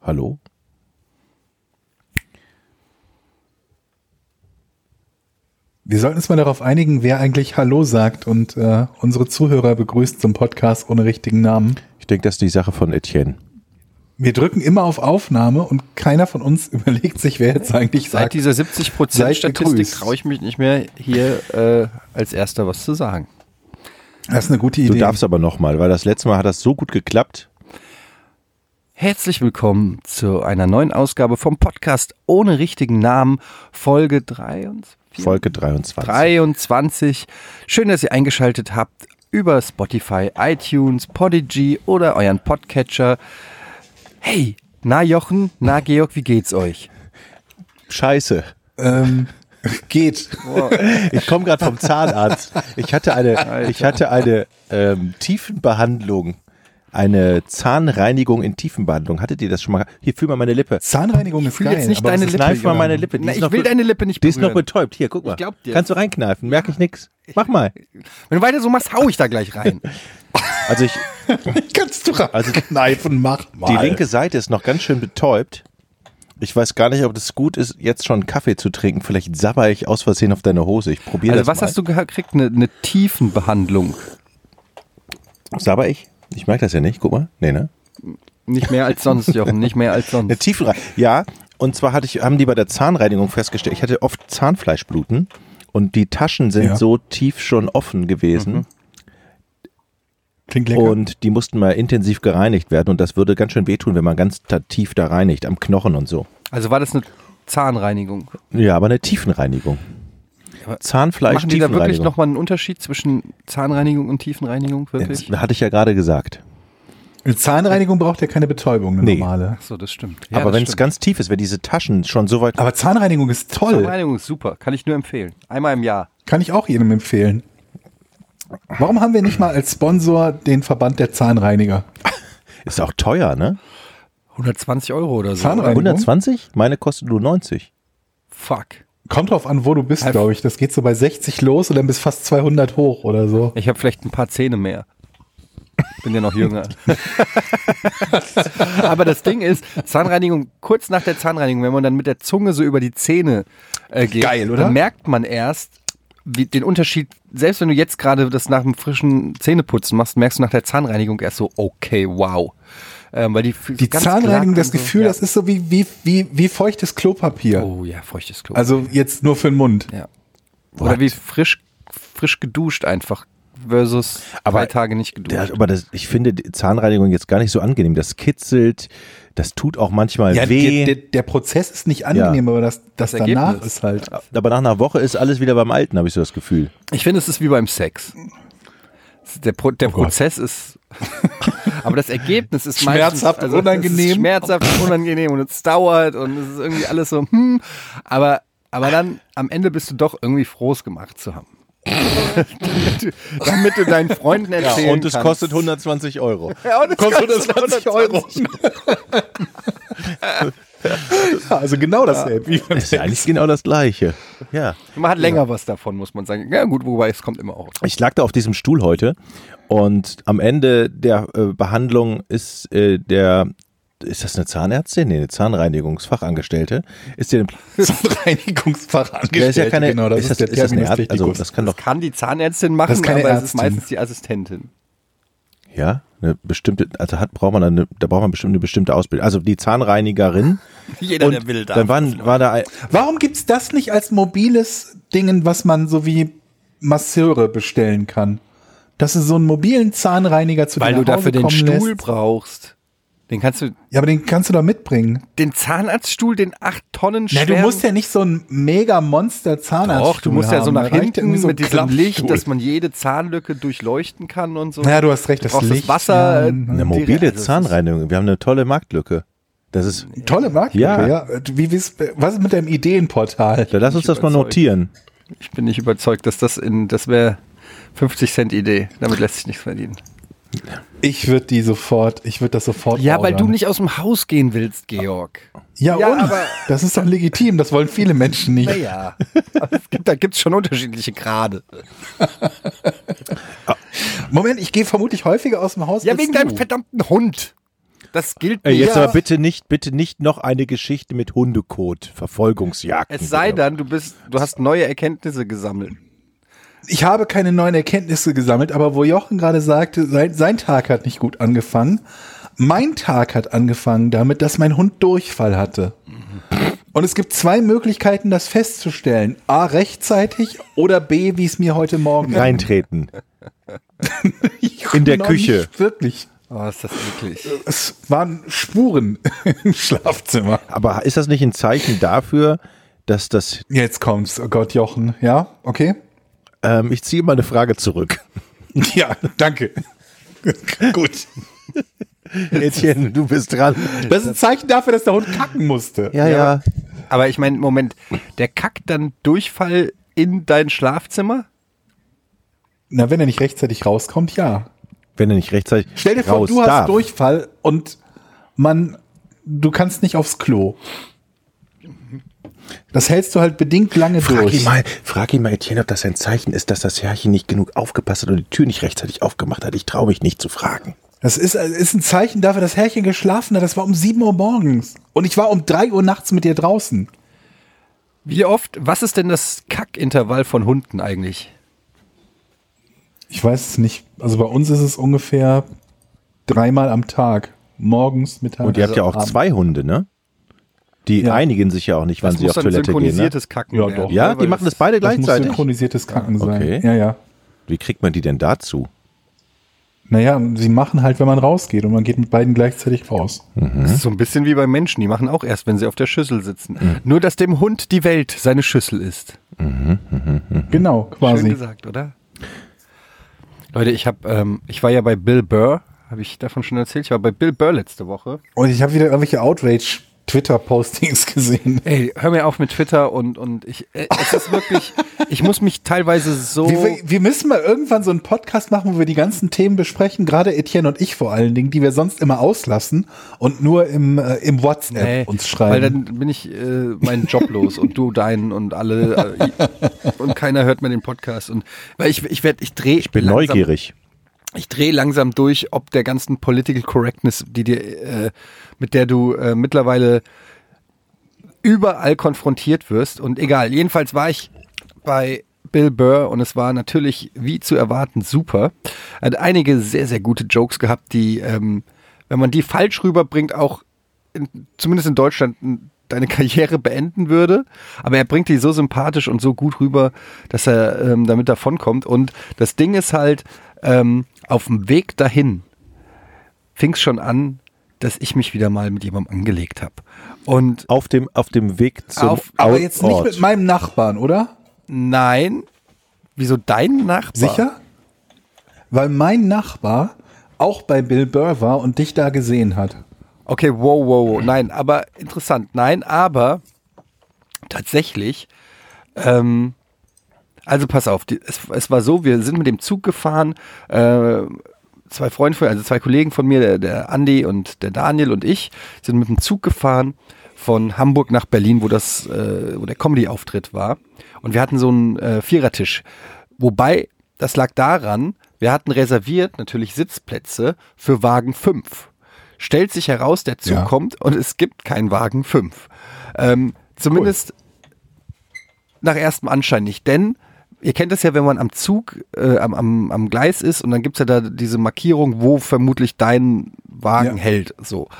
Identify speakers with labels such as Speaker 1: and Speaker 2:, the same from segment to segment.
Speaker 1: Hallo? Wir sollten uns mal darauf einigen, wer eigentlich Hallo sagt und äh, unsere Zuhörer begrüßt zum Podcast ohne richtigen Namen.
Speaker 2: Ich denke, das ist die Sache von Etienne.
Speaker 1: Wir drücken immer auf Aufnahme und keiner von uns überlegt sich, wer jetzt eigentlich
Speaker 3: Seit
Speaker 1: sagt.
Speaker 3: dieser 70 Prozent Statistik
Speaker 1: gegrüßt.
Speaker 3: traue ich mich nicht mehr, hier äh, als Erster was zu sagen.
Speaker 1: Das ist eine gute
Speaker 2: Du
Speaker 1: Idee.
Speaker 2: darfst aber nochmal, weil das letzte Mal hat das so gut geklappt.
Speaker 3: Herzlich willkommen zu einer neuen Ausgabe vom Podcast ohne richtigen Namen, Folge 23.
Speaker 2: Folge 23.
Speaker 3: 23. Schön, dass ihr eingeschaltet habt über Spotify, iTunes, Podigy oder euren Podcatcher. Hey, na Jochen, na Georg, wie geht's euch?
Speaker 2: Scheiße.
Speaker 1: ähm, geht.
Speaker 2: Ich komme gerade vom Zahnarzt. Ich hatte eine, ich hatte eine ähm, Tiefenbehandlung. Eine Zahnreinigung in Tiefenbehandlung. Hattet ihr das schon mal? Hier, fühl mal meine Lippe.
Speaker 1: Zahnreinigung ist
Speaker 3: fühl
Speaker 1: geil.
Speaker 3: jetzt nicht
Speaker 1: aber was
Speaker 3: deine
Speaker 1: ist
Speaker 3: Lippe,
Speaker 1: mit
Speaker 2: Kneif mal
Speaker 1: Johann?
Speaker 2: meine Lippe. Die
Speaker 3: Na,
Speaker 2: ist
Speaker 3: ich
Speaker 2: noch
Speaker 3: will
Speaker 2: be-
Speaker 3: deine Lippe nicht
Speaker 2: Die ist noch
Speaker 3: berühren.
Speaker 2: betäubt. Hier, guck mal.
Speaker 3: glaub dir.
Speaker 2: Kannst du reinkneifen? Merke ich nichts? Mach mal.
Speaker 3: Wenn du weiter so machst, hau ich da gleich rein.
Speaker 2: Also ich,
Speaker 1: Kannst du also
Speaker 2: Also-
Speaker 1: kneifen, mach mal.
Speaker 2: Die linke Seite ist noch ganz schön betäubt. Ich weiß gar nicht, ob das gut ist, jetzt schon Kaffee zu trinken. Vielleicht sabber ich aus Versehen auf deine Hose. Ich probiere
Speaker 3: Also
Speaker 2: das
Speaker 3: was
Speaker 2: mal.
Speaker 3: hast du gekriegt? Eine, eine Tiefenbehandlung.
Speaker 2: Sabber ich? Ich merke das ja nicht. Guck mal. Nee, ne?
Speaker 3: Nicht mehr als sonst, Jochen, nicht mehr als
Speaker 2: Eine
Speaker 3: sonst.
Speaker 2: Tiefenreinigung. Ja, und zwar hatte ich, haben die bei der Zahnreinigung festgestellt, ich hatte oft Zahnfleischbluten und die Taschen sind
Speaker 1: Ja.
Speaker 2: so tief schon offen
Speaker 3: Mhm.
Speaker 2: gewesen
Speaker 1: Klingt lecker.
Speaker 2: und die mussten mal intensiv gereinigt werden und das würde ganz schön wehtun, wenn man ganz da tief da reinigt, am Knochen und so.
Speaker 3: Also war das eine Zahnreinigung?
Speaker 2: Ja, aber eine Tiefenreinigung. Zahnfleisch,
Speaker 3: Machen die da wirklich
Speaker 2: Tiefenreinigung.
Speaker 3: nochmal einen Unterschied zwischen Zahnreinigung und Tiefenreinigung? Wirklich?
Speaker 2: Das hatte ich ja gerade gesagt.
Speaker 1: Eine Zahnreinigung braucht ja keine Betäubung, eine
Speaker 2: Nee.
Speaker 1: normale.
Speaker 3: Achso, das stimmt.
Speaker 2: Aber wenn es ganz tief ist, wenn diese Taschen schon so weit.
Speaker 1: Aber Zahnreinigung ist toll.
Speaker 3: Zahnreinigung ist super, kann ich nur empfehlen. Einmal im Jahr.
Speaker 1: Kann ich auch jedem empfehlen. Warum haben wir nicht mal als Sponsor den Verband der Zahnreiniger?
Speaker 2: Ist auch teuer, ne?
Speaker 3: 120 Euro oder so.
Speaker 1: Zahnreinigung?
Speaker 2: 120? Meine kostet nur 90.
Speaker 3: Fuck.
Speaker 1: Kommt drauf an, wo du bist, glaube ich. Das geht so bei 60 los und dann bis fast 200 hoch oder so.
Speaker 3: Ich habe vielleicht ein paar Zähne mehr. Bin ja noch jünger. Aber das Ding ist, Zahnreinigung, kurz nach der Zahnreinigung, wenn man dann mit der Zunge so über die Zähne äh, geht,
Speaker 1: Geil, oder?
Speaker 3: dann merkt man erst wie, den Unterschied. Selbst wenn du jetzt gerade das nach dem frischen Zähneputzen machst, merkst du nach der Zahnreinigung erst so, okay, wow. Ähm, weil die
Speaker 1: Die Zahnreinigung, das
Speaker 2: also,
Speaker 1: Gefühl, das ist so wie, wie, wie, wie feuchtes Klopapier.
Speaker 3: Oh ja, feuchtes Klo.
Speaker 1: Also jetzt nur für den Mund.
Speaker 3: Ja. Oder wie frisch, frisch geduscht einfach versus
Speaker 2: Aber
Speaker 3: drei Tage nicht geduscht.
Speaker 2: Der, aber das, ich finde die Zahnreinigung jetzt gar nicht so angenehm. Das kitzelt, das tut auch manchmal weh.
Speaker 1: der, der, der Prozess ist nicht angenehm, aber das, das,
Speaker 3: Das
Speaker 1: danach
Speaker 3: Ergebnis.
Speaker 1: ist halt.
Speaker 2: aber nach einer Woche ist alles wieder beim Alten, habe ich so das Gefühl.
Speaker 3: ich finde, es ist wie beim Sex. Der, Pro,
Speaker 1: Oh
Speaker 3: der Prozess ist. aber das Ergebnis ist meistens, also
Speaker 1: Schmerzhaft,
Speaker 3: Es
Speaker 1: unangenehm.
Speaker 3: ist schmerzhaft, und unangenehm und es dauert und es ist irgendwie alles so, hm. Aber, aber dann am Ende bist du doch irgendwie froh, es gemacht zu haben. damit, du, damit du deinen Freunden erzählen
Speaker 2: und es
Speaker 3: kannst.
Speaker 2: kostet 120 Euro.
Speaker 3: Ja, und es
Speaker 1: Kostet
Speaker 3: kostet
Speaker 1: 120 Euro. Ja, also genau dasselbe. Wie beim
Speaker 2: Das ist ja eigentlich genau das Gleiche. Ja.
Speaker 3: Man hat länger was davon, muss man sagen. Ja, gut, wobei es kommt immer auch.
Speaker 2: Ich lag da auf diesem Stuhl heute und am Ende der äh, Behandlung ist äh, der, ist das eine Zahnärztin? Nee, eine Zahnreinigungsfachangestellte. Ist dir
Speaker 1: Zahnreinigungsfachangestellte.
Speaker 2: der ist ja keine,
Speaker 1: genau, das
Speaker 2: ist,
Speaker 1: ist,
Speaker 2: das,
Speaker 1: der
Speaker 2: ist das eine
Speaker 1: Terminus
Speaker 2: Ärztin? Also
Speaker 1: technicus.
Speaker 2: das kann doch,
Speaker 3: Kann die Zahnärztin machen,
Speaker 1: Das ist keine
Speaker 3: aber es ist
Speaker 1: Ärztin.
Speaker 3: meistens die Assistentin.
Speaker 2: ja, eine bestimmte, also hat, braucht man eine, da braucht man bestimmt eine bestimmte Ausbildung. Also die Zahnreinigerin.
Speaker 3: Jeder,
Speaker 2: und
Speaker 3: der will, darf
Speaker 2: Dann waren, war da ein,
Speaker 1: Warum gibt's das nicht als mobiles Dingen, was man so wie Masseure bestellen kann? Dass du so einen mobilen Zahnreiniger zu
Speaker 3: Weil
Speaker 1: dir
Speaker 3: du
Speaker 1: nach Hause
Speaker 3: dafür den
Speaker 1: kommen
Speaker 3: Stuhl
Speaker 1: lässt.
Speaker 3: brauchst. Den kannst du,
Speaker 1: Ja, aber den kannst du doch mitbringen.
Speaker 3: den Zahnarztstuhl, den 8 Tonnen
Speaker 1: Na,
Speaker 3: schweren.
Speaker 1: du musst ja nicht so ein mega Monster Zahnarzt.
Speaker 3: Doch, du musst ja so nach hinten mit diesem Licht, dass
Speaker 1: dass
Speaker 3: man jede Zahnlücke durchleuchten kann und so.
Speaker 1: Naja, du hast recht,
Speaker 3: Du
Speaker 1: das
Speaker 3: brauchst
Speaker 1: Licht.
Speaker 3: das Wasser.
Speaker 1: ja.
Speaker 3: äh,
Speaker 2: eine
Speaker 3: direkt-
Speaker 2: mobile
Speaker 3: also das
Speaker 2: Zahnreinigung. Wir haben eine tolle Marktlücke. Das ist,
Speaker 1: Tolle Marke,
Speaker 2: Ja.
Speaker 1: Wie, wie's- was ist mit deinem Ideenportal?
Speaker 2: ja, lass uns das mal
Speaker 3: überzeugt.
Speaker 2: notieren.
Speaker 3: ist- Ich bin nicht überzeugt, dass das in, das wäre 50 Cent Idee. Damit lässt sich nichts verdienen.
Speaker 1: Ich würde die sofort, ich würde das sofort
Speaker 3: Ja, weil
Speaker 1: ordern.
Speaker 3: du nicht aus dem Haus gehen willst, Georg.
Speaker 1: Ja,
Speaker 3: Ja,
Speaker 1: und?
Speaker 3: aber-
Speaker 1: das ist doch legitim, das wollen viele Menschen nicht.
Speaker 3: Naja, es gibt, da gibt es schon unterschiedliche Grade.
Speaker 1: Moment, ich gehe vermutlich häufiger aus dem Haus.
Speaker 3: Ja,
Speaker 1: als
Speaker 3: wegen
Speaker 1: du.
Speaker 3: deinem verdammten Hund. Das gilt
Speaker 2: Äh, jetzt
Speaker 3: ja.
Speaker 2: aber bitte nicht, bitte nicht noch eine Geschichte mit Hundekot, Verfolgungsjagd.
Speaker 3: Es sei denn, du bist, du hast neue Erkenntnisse gesammelt.
Speaker 1: Ich habe keine neuen Erkenntnisse gesammelt, aber wo Jochen gerade sagte, sein, sein Tag hat nicht gut angefangen. Mein Tag hat angefangen damit, dass mein Hund Durchfall hatte. Und es gibt zwei Möglichkeiten, das festzustellen. A, rechtzeitig oder B, wie es mir heute Morgen
Speaker 2: reintreten.
Speaker 1: Ich
Speaker 2: in der
Speaker 1: noch
Speaker 2: Küche.
Speaker 1: Nicht wirklich. Äh,
Speaker 3: Oh, ist das eklig.
Speaker 1: Es waren Spuren im Schlafzimmer.
Speaker 2: Aber ist das nicht ein Zeichen dafür, dass das,
Speaker 1: Jetzt kommt's. Oh Gott, Jochen. Ja, okay.
Speaker 2: ähm, ich ziehe meine Frage zurück.
Speaker 1: Ja, danke. Gut.
Speaker 2: Etienne, du bist dran.
Speaker 1: Das ist ein Zeichen dafür, dass der Hund kacken musste.
Speaker 2: Ja, ja.
Speaker 3: Aber ich meine, Moment, der kackt dann Durchfall in dein Schlafzimmer?
Speaker 1: Na, wenn er nicht rechtzeitig rauskommt, ja.
Speaker 2: Wenn er nicht rechtzeitig
Speaker 1: Stell dir vor,
Speaker 2: raus
Speaker 1: du hast
Speaker 2: darf.
Speaker 1: Durchfall und man, du kannst nicht aufs Klo. Das hältst du halt bedingt lange
Speaker 2: Frag ihn,
Speaker 1: durch.
Speaker 2: mal, frag ihn mal, Etienne, ob das ein Zeichen ist, dass das Herrchen nicht genug aufgepasst hat und die Tür nicht rechtzeitig aufgemacht hat. Ich traue mich nicht zu fragen.
Speaker 1: Das ist, ist ein Zeichen dafür, dass Herrchen geschlafen hat. Das war um 7 Uhr morgens. Und ich war um 3 Uhr nachts mit dir draußen.
Speaker 3: Wie oft, was ist denn das Kackintervall von Hunden eigentlich?
Speaker 1: Ich weiß es nicht. Also bei uns ist es ungefähr dreimal am Tag. Morgens, mittags.
Speaker 2: Und ihr habt ja auch
Speaker 1: abends.
Speaker 2: zwei Hunde, ne? Die
Speaker 1: Also, Ja.
Speaker 2: einigen sich ja auch nicht, wann sie auf
Speaker 3: dann
Speaker 2: Toilette gehen. Ne?
Speaker 3: synchronisiertes Kacken
Speaker 1: Ja,
Speaker 3: werden,
Speaker 1: doch.
Speaker 2: Ja,
Speaker 3: ne?
Speaker 2: die
Speaker 3: Weil
Speaker 2: machen das
Speaker 3: das-
Speaker 2: beide
Speaker 1: Das muss
Speaker 2: gleichzeitig.
Speaker 1: synchronisiertes Kacken
Speaker 2: okay.
Speaker 1: sein. Ja, ja.
Speaker 2: Wie kriegt man die denn dazu?
Speaker 1: Naja, sie machen halt, wenn man rausgeht und man geht mit beiden gleichzeitig raus.
Speaker 3: Das ist so ein bisschen wie bei Menschen, die machen auch erst, wenn sie auf der Schüssel sitzen.
Speaker 2: Mhm.
Speaker 3: Nur, dass dem Hund die Welt seine Schüssel ist.
Speaker 1: Genau, quasi.
Speaker 3: Schön gesagt, oder? Leute, ich habe, ähm, ich war ja bei Bill Burr, habe ich davon schon erzählt, ich war bei Bill Burr letzte Woche.
Speaker 1: Und ich habe wieder irgendwelche Outrage-Twitter-Postings gesehen.
Speaker 3: Ey, hör mir auf mit Twitter und, und ich, äh, es ist wirklich, ich muss mich teilweise so...
Speaker 1: Wir, wir müssen mal irgendwann so einen Podcast machen, wo wir die ganzen Themen besprechen, gerade Etienne und ich vor allen Dingen, die wir sonst immer auslassen und nur im, äh, im WhatsApp
Speaker 3: Nee,
Speaker 1: uns
Speaker 3: Weil
Speaker 1: schreiben.
Speaker 3: dann bin ich äh, meinen Job los und du deinen und alle äh, ich- und keiner hört mehr den Podcast und weil ich ich werde ich drehe ich
Speaker 2: Bin neugierig.
Speaker 3: Ich drehe langsam durch, ob der ganzen Political Correctness, die dir äh, mit der du äh, mittlerweile überall konfrontiert wirst und egal. Jedenfalls war ich bei Bill Burr und es war natürlich wie zu erwarten super. Er hat einige sehr sehr gute Jokes gehabt, die ähm, wenn man die falsch rüberbringt auch in, zumindest in Deutschland n- deine Karriere beenden würde. Aber er bringt die so sympathisch und so gut rüber, dass er ähm, damit davonkommt. Und das Ding ist halt, ähm, auf dem Weg dahin fing es schon an, dass ich mich wieder mal mit jemandem angelegt habe. Und
Speaker 2: Auf dem, auf dem Weg zum
Speaker 3: Auf-
Speaker 1: Aber jetzt nicht
Speaker 2: Ort.
Speaker 1: mit meinem Nachbarn, oder?
Speaker 3: nein, wieso dein Nachbar?
Speaker 1: Sicher? Weil mein Nachbar auch bei Bill Burr war und dich da gesehen hat.
Speaker 3: Okay, wow, wow, wow. Nein, aber interessant. Nein, aber tatsächlich, ähm, also pass auf, die, es, es war so, wir sind mit dem Zug gefahren, äh, zwei Freunde von, also zwei Kollegen von mir, der, der Andi und der Daniel und ich, sind mit dem Zug gefahren von Hamburg nach Berlin, wo das, äh, wo der Comedy-Auftritt war. Und wir hatten so einen äh, Vierertisch. Wobei, das lag daran, wir hatten reserviert natürlich Sitzplätze für Wagen 5. Stellt sich heraus, der Zug
Speaker 1: Ja.
Speaker 3: kommt und es gibt keinen Wagen 5. Ähm, zumindest nach erstem Anschein nicht, denn ihr kennt das ja, wenn man am Zug, äh, am, am, am Gleis ist und dann gibt's ja da diese Markierung, wo vermutlich dein Wagen
Speaker 1: Ja.
Speaker 3: hält. So.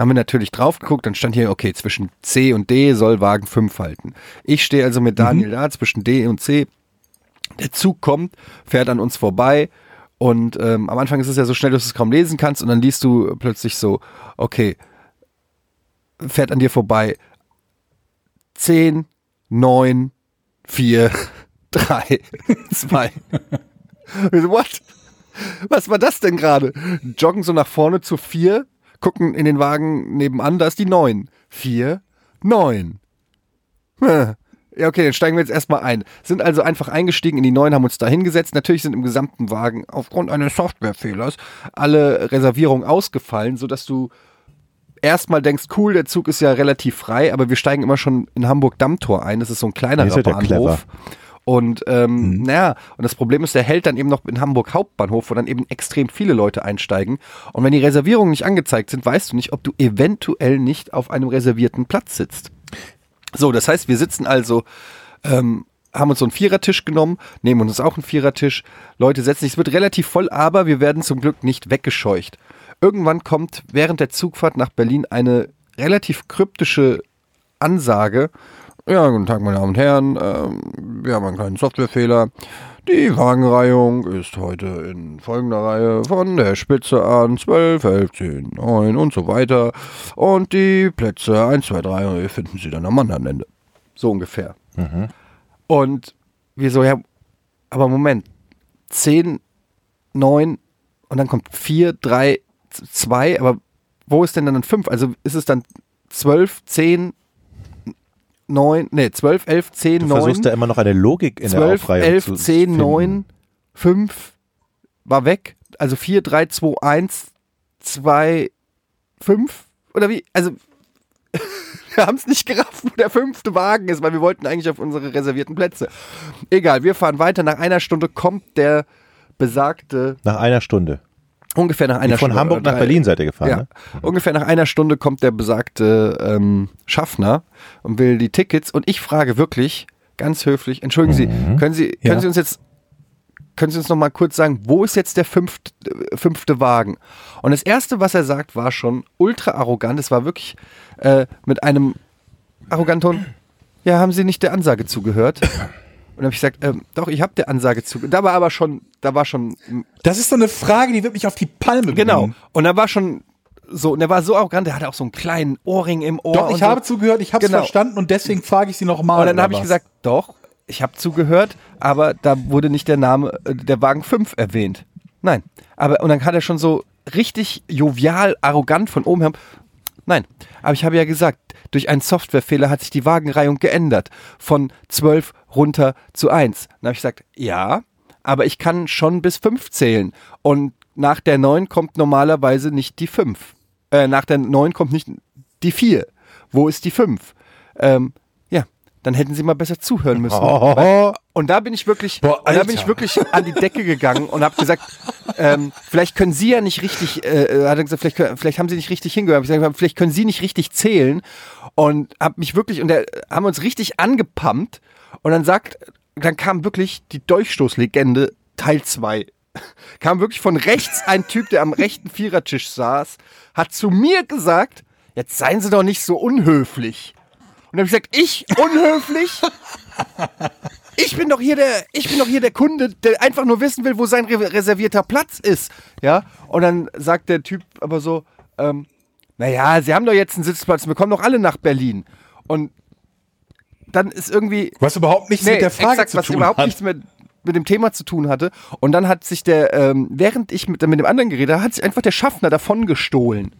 Speaker 3: Haben wir natürlich drauf geguckt, dann stand hier, okay, zwischen C und D soll Wagen 5 halten. Ich stehe also mit Daniel da, zwischen D und C. Der Zug kommt, fährt an uns vorbei und ähm, am Anfang ist es ja so schnell, dass du es kaum lesen kannst und dann liest du plötzlich so, okay, fährt an dir vorbei. 10, 9, 4, 3, 2. What? Was war das denn gerade? Joggen so nach vorne zu 4, gucken in den Wagen nebenan, da ist die 9. 4, 9. Ja, okay, dann steigen wir jetzt erstmal ein. Sind also einfach eingestiegen in die neuen, haben uns da hingesetzt. Natürlich sind im gesamten Wagen aufgrund eines Softwarefehlers alle Reservierungen ausgefallen, sodass du erstmal denkst, cool, der Zug ist ja relativ frei, aber wir steigen immer schon in Hamburg Dammtor ein. Das ist so ein kleinerer
Speaker 2: Ihr seid ja
Speaker 3: Bahnhof. Und ähm, naja, und das Problem ist, der hält dann eben noch in Hamburg Hauptbahnhof, wo dann eben extrem viele Leute einsteigen. Und wenn die Reservierungen nicht angezeigt sind, weißt du nicht, ob du eventuell nicht auf einem reservierten Platz sitzt. So, das heißt, wir sitzen also, ähm, haben uns so einen Vierertisch genommen, nehmen uns auch einen Vierertisch. Leute setzen sich, es wird relativ voll, aber wir werden zum Glück nicht weggescheucht. Irgendwann kommt während der Zugfahrt nach Berlin eine relativ kryptische Ansage. Ja, guten Tag, meine Damen und Herren. Ähm, wir haben einen kleinen Softwarefehler. Die Wagenreihung ist heute in folgender Reihe von der Spitze an 12, 11, 10, 9 und so weiter. Und die Plätze 1, 2, 3 finden Sie dann am anderen Ende. So ungefähr.
Speaker 2: Mhm.
Speaker 3: Und wir so, ja, aber Moment. 10, 9 und dann kommt 4, 3, 2, aber wo ist denn dann 5? Also ist es dann 12, 10, 9, nee, 12, 11, 10,
Speaker 2: Du
Speaker 3: 9.
Speaker 2: versuchst da immer noch eine Logik in der
Speaker 3: 12,
Speaker 2: Aufreihung
Speaker 3: 11,
Speaker 2: zu
Speaker 3: 10,
Speaker 2: finden.
Speaker 3: 9, 5 war weg. Also 4, 3, 2, 1, 2, 5 oder wie? Also wir haben es nicht gerafft, wo der fünfte Wagen ist, weil wir wollten eigentlich auf unsere reservierten Plätze. Egal, wir fahren weiter. Nach einer Stunde kommt der besagte,
Speaker 2: Nach einer Stunde.
Speaker 3: ungefähr nach einer
Speaker 2: Von
Speaker 3: Stunde.
Speaker 2: Hamburg nach
Speaker 3: drei-
Speaker 2: Berlin seid ihr gefahren,
Speaker 3: ja.
Speaker 2: ne?
Speaker 3: Ungefähr nach einer Stunde kommt der besagte ähm, Schaffner und will die Tickets. Und ich frage wirklich ganz höflich: Entschuldigen Sie, können Sie, können
Speaker 1: Ja.
Speaker 3: Sie uns jetzt können Sie uns noch mal kurz sagen, wo ist jetzt der fünfte, äh, fünfte Wagen? Und das erste, was er sagt, war schon ultra arrogant. Es war wirklich äh, mit einem arroganten Ton. Ja, haben Sie nicht der Ansage zugehört? Und habe ich gesagt, ähm, doch, ich habe der Ansage zugehört. Da war aber schon, da war schon
Speaker 1: Das ist so eine Frage, die wird mich auf die Palme
Speaker 3: Genau.
Speaker 1: bringen.
Speaker 3: Und er war schon so, und er war so arrogant, der hatte auch so einen kleinen Ohrring im Ohr.
Speaker 1: Doch,
Speaker 3: und
Speaker 1: ich
Speaker 3: so.
Speaker 1: habe zugehört, ich habe es
Speaker 3: Genau.
Speaker 1: verstanden und deswegen frage ich sie nochmal.
Speaker 3: Und dann habe ich gesagt, doch, ich habe zugehört, aber da wurde nicht der Name, äh, der Wagen 5 erwähnt. Nein. Aber, und dann hat er schon so richtig jovial, arrogant von oben her. Nein, aber ich habe ja gesagt, durch einen Softwarefehler hat sich die Wagenreihung geändert. Von 12 runter zu 1. Dann habe ich gesagt, ja, aber ich kann schon bis 5 zählen. Und nach der 9 kommt normalerweise nicht die 5. Äh, nach der 9 kommt nicht die 4. Wo ist die 5? Ähm, ja, dann hätten sie mal besser zuhören müssen.
Speaker 2: Oh,
Speaker 3: Und da bin ich wirklich,
Speaker 1: Boah,
Speaker 3: und da bin
Speaker 1: Alter.
Speaker 3: ich wirklich an die Decke gegangen und habe gesagt, ähm, vielleicht können Sie ja nicht richtig, äh, hat er gesagt, vielleicht, können- vielleicht haben Sie nicht richtig hingehört. Hab Ich gesagt, vielleicht können Sie nicht richtig zählen und habe mich wirklich und der, haben uns richtig angepammt und dann sagt, dann kam wirklich die Dolchstoßlegende Teil 2. Kam wirklich von rechts ein Typ, der am rechten Vierertisch saß, hat zu mir gesagt, jetzt seien Sie doch nicht so unhöflich. Und dann habe ich gesagt, ich unhöflich? ich bin doch hier der, ich bin doch hier der Kunde, der einfach nur wissen will, wo sein re reservierter Platz ist. Ja. Und dann sagt der Typ aber so, ähm, naja, sie haben doch jetzt einen Sitzplatz, wir kommen doch alle nach Berlin. Und dann ist irgendwie,
Speaker 1: was überhaupt nichts mit der Frage
Speaker 3: exakt,
Speaker 1: zu
Speaker 3: was
Speaker 1: tun
Speaker 3: überhaupt
Speaker 1: hat.
Speaker 3: nichts mit, mit dem Thema zu tun hatte. Und dann hat sich der, ähm, während ich mit, mit dem anderen geredet habe, hat sich einfach der Schaffner davon gestohlen.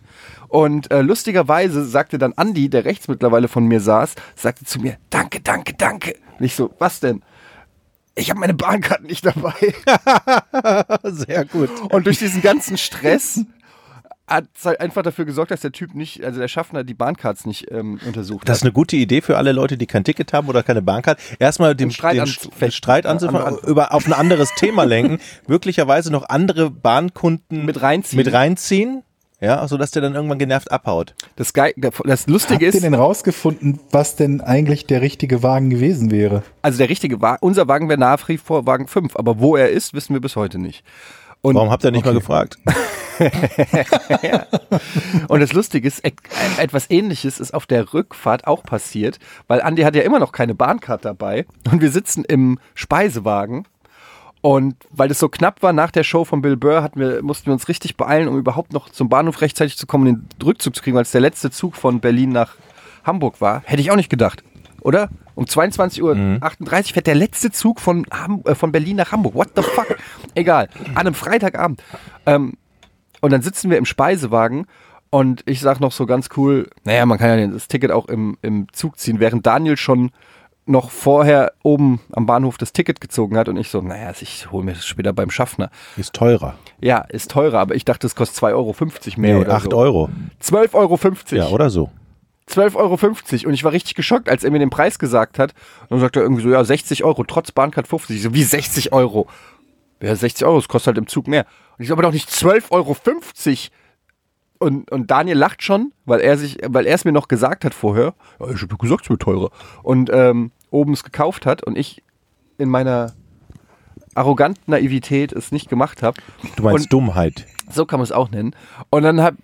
Speaker 3: Und äh, lustigerweise sagte dann Andi, der rechts mittlerweile von mir saß, sagte zu mir, danke, danke, danke. Und ich so, was denn? Ich habe meine Bahnkarte nicht dabei.
Speaker 2: sehr gut.
Speaker 3: Und durch diesen ganzen Stress hat es halt einfach dafür gesorgt, dass der Typ nicht, also der Schaffner die Bahncards nicht ähm, untersucht
Speaker 2: Das ist
Speaker 3: hat.
Speaker 2: eine gute Idee für alle Leute, die kein Ticket haben oder keine Bankkarte. Erstmal den
Speaker 3: Den Streit
Speaker 2: den
Speaker 3: anzufechten.
Speaker 2: St- Streit anzufangen,
Speaker 3: Andere-
Speaker 2: über, auf ein anderes Thema lenken, möglicherweise noch andere Bahnkunden
Speaker 3: Mit reinziehen.
Speaker 2: mit reinziehen ja, sodass der dann irgendwann genervt abhaut.
Speaker 3: Das, Geil, das
Speaker 1: Habt
Speaker 3: Lustige
Speaker 1: ihr
Speaker 3: ist,
Speaker 1: denn rausgefunden, was denn eigentlich der richtige Wagen gewesen wäre?
Speaker 3: Also der richtige Wagen, unser Wagen wäre nach wie vor Wagen 5, aber wo er ist, wissen wir bis heute nicht. Und,
Speaker 2: Warum habt ihr nicht mal gefragt?
Speaker 3: und das Lustige ist, et- äh, etwas ähnliches ist auf der Rückfahrt auch passiert, weil Andi hat ja immer noch keine Bahncard dabei und wir sitzen im Speisewagen und weil es so knapp war nach der Show von Bill Burr, hatten wir, mussten wir uns richtig beeilen, um überhaupt noch zum Bahnhof rechtzeitig zu kommen und den Rückzug zu kriegen, weil es der letzte Zug von Berlin nach Hamburg war. Hätte ich auch nicht gedacht, oder? Um 22.38 Uhr fährt der letzte Zug von, Ham äh, von Berlin nach Hamburg. What the fuck? Egal. An einem Freitagabend. Ähm, und dann sitzen wir im Speisewagen und ich sag noch so ganz cool, naja, man kann ja das Ticket auch im, im Zug ziehen, während Daniel schon noch vorher oben am Bahnhof das Ticket gezogen hat und ich so, naja, also ich hole mir das später beim Schaffner.
Speaker 2: Ist teurer.
Speaker 3: Ja, ist teurer, aber ich dachte, es kostet 2,50 Euro mehr
Speaker 2: Nee,
Speaker 3: oder
Speaker 2: 8
Speaker 3: so.
Speaker 2: Euro.
Speaker 3: 12,50 Euro.
Speaker 2: Ja, oder so.
Speaker 3: 12,50 Euro. Und ich war richtig geschockt, als er mir den Preis gesagt hat. Und dann sagt er irgendwie so, ja, 60 Euro, trotz Bahncard 50. Ich so, wie 60 Euro? Ja, 60 Euro, das kostet halt im Zug mehr. Und ich so, aber doch nicht 12,50 Euro. Und, und Daniel lacht schon, weil er sich, weil er es mir noch gesagt hat vorher. Ja, ich habe gesagt, es wird teurer. Und ähm, oben es gekauft hat und ich in meiner arroganten Naivität es nicht gemacht habe.
Speaker 2: Du meinst
Speaker 3: Und-
Speaker 2: Dummheit.
Speaker 3: So kann man es auch nennen. Und dann hab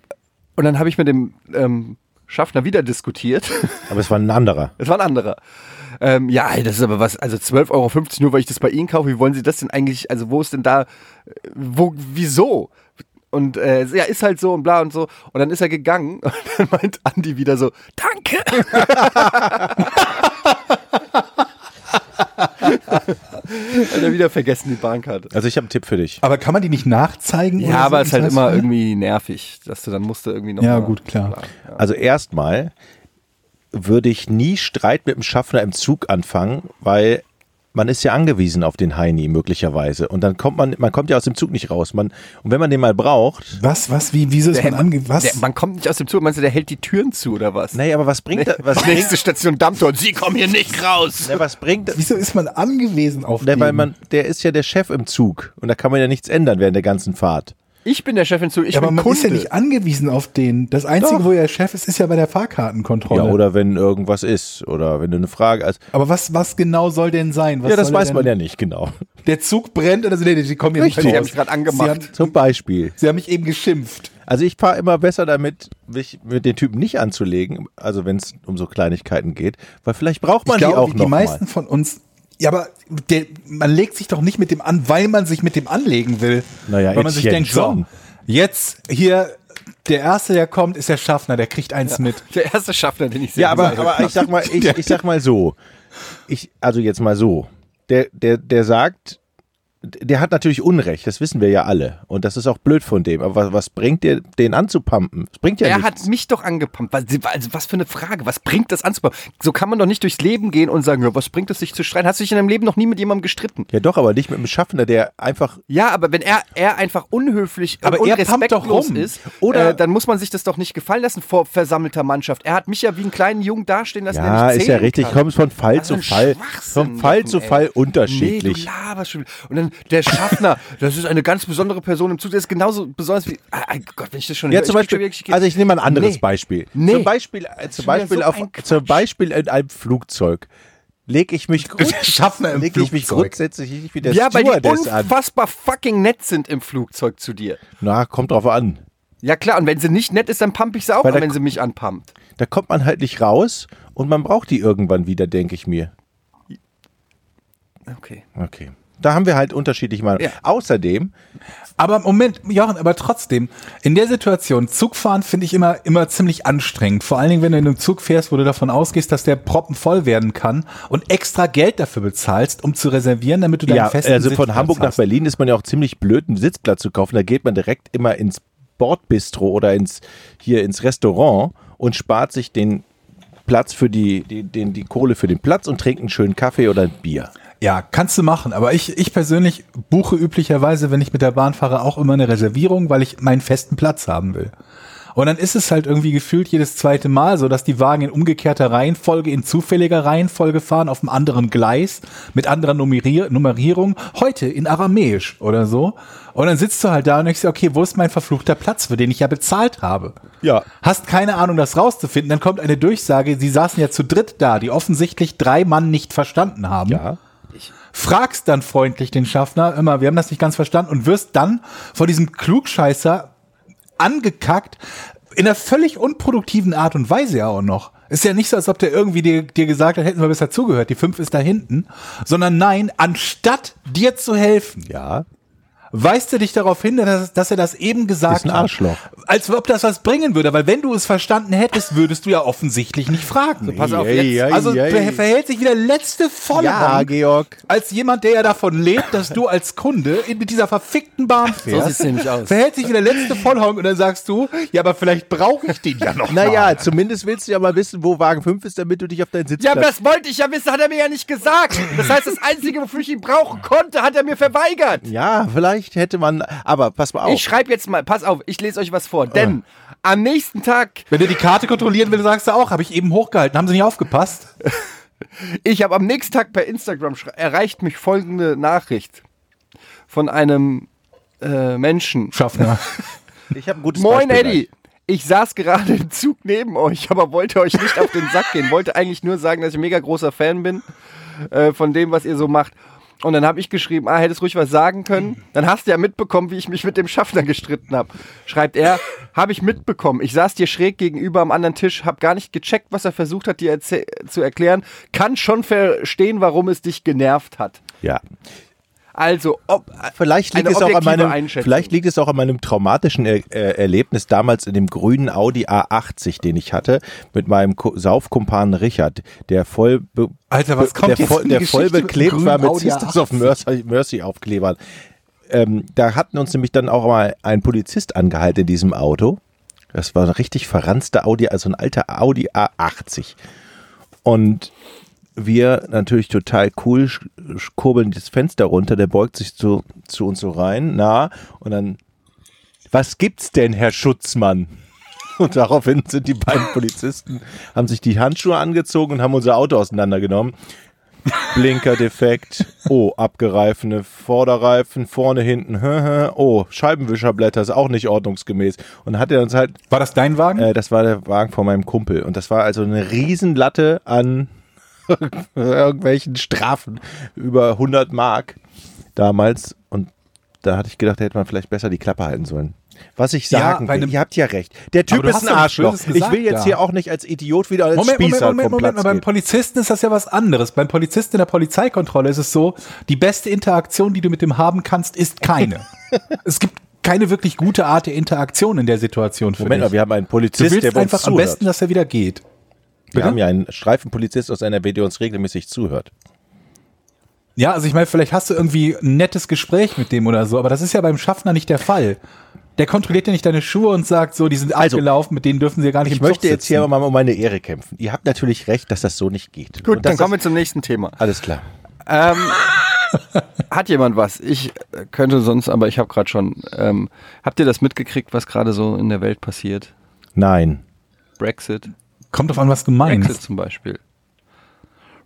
Speaker 3: und dann habe ich mit dem ähm, Schaffner wieder diskutiert.
Speaker 2: Aber es war ein anderer.
Speaker 3: Es war ein anderer. Ähm, ja, ey, das ist aber was, also 12,50 Euro, nur weil ich das bei Ihnen kaufe, wie wollen Sie das denn eigentlich, also wo ist denn da, äh, wo, wieso? Und äh, ja, ist halt so und bla und so. Und dann ist er gegangen und dann meint Andi wieder so, danke. Hat er wieder vergessen die Bahnkarte.
Speaker 2: Also ich habe einen Tipp für dich.
Speaker 1: Aber kann man die nicht nachzeigen? oder
Speaker 3: Ja, aber
Speaker 1: so?
Speaker 3: es ist halt
Speaker 1: Das
Speaker 3: immer
Speaker 1: heißt,
Speaker 3: irgendwie nervig, dass du dann musst du irgendwie noch
Speaker 1: Ja,
Speaker 3: mal-
Speaker 1: gut, klar.
Speaker 2: Also erstmal würde ich nie Streit mit dem Schaffner im Zug anfangen, weil man ist ja angewiesen auf den Heini möglicherweise. Und dann kommt man, man kommt ja aus dem Zug nicht raus. Man, und wenn man den mal braucht,
Speaker 1: Was, was, wie, wieso ist
Speaker 3: Der,
Speaker 1: man ange... Was?
Speaker 3: Der, man kommt nicht aus dem Zug. Meinst du, der hält die Türen zu oder was?
Speaker 2: nee, aber was bringt, das- was bringt,
Speaker 3: Nächste Station Dammtor. Sie kommen hier nicht raus.
Speaker 2: nee, was bringt,
Speaker 1: wieso ist man angewiesen auf
Speaker 2: nee,
Speaker 1: den?
Speaker 2: weil man, der ist ja der Chef im Zug und da kann man ja nichts ändern während der ganzen Fahrt.
Speaker 3: Ich bin der Chef im Zug. Ich
Speaker 1: ja, aber
Speaker 3: bin
Speaker 1: man
Speaker 3: Kunde.
Speaker 1: ist ja nicht angewiesen auf den. Das Einzige, wo er Chef ist, ist ja bei der Fahrkartenkontrolle.
Speaker 2: Ja, oder wenn irgendwas ist oder wenn du eine Frage hast.
Speaker 1: Aber was, was genau soll denn sein? Was
Speaker 2: ja, das
Speaker 1: soll er
Speaker 2: weiß
Speaker 1: denn-
Speaker 2: man ja nicht genau.
Speaker 1: Der Zug brennt oder so. Nee, die kommen ja nicht
Speaker 3: Richtig,
Speaker 1: raus.
Speaker 3: die haben mich gerade angemacht.
Speaker 1: Sie haben,
Speaker 2: Zum Beispiel.
Speaker 1: sie haben mich eben geschimpft.
Speaker 2: Also ich fahre immer besser damit, mich mit den Typen nicht anzulegen, also wenn es um so Kleinigkeiten geht, weil vielleicht braucht man
Speaker 1: ich glaube,
Speaker 2: die auch
Speaker 1: die
Speaker 2: noch
Speaker 1: meisten
Speaker 2: mal.
Speaker 1: von uns. Ja, aber der, man legt sich doch nicht mit dem an, weil man sich mit dem anlegen will.
Speaker 2: Naja,
Speaker 1: weil man sich
Speaker 2: Etienne
Speaker 1: denkt,
Speaker 2: schon.
Speaker 1: so, jetzt hier, der Erste, der kommt, ist der Schaffner, der kriegt eins mit.
Speaker 3: der erste Schaffner, den ich sehe.
Speaker 2: Ja, aber, aber ich sag mal, ich, ich sag mal so, ich also jetzt mal so, der der der sagt, der hat natürlich Unrecht, das wissen wir ja alle und das ist auch blöd von dem. Aber was, was bringt dir den anzupumpen? Das bringt ja
Speaker 3: er
Speaker 2: nichts.
Speaker 3: hat mich doch angepumpt. Was, also was für eine Frage. Was bringt das anzupumpen? So kann man doch nicht durchs Leben gehen und sagen, ja, was bringt es, sich zu streiten? Hast du dich in deinem Leben noch nie mit jemandem gestritten?
Speaker 2: ja doch, aber nicht mit einem Schaffner, der einfach
Speaker 3: Ja, aber wenn er, er einfach unhöflich
Speaker 1: Aber
Speaker 3: und
Speaker 1: er pumpt doch
Speaker 3: respektlos
Speaker 1: rum.
Speaker 3: ist,
Speaker 2: Oder-
Speaker 3: äh, dann muss man sich das doch nicht gefallen lassen vor versammelter Mannschaft. Er hat mich ja wie einen kleinen Jungen dastehen lassen, der
Speaker 2: ja,
Speaker 3: nicht
Speaker 2: ist ja
Speaker 3: zählen
Speaker 2: richtig.
Speaker 3: kann.
Speaker 2: Kommst von Fall
Speaker 3: Was
Speaker 2: zu
Speaker 3: ein
Speaker 2: Fall,
Speaker 3: Schwachsinn,
Speaker 2: von Fall
Speaker 3: Jochen,
Speaker 2: zu
Speaker 3: ey.
Speaker 2: Fall
Speaker 3: Nee,
Speaker 2: unterschiedlich.
Speaker 3: du laberst schon wieder. Und dann der Schaffner, das ist eine ganz besondere Person im Zug, der ist genauso besonders wie. Ah, ah, Gott, wenn ich das schon
Speaker 2: Ja,
Speaker 3: höre,
Speaker 2: zum
Speaker 3: ich krieg schon
Speaker 2: Beispiel,
Speaker 3: wirklich-
Speaker 2: also ich nehme mal ein anderes
Speaker 3: Nee.
Speaker 2: Beispiel.
Speaker 3: Nee.
Speaker 2: Zum Beispiel, äh, zum
Speaker 3: wieder
Speaker 2: Beispiel,
Speaker 3: so
Speaker 2: auf,
Speaker 3: ein Quatsch.
Speaker 2: zum Beispiel in einem Flugzeug lege ich mich, grund
Speaker 1: Schaffner im
Speaker 2: lege ich mich
Speaker 1: Flugzeug.
Speaker 2: grundsätzlich nicht wie der
Speaker 3: ja, weil die
Speaker 2: Stewardess an.
Speaker 3: unfassbar fucking nett sind im Flugzeug zu dir.
Speaker 2: Na, kommt drauf an.
Speaker 3: Ja klar, und wenn sie nicht nett ist, dann pump ich sie auch
Speaker 2: Weil
Speaker 3: an,
Speaker 2: da-
Speaker 3: wenn sie mich anpumpt.
Speaker 2: Da kommt man halt nicht raus und man braucht die irgendwann wieder, denke ich mir.
Speaker 3: Okay.
Speaker 2: Okay. Da haben wir halt unterschiedliche Meinungen.
Speaker 3: Ja.
Speaker 2: Außerdem,
Speaker 1: Aber Moment, Jochen, aber trotzdem, in der Situation, Zugfahren finde ich immer, immer ziemlich anstrengend. Vor allen Dingen, wenn du in einem Zug fährst, wo du davon ausgehst, dass der Proppen voll werden kann und extra Geld dafür bezahlst, um zu reservieren, damit du deinen
Speaker 2: ja,
Speaker 1: festen
Speaker 2: also von
Speaker 1: Sitzplatz
Speaker 2: Hamburg nach
Speaker 1: hast.
Speaker 2: Berlin ist man ja auch ziemlich blöd, einen Sitzplatz zu kaufen. Da geht man direkt immer ins Bordbistro oder ins, hier ins Restaurant und spart sich den Platz für die, die, den, die Kohle für den Platz und trinkt einen schönen Kaffee oder ein Bier.
Speaker 1: Ja, kannst du machen. Aber ich, ich persönlich buche üblicherweise, wenn ich mit der Bahn fahre, auch immer eine Reservierung, weil ich meinen festen Platz haben will. Und dann ist es halt irgendwie gefühlt jedes zweite Mal so, dass die Wagen in umgekehrter Reihenfolge, in zufälliger Reihenfolge fahren, auf einem anderen Gleis, mit anderer Nummerier Nummerierung, heute in Aramäisch oder so. Und dann sitzt du halt da und denkst dir, okay, wo ist mein verfluchter Platz, für den ich ja bezahlt habe?
Speaker 2: Ja.
Speaker 1: Hast keine Ahnung, das rauszufinden. Dann kommt eine Durchsage, sie saßen ja zu dritt da, die offensichtlich drei Mann nicht verstanden haben
Speaker 2: Ja.
Speaker 1: fragst dann freundlich den Schaffner immer, wir haben das nicht ganz verstanden und wirst dann von diesem Klugscheißer angekackt in einer völlig unproduktiven Art und Weise ja auch noch. Ist ja nicht so, als ob der irgendwie dir, dir gesagt hat, hätten wir besser zugehört, die fünf ist da hinten, sondern nein, anstatt dir zu helfen,
Speaker 2: Ja.
Speaker 1: weist er dich darauf hin, dass, dass er das eben gesagt
Speaker 2: Ist ein
Speaker 1: hat.
Speaker 2: Arschloch.
Speaker 1: Als ob das was bringen würde, weil wenn du es verstanden hättest, würdest du ja offensichtlich nicht fragen.
Speaker 3: pass auf,
Speaker 2: Ei,
Speaker 3: jetzt-
Speaker 2: ei,
Speaker 1: also
Speaker 2: ei.
Speaker 1: ver- verhält sich wie der letzte volle
Speaker 2: ja,
Speaker 1: Honk
Speaker 2: Georg.
Speaker 1: als jemand, der ja davon lebt, dass du als Kunde in, mit dieser verfickten Bahn fährst.
Speaker 3: sieht's nämlich aus.
Speaker 1: Verhält sich wie der letzte Vollhonk und dann sagst du, ja, aber vielleicht brauche ich den ja noch.
Speaker 2: Naja, zumindest willst du ja mal wissen, wo Wagen 5 ist, damit du dich auf deinen
Speaker 3: Ja,
Speaker 2: Sitzplatz...
Speaker 3: aber das wollte ich ja wissen, hat er mir ja nicht gesagt. Das heißt, das Einzige, wofür ich ihn brauchen konnte, hat er mir verweigert.
Speaker 2: ja, vielleicht hätte man... Aber pass mal auf.
Speaker 3: Ich schreibe jetzt mal, pass auf, ich lese euch was vor. Denn Am nächsten Tag,
Speaker 1: Wenn du die Karte kontrollieren willst, sagst du auch, habe ich eben hochgehalten, haben sie nicht aufgepasst.
Speaker 3: ich habe am nächsten Tag bei Instagram schre- erreicht mich folgende Nachricht von einem äh, Menschen.
Speaker 1: Schaffner.
Speaker 2: Ich habe ein gutes
Speaker 3: Moin
Speaker 2: Beispiel
Speaker 3: Eddie, ich saß gerade im Zug neben euch, aber wollte euch nicht auf den Sack gehen. Wollte eigentlich nur sagen, dass ich mega großer Fan bin äh, von dem, was ihr so macht. Und dann habe ich geschrieben, ah, hättest ruhig was sagen können. Dann hast du ja mitbekommen, wie ich mich mit dem Schaffner gestritten habe. Schreibt er, habe ich mitbekommen. Ich saß dir schräg gegenüber am anderen Tisch, habe gar nicht gecheckt, was er versucht hat, dir erzäh- zu erklären. Kann schon verstehen, warum es dich genervt hat.
Speaker 2: Ja.
Speaker 3: Also, ob,
Speaker 2: Vielleicht liegt,
Speaker 3: Eine
Speaker 2: es auch an
Speaker 3: objektive
Speaker 2: meinem,
Speaker 3: Einschätzung.
Speaker 2: vielleicht liegt es auch an meinem traumatischen er äh, Erlebnis damals in dem grünen Audi A80, den ich hatte, mit meinem Ko Saufkumpan Richard, der voll be-
Speaker 1: Alter, was
Speaker 2: be-
Speaker 1: kommt
Speaker 2: der
Speaker 1: jetzt
Speaker 2: voll,
Speaker 1: für eine
Speaker 2: der voll
Speaker 1: Geschichte mit
Speaker 2: beklebt
Speaker 1: grünem
Speaker 2: war mit
Speaker 1: Audi
Speaker 2: Sisters of Mercy, Mercy Aufklebern. Ähm, da hatten uns nämlich dann auch mal ein Polizist angehalten in diesem Auto. Das war ein richtig verranzter Audi, also ein alter Audi A80. Und wir natürlich total cool sch- sch- kurbeln das Fenster runter, der beugt sich zu, zu uns so rein, na, und dann, was gibt's denn, Herr Schutzmann? Und daraufhin sind die beiden Polizisten, haben sich die Handschuhe angezogen und haben unser Auto auseinandergenommen. Blinker defekt, oh, abgereifene Vorderreifen, vorne, hinten, oh, Scheibenwischerblätter ist auch nicht ordnungsgemäß. Und hat er uns halt
Speaker 1: War das dein Wagen?
Speaker 2: äh, das war der Wagen von meinem Kumpel. Und das war also eine Riesenlatte an irgendwelchen Strafen über 100 Mark damals. Und da hatte ich gedacht, da hätte man vielleicht besser die Klappe halten sollen. Was ich
Speaker 1: Ja,
Speaker 2: sagen
Speaker 1: bei
Speaker 2: will,
Speaker 1: einem-
Speaker 2: ihr habt ja recht. Der Typ
Speaker 1: Aber du
Speaker 2: ist
Speaker 1: hast
Speaker 2: ein
Speaker 1: doch was
Speaker 2: Arschloch.
Speaker 1: Schönes
Speaker 2: Ich
Speaker 1: gesagt
Speaker 2: will jetzt
Speaker 1: da.
Speaker 2: hier auch nicht als Idiot wieder als
Speaker 1: Moment, Moment,
Speaker 2: Spießer
Speaker 1: Moment,
Speaker 2: vom
Speaker 1: Moment,
Speaker 2: Platz
Speaker 1: mal, beim
Speaker 2: gehen.
Speaker 1: Polizisten ist das ja was anderes. Beim Polizisten in der Polizeikontrolle ist es so, die beste Interaktion, die du mit dem haben kannst, ist keine. es gibt keine wirklich gute Art der Interaktion in der Situation für
Speaker 2: Moment mal,
Speaker 1: dich.
Speaker 2: wir haben einen
Speaker 1: du
Speaker 2: Polizist,
Speaker 1: willst
Speaker 2: der bei uns
Speaker 1: einfach am
Speaker 2: zuhört.
Speaker 1: besten, dass er wieder geht.
Speaker 2: wir haben ja einen Streifenpolizist aus NRW, der uns regelmäßig zuhört.
Speaker 1: Ja, also ich meine, vielleicht hast du irgendwie ein nettes Gespräch mit dem oder so, aber das ist ja beim Schaffner nicht der Fall. Der kontrolliert ja nicht deine Schuhe und sagt so, die sind
Speaker 2: Also,
Speaker 1: abgelaufen, mit denen dürfen sie gar nicht
Speaker 2: Ich
Speaker 1: im Zug
Speaker 2: möchte jetzt
Speaker 1: sitzen.
Speaker 2: hier mal um meine Ehre kämpfen. Ihr habt natürlich recht, dass das so nicht geht.
Speaker 3: gut,
Speaker 2: Und dass
Speaker 3: dann kommen wir
Speaker 2: das,
Speaker 3: zum nächsten Thema.
Speaker 2: Alles klar.
Speaker 3: Ähm, hat jemand was? Ich äh, könnte sonst, aber ich habe gerade schon. Ähm, habt ihr das mitgekriegt, was gerade so in der Welt passiert?
Speaker 2: Nein.
Speaker 3: Brexit,
Speaker 1: Kommt drauf an, was du meinst.
Speaker 3: Brexit zum Beispiel.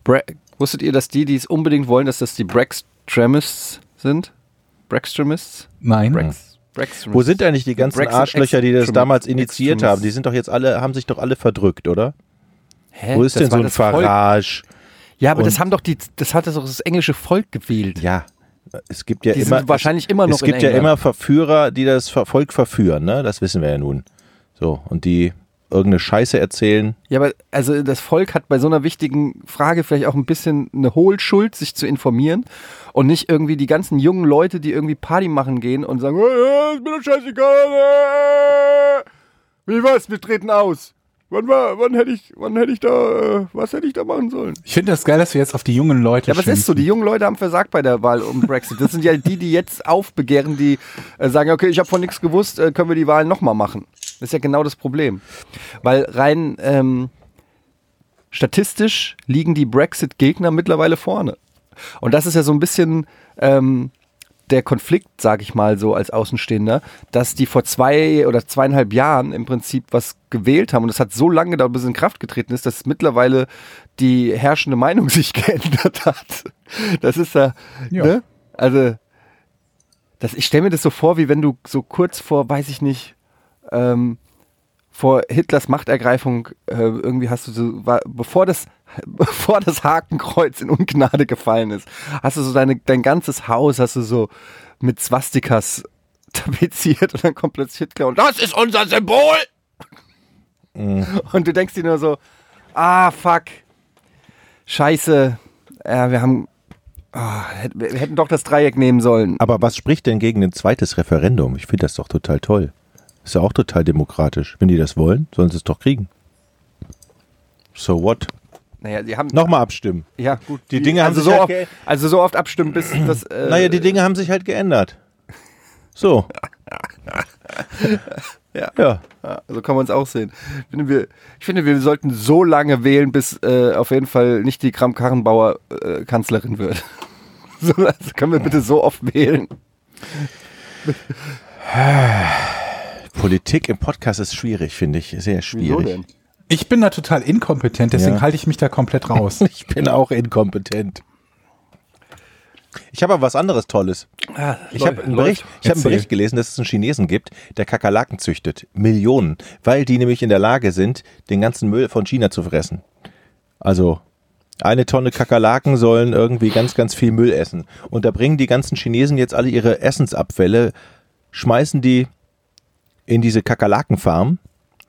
Speaker 3: Bre Wusstet ihr, dass die, die es unbedingt wollen, dass das die Brextremists sind? Brextremists?
Speaker 1: Nein.
Speaker 3: Brex Brextremists.
Speaker 2: Hm. Wo sind eigentlich die ganzen
Speaker 3: Brexit
Speaker 2: Arschlöcher, die das
Speaker 3: Extrem-
Speaker 2: damals initiiert
Speaker 3: Extremist.
Speaker 2: haben? Die sind doch jetzt alle, haben sich doch alle verdrückt, oder?
Speaker 3: Hä?
Speaker 2: Wo ist
Speaker 3: Das
Speaker 2: denn so
Speaker 3: war
Speaker 2: ein
Speaker 3: das Volk.
Speaker 2: Farage?
Speaker 3: Ja, aber das
Speaker 2: und-
Speaker 3: haben doch die, das hat das doch das englische Volk gewählt.
Speaker 2: Ja, es gibt ja
Speaker 3: Die
Speaker 2: immer.
Speaker 3: sind wahrscheinlich immer noch
Speaker 2: Es
Speaker 3: in
Speaker 2: gibt ja
Speaker 3: England.
Speaker 2: immer Verführer, die das Ver- Volk verführen, ne? Das wissen wir ja nun. So, und die irgendeine Scheiße erzählen.
Speaker 3: Ja, aber also das Volk hat bei so einer wichtigen Frage vielleicht auch ein bisschen eine Hohlschuld, sich zu informieren und nicht irgendwie die ganzen jungen Leute, die irgendwie Party machen gehen und sagen, "Äh, ist mir doch scheißegal, äh, wie war's, wir treten aus. Wann war, wann hätte ich, wann hätte ich da, äh, was hätte ich da machen sollen?
Speaker 1: Ich finde das geil, dass wir jetzt auf die jungen Leute
Speaker 3: Ja, aber es ist so,
Speaker 1: schimpfen.
Speaker 3: die jungen Leute haben versagt bei der Wahl um Brexit. Das sind ja die, die jetzt aufbegehren, die äh, sagen, okay, ich habe von nichts gewusst, äh, können wir die Wahl nochmal machen. Das ist ja genau das Problem. Weil rein ähm, statistisch liegen die Brexit-Gegner mittlerweile vorne. Und das ist ja so ein bisschen ähm, der Konflikt, sage ich mal so als Außenstehender, dass die vor zwei oder zweieinhalb Jahren im Prinzip was gewählt haben und es hat so lange gedauert, bis es in Kraft getreten ist, dass mittlerweile die herrschende Meinung sich geändert hat. Das ist ja,
Speaker 1: Ja.
Speaker 3: ne? Also, das, ich stelle mir das so vor, wie wenn du so kurz vor, weiß ich nicht, ähm, vor Hitlers Machtergreifung äh, irgendwie hast du so, war, bevor das bevor das Hakenkreuz in Ungnade gefallen ist, hast du so deine, dein ganzes Haus hast du so mit Swastikas tapeziert und dann kommt plötzlich Hitler und das ist unser Symbol.
Speaker 2: Mhm.
Speaker 3: Und du denkst dir nur so, ah fuck, Scheiße, äh, wir haben, ah, hätt- wir hätten doch das Dreieck nehmen sollen.
Speaker 2: Aber was spricht denn gegen ein zweites Referendum? Ich finde das doch total toll. Ist ja auch total demokratisch. Wenn die das wollen, sollen sie es doch kriegen. So what?
Speaker 3: Naja, die haben
Speaker 2: Nochmal abstimmen.
Speaker 3: ja gut,
Speaker 2: die Dinge haben
Speaker 3: also
Speaker 2: sich
Speaker 3: so
Speaker 2: halt
Speaker 3: oft,
Speaker 2: ge-
Speaker 3: also so oft abstimmen, bis das. Äh,
Speaker 2: Naja, die Dinge haben sich halt geändert. So.
Speaker 3: Ja.
Speaker 2: ja.
Speaker 3: Ja, so kann man es auch sehen. Ich finde, wir, ich finde, wir sollten so lange wählen, bis äh, auf jeden Fall nicht die Kram-Karrenbauer äh, Kanzlerin wird. So, also können wir bitte so oft wählen.
Speaker 2: Politik im Podcast ist schwierig, finde ich. Sehr schwierig.
Speaker 1: Ich bin da total inkompetent, deswegen
Speaker 2: Ja.
Speaker 1: halte ich mich da komplett raus.
Speaker 2: Ich bin auch inkompetent. Ich habe aber was anderes Tolles. Ich habe einen, Bericht- ich habe einen
Speaker 1: Erzähl.
Speaker 2: Bericht gelesen, dass es einen Chinesen gibt, der Kakerlaken züchtet. Millionen. Weil die nämlich in der Lage sind, den ganzen Müll von China zu fressen. Also eine Tonne Kakerlaken sollen irgendwie ganz, ganz viel Müll essen. Und da bringen die ganzen Chinesen jetzt alle ihre Essensabfälle, schmeißen die in diese Kakerlakenfarm,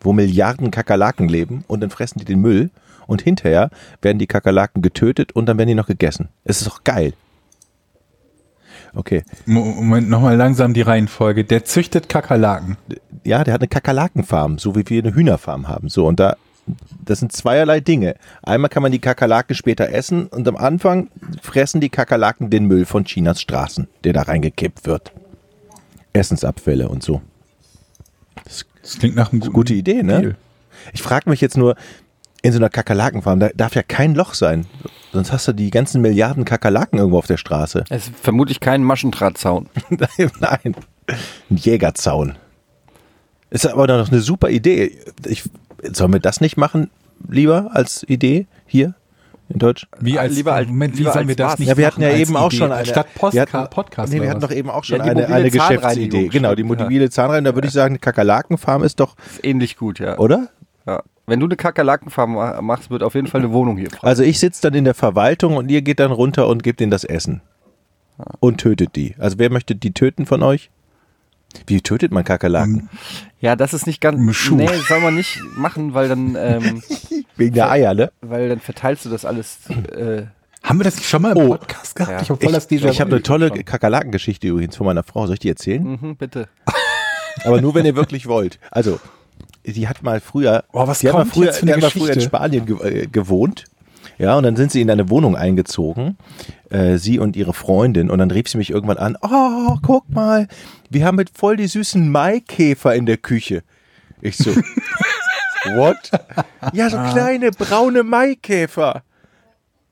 Speaker 2: wo Milliarden Kakerlaken leben und dann fressen die den Müll und hinterher werden die Kakerlaken getötet und dann werden die noch gegessen. Es ist doch geil. Okay.
Speaker 1: Mo- Moment, nochmal langsam die Reihenfolge. Der züchtet Kakerlaken.
Speaker 2: ja, der hat eine Kakerlakenfarm, so wie wir eine Hühnerfarm haben. So, und da, das sind zweierlei Dinge. Einmal kann man die Kakerlaken später essen und am Anfang fressen die Kakerlaken den Müll von Chinas Straßen, der da reingekippt wird. Essensabfälle und so.
Speaker 1: Das klingt nach einem guten
Speaker 2: Gute Idee, ne?
Speaker 1: Deal.
Speaker 2: Ich frage mich jetzt nur, in so einer Kakerlakenfarm, da darf ja kein Loch sein. Sonst hast du die ganzen Milliarden Kakerlaken irgendwo auf der Straße.
Speaker 3: Es ist vermutlich kein Maschendrahtzaun.
Speaker 2: Nein, ein Jägerzaun. Ist aber noch eine super Idee. Ich, sollen wir das nicht machen, lieber als Idee hier in Deutsch?
Speaker 1: Wie als,
Speaker 3: Lieber als-
Speaker 1: Moment, wie
Speaker 3: lieber
Speaker 1: sollen wir
Speaker 3: als
Speaker 1: das
Speaker 3: was?
Speaker 1: nicht
Speaker 2: Ja, wir hatten ja
Speaker 1: machen als
Speaker 2: eben auch
Speaker 1: Idee?
Speaker 2: schon eine.
Speaker 1: Statt Post
Speaker 2: wir hatten,
Speaker 1: Podcast
Speaker 2: nee, wir
Speaker 1: oder
Speaker 2: hatten
Speaker 1: was?
Speaker 2: doch eben auch schon
Speaker 3: Ja, die
Speaker 2: eine,
Speaker 3: mobile
Speaker 2: eine
Speaker 3: Zahnreinigung,
Speaker 2: Geschäftsidee. Genau, die
Speaker 3: stimmt, ja.
Speaker 2: mobile Zahnreinigung. Da würde ich sagen, Kakerlakenfarm ist doch,
Speaker 3: Ist ähnlich gut, ja.
Speaker 2: oder?
Speaker 3: ja. Wenn du eine Kakerlakenfarm ma- machst, wird auf jeden Fall eine Wohnung hier frei.
Speaker 2: Also ich sitze dann in der Verwaltung und ihr geht dann runter und gebt ihnen das Essen.
Speaker 1: Ah.
Speaker 2: Und tötet die. Also wer möchte die töten von euch? Wie tötet man Kakerlaken?
Speaker 3: Ja, das ist nicht
Speaker 1: Ein
Speaker 3: ganz.
Speaker 1: Schuh.
Speaker 3: Nee, soll man nicht machen, weil dann,
Speaker 1: Hm.
Speaker 3: ähm,
Speaker 2: Wegen der Eier, ne?
Speaker 3: weil dann verteilst du das alles. Äh,
Speaker 1: Haben wir das nicht schon mal im
Speaker 2: Oh.
Speaker 1: Podcast gehabt?
Speaker 3: Ja.
Speaker 1: Ich habe voll das
Speaker 2: Ich,
Speaker 1: Déjà-vu.
Speaker 2: ich habe eine tolle Kakerlakengeschichte übrigens von meiner Frau. Soll ich die erzählen?
Speaker 3: mhm, bitte.
Speaker 2: Aber nur, wenn ihr wirklich wollt. Also, die hat mal früher,
Speaker 1: Oh, was
Speaker 2: die hat mal
Speaker 1: kommt
Speaker 2: früher,
Speaker 1: jetzt für
Speaker 2: die
Speaker 1: eine
Speaker 2: hat mal früher in
Speaker 1: Geschichte?
Speaker 2: Spanien ge äh, gewohnt. Ja, und dann sind sie in eine Wohnung eingezogen, äh, sie und ihre Freundin. Und dann rief sie mich irgendwann an, oh, guck mal, wir haben mit voll die süßen Maikäfer in der Küche. Ich so, what? Ja,
Speaker 1: Ah.
Speaker 2: so kleine braune Maikäfer.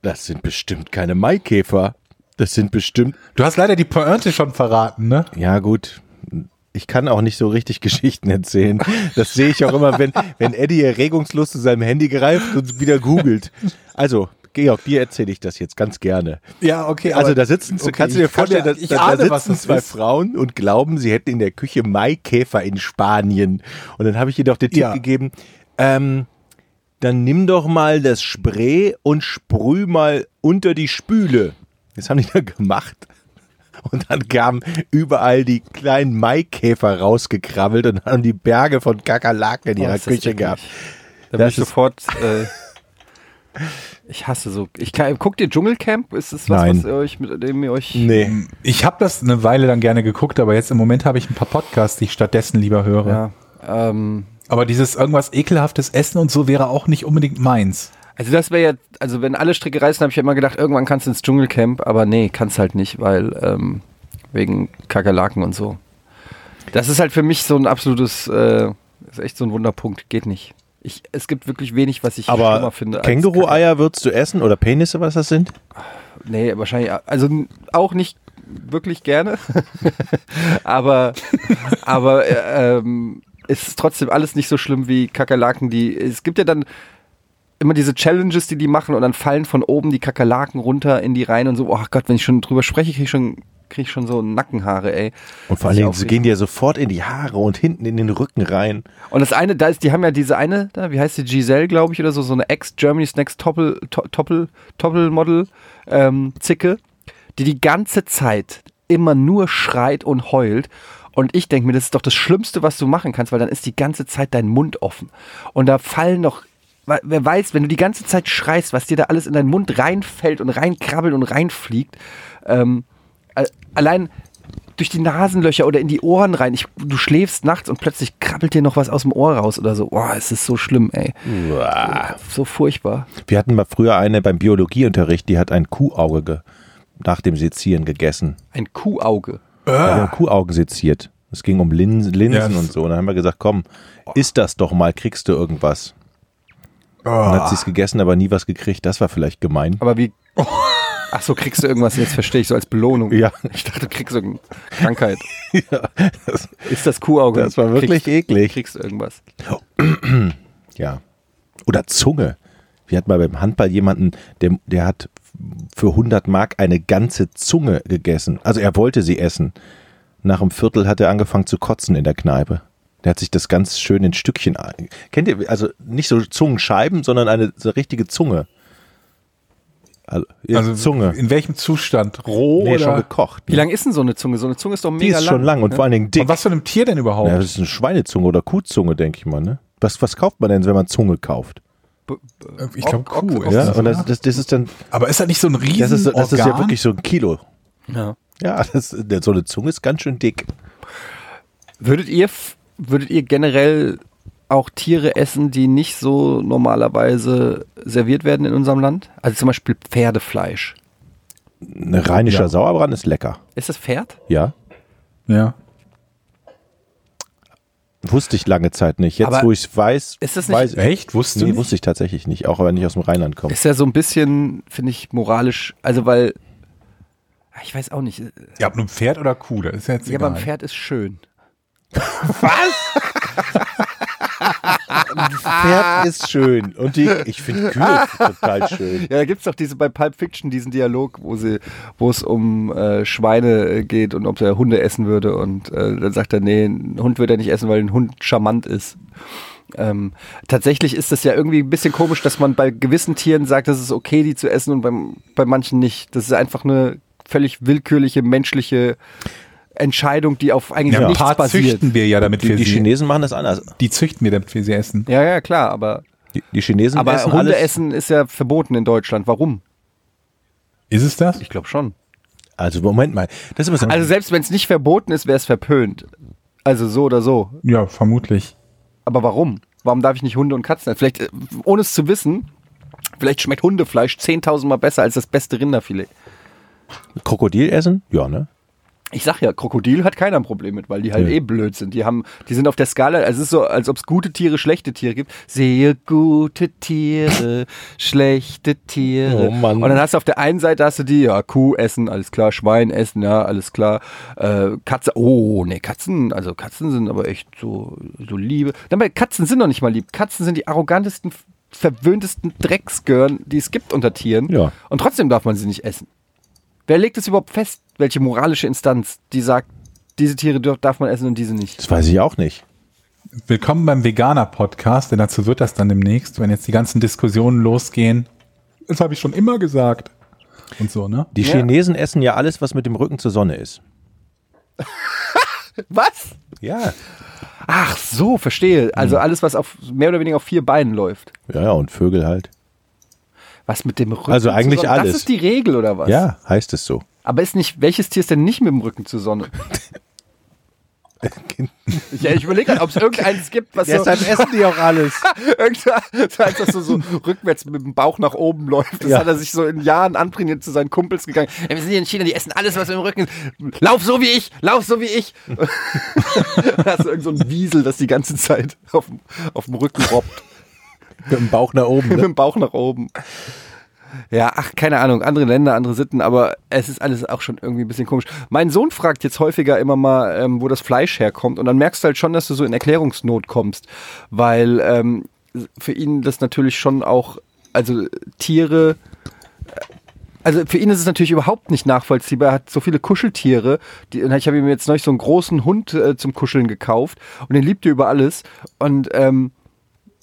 Speaker 2: Das sind bestimmt keine Maikäfer. Das sind bestimmt
Speaker 1: Du hast leider die Pointe schon verraten, ne?
Speaker 2: ja, gut. Ich kann auch nicht so richtig Geschichten erzählen. Das sehe ich auch immer, wenn, wenn Eddie hier regungslos zu seinem Handy greift und wieder googelt. Also, Georg, dir erzähle ich das jetzt ganz gerne.
Speaker 1: Ja, okay.
Speaker 2: Also
Speaker 1: aber-
Speaker 2: da sitzen,
Speaker 1: okay,
Speaker 2: kannst du
Speaker 1: ich
Speaker 2: dir
Speaker 1: kann
Speaker 2: vorstellen,
Speaker 1: mir-
Speaker 2: da,
Speaker 1: ich
Speaker 2: da,
Speaker 1: ahne,
Speaker 2: da
Speaker 1: was
Speaker 2: sitzen
Speaker 1: das
Speaker 2: zwei
Speaker 1: ist.
Speaker 2: Frauen und glauben, sie hätten in der Küche Maikäfer in Spanien. Und dann habe ich ihr doch den Tipp
Speaker 1: Ja.
Speaker 2: gegeben, ähm, dann nimm doch mal das Spray und sprüh mal unter die Spüle. Das haben die dann gemacht. Und dann kamen überall die kleinen Maikäfer rausgekrabbelt und haben die Berge von Kakerlaken in
Speaker 3: Oh,
Speaker 2: ihrer
Speaker 3: ist das
Speaker 2: Küche
Speaker 3: eklig.
Speaker 2: gehabt.
Speaker 3: Da bin
Speaker 2: Das
Speaker 3: ich
Speaker 2: ist-
Speaker 3: sofort. Äh, ich hasse so. Ich kann, guckt ihr Dschungelcamp? Ist das was,
Speaker 2: Nein.
Speaker 3: was ihr euch mit dem ihr euch.
Speaker 2: Nee.
Speaker 1: Ich habe das eine Weile dann gerne geguckt, aber jetzt im Moment habe ich ein paar Podcasts, die ich stattdessen lieber höre.
Speaker 3: Ja. Ähm,
Speaker 1: Aber dieses irgendwas ekelhaftes Essen und so wäre auch nicht unbedingt meins.
Speaker 3: also das wäre ja, also wenn alle Stricke reißen, habe ich ja immer gedacht, irgendwann kannst du ins Dschungelcamp, aber nee, kannst halt nicht, weil ähm, wegen Kakerlaken und so. Das ist halt für mich so ein absolutes, äh, ist echt so ein Wunderpunkt, geht nicht. Ich, es gibt wirklich wenig, was ich schlimmer
Speaker 2: Aber
Speaker 3: finde. als
Speaker 2: Känguru-Eier würdest du essen oder Penisse, was das sind?
Speaker 3: Kaker- Nee, wahrscheinlich, also n- auch nicht wirklich gerne, aber, aber äh, ähm, es ist trotzdem alles nicht so schlimm wie Kakerlaken, die, es gibt ja dann, immer diese Challenges, die die machen und dann fallen von oben die Kakerlaken runter in die Reihen und so. Oh Gott, wenn ich schon drüber spreche, kriege ich schon, krieg ich schon so Nackenhaare, ey.
Speaker 2: Und vor allen
Speaker 3: Das ist
Speaker 2: Dingen, sie
Speaker 3: ja
Speaker 2: gehen dir sofort in die Haare und hinten in den Rücken rein.
Speaker 3: aufregend. Und das eine, da ist, die haben ja diese eine, da, wie heißt die, Giselle, glaube ich, oder so, so eine Ex-Germany's Next Toppel, To- Toppel, Toppel-Model, ähm, Zicke, die die ganze Zeit immer nur schreit und heult. Und ich denke mir, das ist doch das Schlimmste, was du machen kannst, weil dann ist die ganze Zeit dein Mund offen. Und da fallen doch Weil, wer weiß, wenn du die ganze Zeit schreist, was dir da alles in deinen Mund reinfällt und reinkrabbelt und reinfliegt, ähm, a- allein durch die Nasenlöcher oder in die Ohren rein. Ich, du schläfst nachts und plötzlich krabbelt dir noch was aus dem Ohr raus oder so. Boah, es ist so schlimm, ey. So furchtbar.
Speaker 2: Wir hatten mal früher eine beim Biologieunterricht, die hat ein Kuhauge ge nach dem Sezieren gegessen.
Speaker 3: Ein Kuhauge.
Speaker 2: Ja, Wir haben Kuhaugen seziert. Es ging um Linsen, Linsen
Speaker 1: Ja,
Speaker 2: und so. Und dann haben wir gesagt, komm, isst das doch mal, kriegst du irgendwas. Und dann hat sie es gegessen, aber nie was gekriegt. Das war vielleicht gemein.
Speaker 3: Aber wie, Ach so, kriegst du irgendwas, jetzt verstehe ich, so als Belohnung.
Speaker 2: Ja.
Speaker 3: Ich dachte, du kriegst irgendeine Krankheit.
Speaker 2: Ja, das,
Speaker 3: Ist das Kuhauge?
Speaker 2: das war wirklich
Speaker 3: kriegst,
Speaker 2: eklig.
Speaker 3: Kriegst irgendwas.
Speaker 2: Ja. Oder Zunge. Wir hatten mal beim Handball jemanden, der, der hat für 100 Mark eine ganze Zunge gegessen. Also er wollte sie essen. Nach einem Viertel hat er angefangen zu kotzen in der Kneipe. Der hat sich das ganz schön in Stückchen. ein- Kennt ihr, also nicht so Zungenscheiben, sondern eine so richtige Zunge. Also, also Zunge.
Speaker 1: In welchem Zustand? Roh
Speaker 2: Nee, schon
Speaker 1: oder?
Speaker 2: gekocht. ne?
Speaker 3: Wie lang ist denn so eine Zunge? So eine Zunge ist doch
Speaker 2: Die
Speaker 3: mega
Speaker 2: ist schon lang und
Speaker 3: ne?
Speaker 2: vor allen Dingen dick.
Speaker 1: Von was für einem Tier denn überhaupt?
Speaker 2: Ja, das ist eine Schweinezunge oder Kuhzunge, denke ich mal. Ne? Was, was kauft man denn, wenn man Zunge kauft?
Speaker 1: ich glaube
Speaker 3: Ochs-
Speaker 1: Kuh.
Speaker 3: Ochs-
Speaker 1: ist
Speaker 2: Ja,
Speaker 1: das,
Speaker 2: und das,
Speaker 1: oder? ne?
Speaker 2: das, das ist dann,
Speaker 1: aber ist das nicht so ein riesen
Speaker 2: das ist, das ist ja
Speaker 1: Organ?
Speaker 2: wirklich so ein Kilo.
Speaker 3: Ja.
Speaker 2: Ja, das, so eine Zunge ist ganz schön dick.
Speaker 3: Würdet ihr, f- würdet ihr generell auch Tiere essen, die nicht so normalerweise serviert werden in unserem Land? Also zum Beispiel Pferdefleisch.
Speaker 2: Ein rheinischer Sauerbraten ist lecker.
Speaker 3: Ist das Pferd?
Speaker 2: Ja.
Speaker 1: Ja.
Speaker 2: Wusste ich lange Zeit nicht. Jetzt,
Speaker 3: Aber
Speaker 2: wo ich es weiß,
Speaker 3: ist das nicht-
Speaker 2: weiß
Speaker 1: Echt? Wusstest du
Speaker 2: Also- Nee,
Speaker 1: nicht?
Speaker 2: wusste ich tatsächlich nicht, auch wenn ich aus dem Rheinland komme.
Speaker 3: Ist ja so ein bisschen, finde ich, moralisch. Also weil, ich weiß auch nicht. Ja,
Speaker 1: Ja, ob nun Pferd oder Kuh, das ist jetzt
Speaker 3: aber
Speaker 1: egal.
Speaker 3: ein Pferd ist schön. Ah.
Speaker 2: Pferd ist schön. Und die, ich finde Kühe total schön.
Speaker 3: Ja, da gibt es doch diese bei Pulp Fiction diesen Dialog, wo sie, wo es um äh, Schweine äh, geht und ob der Hunde essen würde. Und äh, dann sagt er, nee, einen Hund würde er nicht essen, weil ein Hund charmant ist. Ähm, tatsächlich ist das ja irgendwie ein bisschen komisch, dass man bei gewissen Tieren sagt, es ist okay, die zu essen und beim, bei manchen nicht. Das ist einfach eine völlig willkürliche menschliche Entscheidung, die auf eigentlich
Speaker 1: ja, ein
Speaker 3: nichts
Speaker 1: paar
Speaker 3: basiert.
Speaker 1: züchten wir ja, damit
Speaker 2: Die,
Speaker 1: wir
Speaker 2: die
Speaker 1: sie,
Speaker 2: Chinesen machen das anders.
Speaker 1: die züchten wir, damit wir sie essen.
Speaker 3: Ja, ja, klar, aber,
Speaker 2: Die, die Chinesen
Speaker 3: aber
Speaker 2: essen
Speaker 3: Hunde
Speaker 2: alles.
Speaker 3: essen ist ja verboten in Deutschland. Warum?
Speaker 1: Ist es das?
Speaker 3: Ich glaube schon.
Speaker 2: Also Moment mal, das ist immer so.
Speaker 3: Also selbst wenn es nicht verboten ist, wäre es verpönt. Also so oder so.
Speaker 1: Ja, vermutlich.
Speaker 3: Aber warum? Warum darf ich nicht Hunde und Katzen essen? Vielleicht, äh, ohne es zu wissen, vielleicht schmeckt Hundefleisch 10.000 Mal besser als das beste Rinderfilet.
Speaker 2: Krokodil essen? Ja, ne?
Speaker 3: Ich sag ja, Krokodil hat keiner ein Problem mit, weil die halt
Speaker 2: Ja.
Speaker 3: eh blöd sind. Die haben, die sind auf der Skala, also es ist so, als ob es gute Tiere, schlechte Tiere gibt. Sehe gute Tiere, schlechte Tiere.
Speaker 2: Oh Mann.
Speaker 3: Und dann hast du auf der einen Seite hast du die, ja, Kuh essen, alles klar, Schwein essen, ja, alles klar. Äh, Katze, oh, nee, Katzen, also Katzen sind aber echt so, so liebe. Dann bei Katzen sind noch nicht mal lieb. Katzen sind die arrogantesten, verwöhntesten Drecksgören, die es gibt unter Tieren.
Speaker 2: Ja.
Speaker 3: Und trotzdem darf man sie nicht essen. Wer legt es überhaupt fest, welche moralische Instanz, die sagt, diese Tiere dür- darf man essen und diese nicht?
Speaker 2: Das weiß ich auch nicht.
Speaker 1: Willkommen beim Veganer-Podcast, denn dazu wird das dann demnächst, wenn jetzt die ganzen Diskussionen losgehen. Das habe ich schon immer gesagt. Und so, ne?
Speaker 2: Die Chinesen essen ja alles, was mit dem Rücken zur Sonne ist.
Speaker 3: Was?
Speaker 2: Ja.
Speaker 3: Ach so, verstehe. Also
Speaker 2: Mhm.
Speaker 3: alles, was auf mehr oder weniger auf vier Beinen läuft.
Speaker 2: Ja, ja, und Vögel halt.
Speaker 3: Was mit dem Rücken?
Speaker 2: Also
Speaker 3: zur
Speaker 2: eigentlich
Speaker 3: Sonne?
Speaker 2: alles.
Speaker 3: Das ist die Regel oder was?
Speaker 2: Ja, heißt es so.
Speaker 3: Aber ist nicht, welches Tier ist denn nicht mit dem Rücken zur Sonne? Ich, ich überlege gerade, ob es irgendeins gibt, was so,
Speaker 2: essen die auch alles.
Speaker 3: irgendeins, das so, so rückwärts mit dem Bauch nach oben läuft. Das
Speaker 2: Ja.
Speaker 3: hat er sich so in Jahren antrainiert zu seinen Kumpels gegangen. Ey, wir sind hier in China, die essen alles, was im Rücken ist. Lauf so wie ich, lauf so wie ich. da hast du irgend so ein Wiesel, das die ganze Zeit auf, dem- auf dem Rücken robbt.
Speaker 2: Mit dem Bauch nach oben.
Speaker 3: mit
Speaker 2: Ne?
Speaker 3: dem Bauch nach oben. Ja, ach, keine Ahnung, andere Länder, andere Sitten, aber es ist alles auch schon irgendwie ein bisschen komisch. Mein Sohn fragt jetzt häufiger immer mal, ähm, wo das Fleisch herkommt und dann merkst du halt schon, dass du so in Erklärungsnot kommst, weil ähm, für ihn das natürlich schon auch, also Tiere, also für ihn ist es natürlich überhaupt nicht nachvollziehbar. Er hat so viele Kuscheltiere. Die, und ich habe ihm jetzt neulich so einen großen Hund äh, zum Kuscheln gekauft und den liebt er über alles. Und ähm,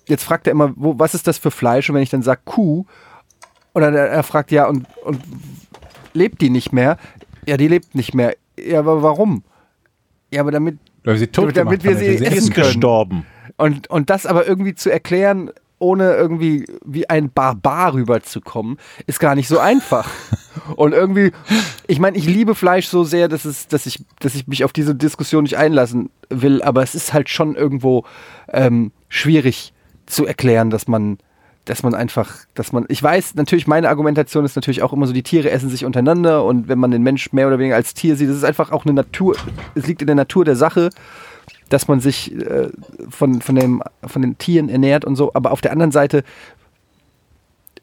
Speaker 3: jetzt fragt er immer, wo, was ist das für Fleisch? Und wenn ich dann sage Kuh, und dann er er fragt, ja, und, und lebt die nicht mehr? Ja, die lebt nicht mehr. Ja, aber warum? Ja, aber damit.
Speaker 1: Weil wir sie tot gemacht
Speaker 3: Damit wir
Speaker 1: haben,
Speaker 3: sie
Speaker 2: Die
Speaker 3: essen
Speaker 2: ist
Speaker 3: können.
Speaker 2: gestorben.
Speaker 3: Und, und das aber irgendwie zu erklären, ohne irgendwie wie ein Barbar rüberzukommen, ist gar nicht so einfach. Und irgendwie, ich meine, ich liebe Fleisch so sehr, dass, es, dass, ich, dass ich mich auf diese Diskussion nicht einlassen will, aber es ist halt schon irgendwo ähm, schwierig zu erklären, dass man, dass man einfach, dass man, ich weiß, natürlich, meine Argumentation ist natürlich auch immer so, die Tiere essen sich untereinander und wenn man den Mensch mehr oder weniger als Tier sieht, das ist einfach auch eine Natur, es liegt in der Natur der Sache, dass man sich äh, von, von, dem, von den Tieren ernährt und so. Aber auf der anderen Seite,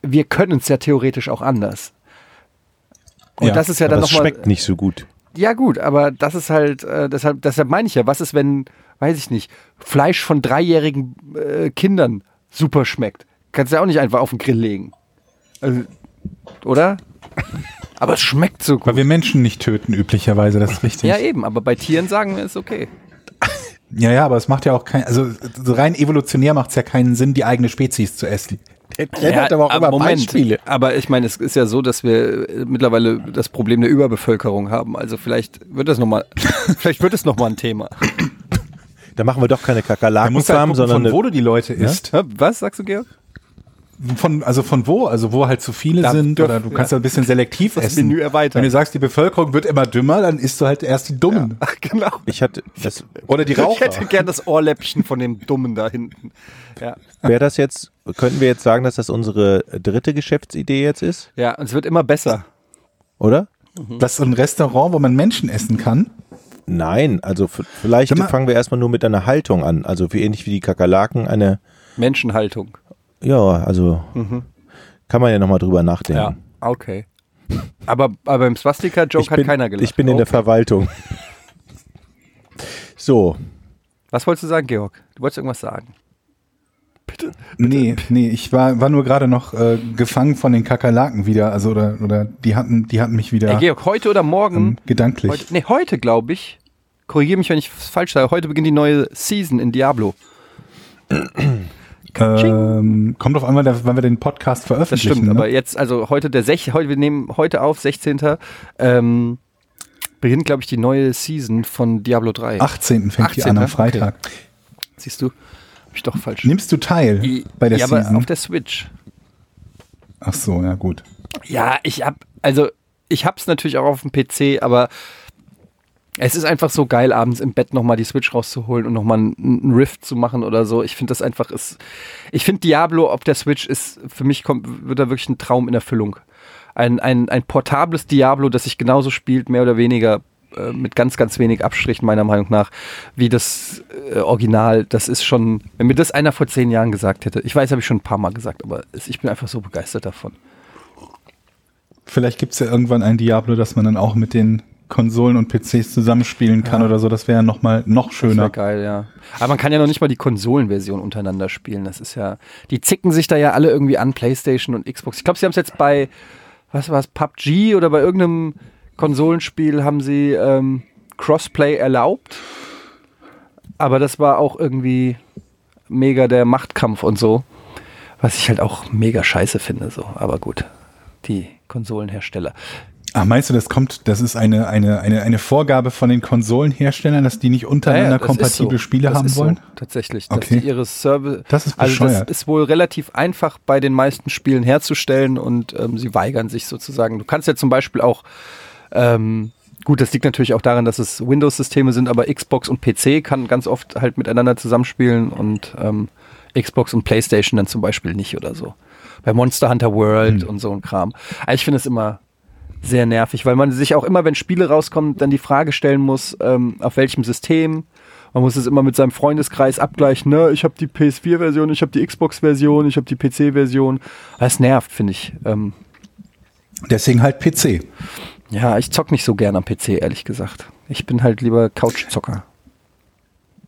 Speaker 3: wir können es ja theoretisch auch anders. Und
Speaker 1: Ja,
Speaker 3: das ist ja
Speaker 2: aber
Speaker 3: dann
Speaker 2: es
Speaker 3: nochmal.
Speaker 2: schmeckt nicht so gut.
Speaker 3: Ja, gut, aber das ist halt, äh, deshalb, deshalb meine ich ja, was ist, wenn, weiß ich nicht, Fleisch von dreijährigen äh, Kindern super schmeckt? Kannst du ja auch nicht einfach auf den Grill legen. Also, oder? Aber es schmeckt so gut.
Speaker 1: Weil wir Menschen nicht töten üblicherweise, das ist richtig.
Speaker 3: Ja, eh. eben, aber bei Tieren sagen wir es ist okay.
Speaker 1: Ja, ja, aber es macht ja auch kein, also so rein evolutionär macht es ja keinen Sinn, die eigene Spezies zu essen. Der
Speaker 3: Ja, Aber ich meine, es ist ja so, dass wir äh, mittlerweile das Problem der Überbevölkerung haben. Also vielleicht wird das nochmal, vielleicht wird es nochmal ein Thema.
Speaker 2: Da machen wir doch keine
Speaker 1: Man muss halt
Speaker 2: Kakerlaken-Farm,
Speaker 1: gucken,
Speaker 2: sondern
Speaker 1: von wo
Speaker 2: eine,
Speaker 1: du die Leute
Speaker 3: ne?
Speaker 1: isst.
Speaker 3: Hä, Was sagst du, Georg?
Speaker 1: Von, also von wo, also wo halt zu viele
Speaker 3: Da
Speaker 1: sind.
Speaker 3: dürfen-
Speaker 1: Oder du kannst ja ein bisschen selektiv essen.
Speaker 3: Menü erweitern.
Speaker 1: Wenn du sagst, die Bevölkerung wird immer dümmer, dann isst du halt erst die Dummen.
Speaker 3: Ach, genau.
Speaker 2: ich hatte, das,
Speaker 1: Oder die
Speaker 3: Ich hätte
Speaker 1: Raucher.
Speaker 3: gern das Ohrläppchen von dem Dummen da hinten. Ja.
Speaker 2: wäre das jetzt, könnten wir jetzt sagen, dass das unsere dritte Geschäftsidee jetzt ist,
Speaker 3: Ja, und es wird immer besser.
Speaker 2: oder?
Speaker 1: Das ist so ein Restaurant, wo man Menschen essen kann.
Speaker 2: Nein, also f- vielleicht
Speaker 1: Sag mal-
Speaker 2: fangen wir erstmal nur mit einer Haltung an, also wie ähnlich wie die Kakerlaken eine,
Speaker 3: Menschenhaltung.
Speaker 2: ja, also kann man ja nochmal drüber nachdenken.
Speaker 3: Okay. Aber, aber beim Swastika-Joke
Speaker 2: Ich
Speaker 3: hat
Speaker 2: bin,
Speaker 3: keiner gelacht. Oh.
Speaker 2: ich bin in der
Speaker 3: Okay.
Speaker 2: Verwaltung. So,
Speaker 3: Was wolltest du sagen, Georg? Du wolltest irgendwas sagen.
Speaker 1: Nee, nee, ich war, war nur gerade noch äh, gefangen von den Kakerlaken wieder. Also oder, oder die hatten, die hatten mich wieder
Speaker 3: Ey, Georg, heute oder morgen?
Speaker 1: ähm, gedanklich.
Speaker 3: Heute, nee, heute glaube ich. Korrigiere mich, wenn ich es falsch sage. Heute beginnt die neue Season in Diablo.
Speaker 1: Ähm, kommt auf einmal, wann wir den Podcast
Speaker 3: Das
Speaker 1: veröffentlichen.
Speaker 3: stimmt,
Speaker 1: ne?
Speaker 3: aber jetzt, also heute der 16. Heute, wir nehmen heute auf, 16. Ähm, beginnt, glaube ich, die neue Season von Diablo 3.
Speaker 1: 18. fängt die an
Speaker 3: 18.,
Speaker 1: am Freitag.
Speaker 3: Siehst du? Hab ich doch falsch.
Speaker 1: Nimmst du teil bei der
Speaker 3: ja, aber
Speaker 1: Season?
Speaker 3: auf der Switch.
Speaker 1: Ach so, ja gut.
Speaker 3: Ja, ich hab, also ich hab's natürlich auch auf dem PC, aber es ist einfach so geil, abends im Bett nochmal die Switch rauszuholen und nochmal einen, einen Rift zu machen oder so. Ich finde das einfach ist. Ich finde Diablo auf der Switch ist, für mich kommt, wird da wirklich ein Traum in Erfüllung. Ein, ein, ein portables Diablo, das sich genauso spielt, mehr oder weniger äh, mit ganz, ganz wenig Abstrichen meiner Meinung nach, wie das äh, Original. Das ist schon, wenn mir das einer vor zehn Jahren gesagt hätte, ich weiß, habe ich schon ein paar Mal gesagt, aber es, ich bin einfach so begeistert davon.
Speaker 1: Vielleicht gibt es ja irgendwann ein Diablo, das man dann auch mit den Konsolen und PCs zusammenspielen kann oder so. Das wäre ja noch mal noch
Speaker 3: Das wär
Speaker 1: schöner.
Speaker 3: geil, ja. Aber man kann ja noch nicht mal die Konsolenversion untereinander spielen. Das ist ja, die zicken sich da ja alle irgendwie an PlayStation und Xbox. Ich glaube, sie haben es jetzt bei, was war es, PUBG oder bei irgendeinem Konsolenspiel haben sie ähm, Crossplay erlaubt. Aber das war auch irgendwie mega der Machtkampf und so, was ich halt auch mega scheiße finde. So, aber gut, die Konsolenhersteller.
Speaker 1: Ach, meinst du, das kommt, das ist eine, eine, eine, eine Vorgabe von den Konsolenherstellern, dass die nicht untereinander
Speaker 3: das ist
Speaker 1: kompatible
Speaker 3: so.
Speaker 1: Spiele
Speaker 3: das
Speaker 1: haben
Speaker 3: ist so,
Speaker 1: wollen?
Speaker 3: tatsächlich, dass
Speaker 1: Okay.
Speaker 3: die ihre Service.
Speaker 1: Das ist
Speaker 3: also das
Speaker 1: bescheuert.
Speaker 3: ist wohl relativ einfach bei den meisten Spielen herzustellen und ähm, sie weigern sich sozusagen. Du kannst ja zum Beispiel auch, ähm, gut, das liegt natürlich auch daran, dass es Windows-Systeme sind, aber Xbox und PC kann ganz oft halt miteinander zusammenspielen und ähm, Xbox und PlayStation dann zum Beispiel nicht oder so. Bei Monster Hunter World
Speaker 1: Hm.
Speaker 3: und so ein Kram. Also ich finde es immer sehr nervig, weil man sich auch immer, wenn Spiele rauskommen, dann die Frage stellen muss, ähm, auf welchem System. Man muss es immer mit seinem Freundeskreis abgleichen. Ne? Ich habe die PS4-Version, ich habe die Xbox-Version, ich habe die PC-Version. Das nervt, finde ich. Ähm,
Speaker 1: Deswegen halt PC.
Speaker 3: ja, ich zock nicht so gern am PC, ehrlich gesagt. Ich bin halt lieber Couchzocker.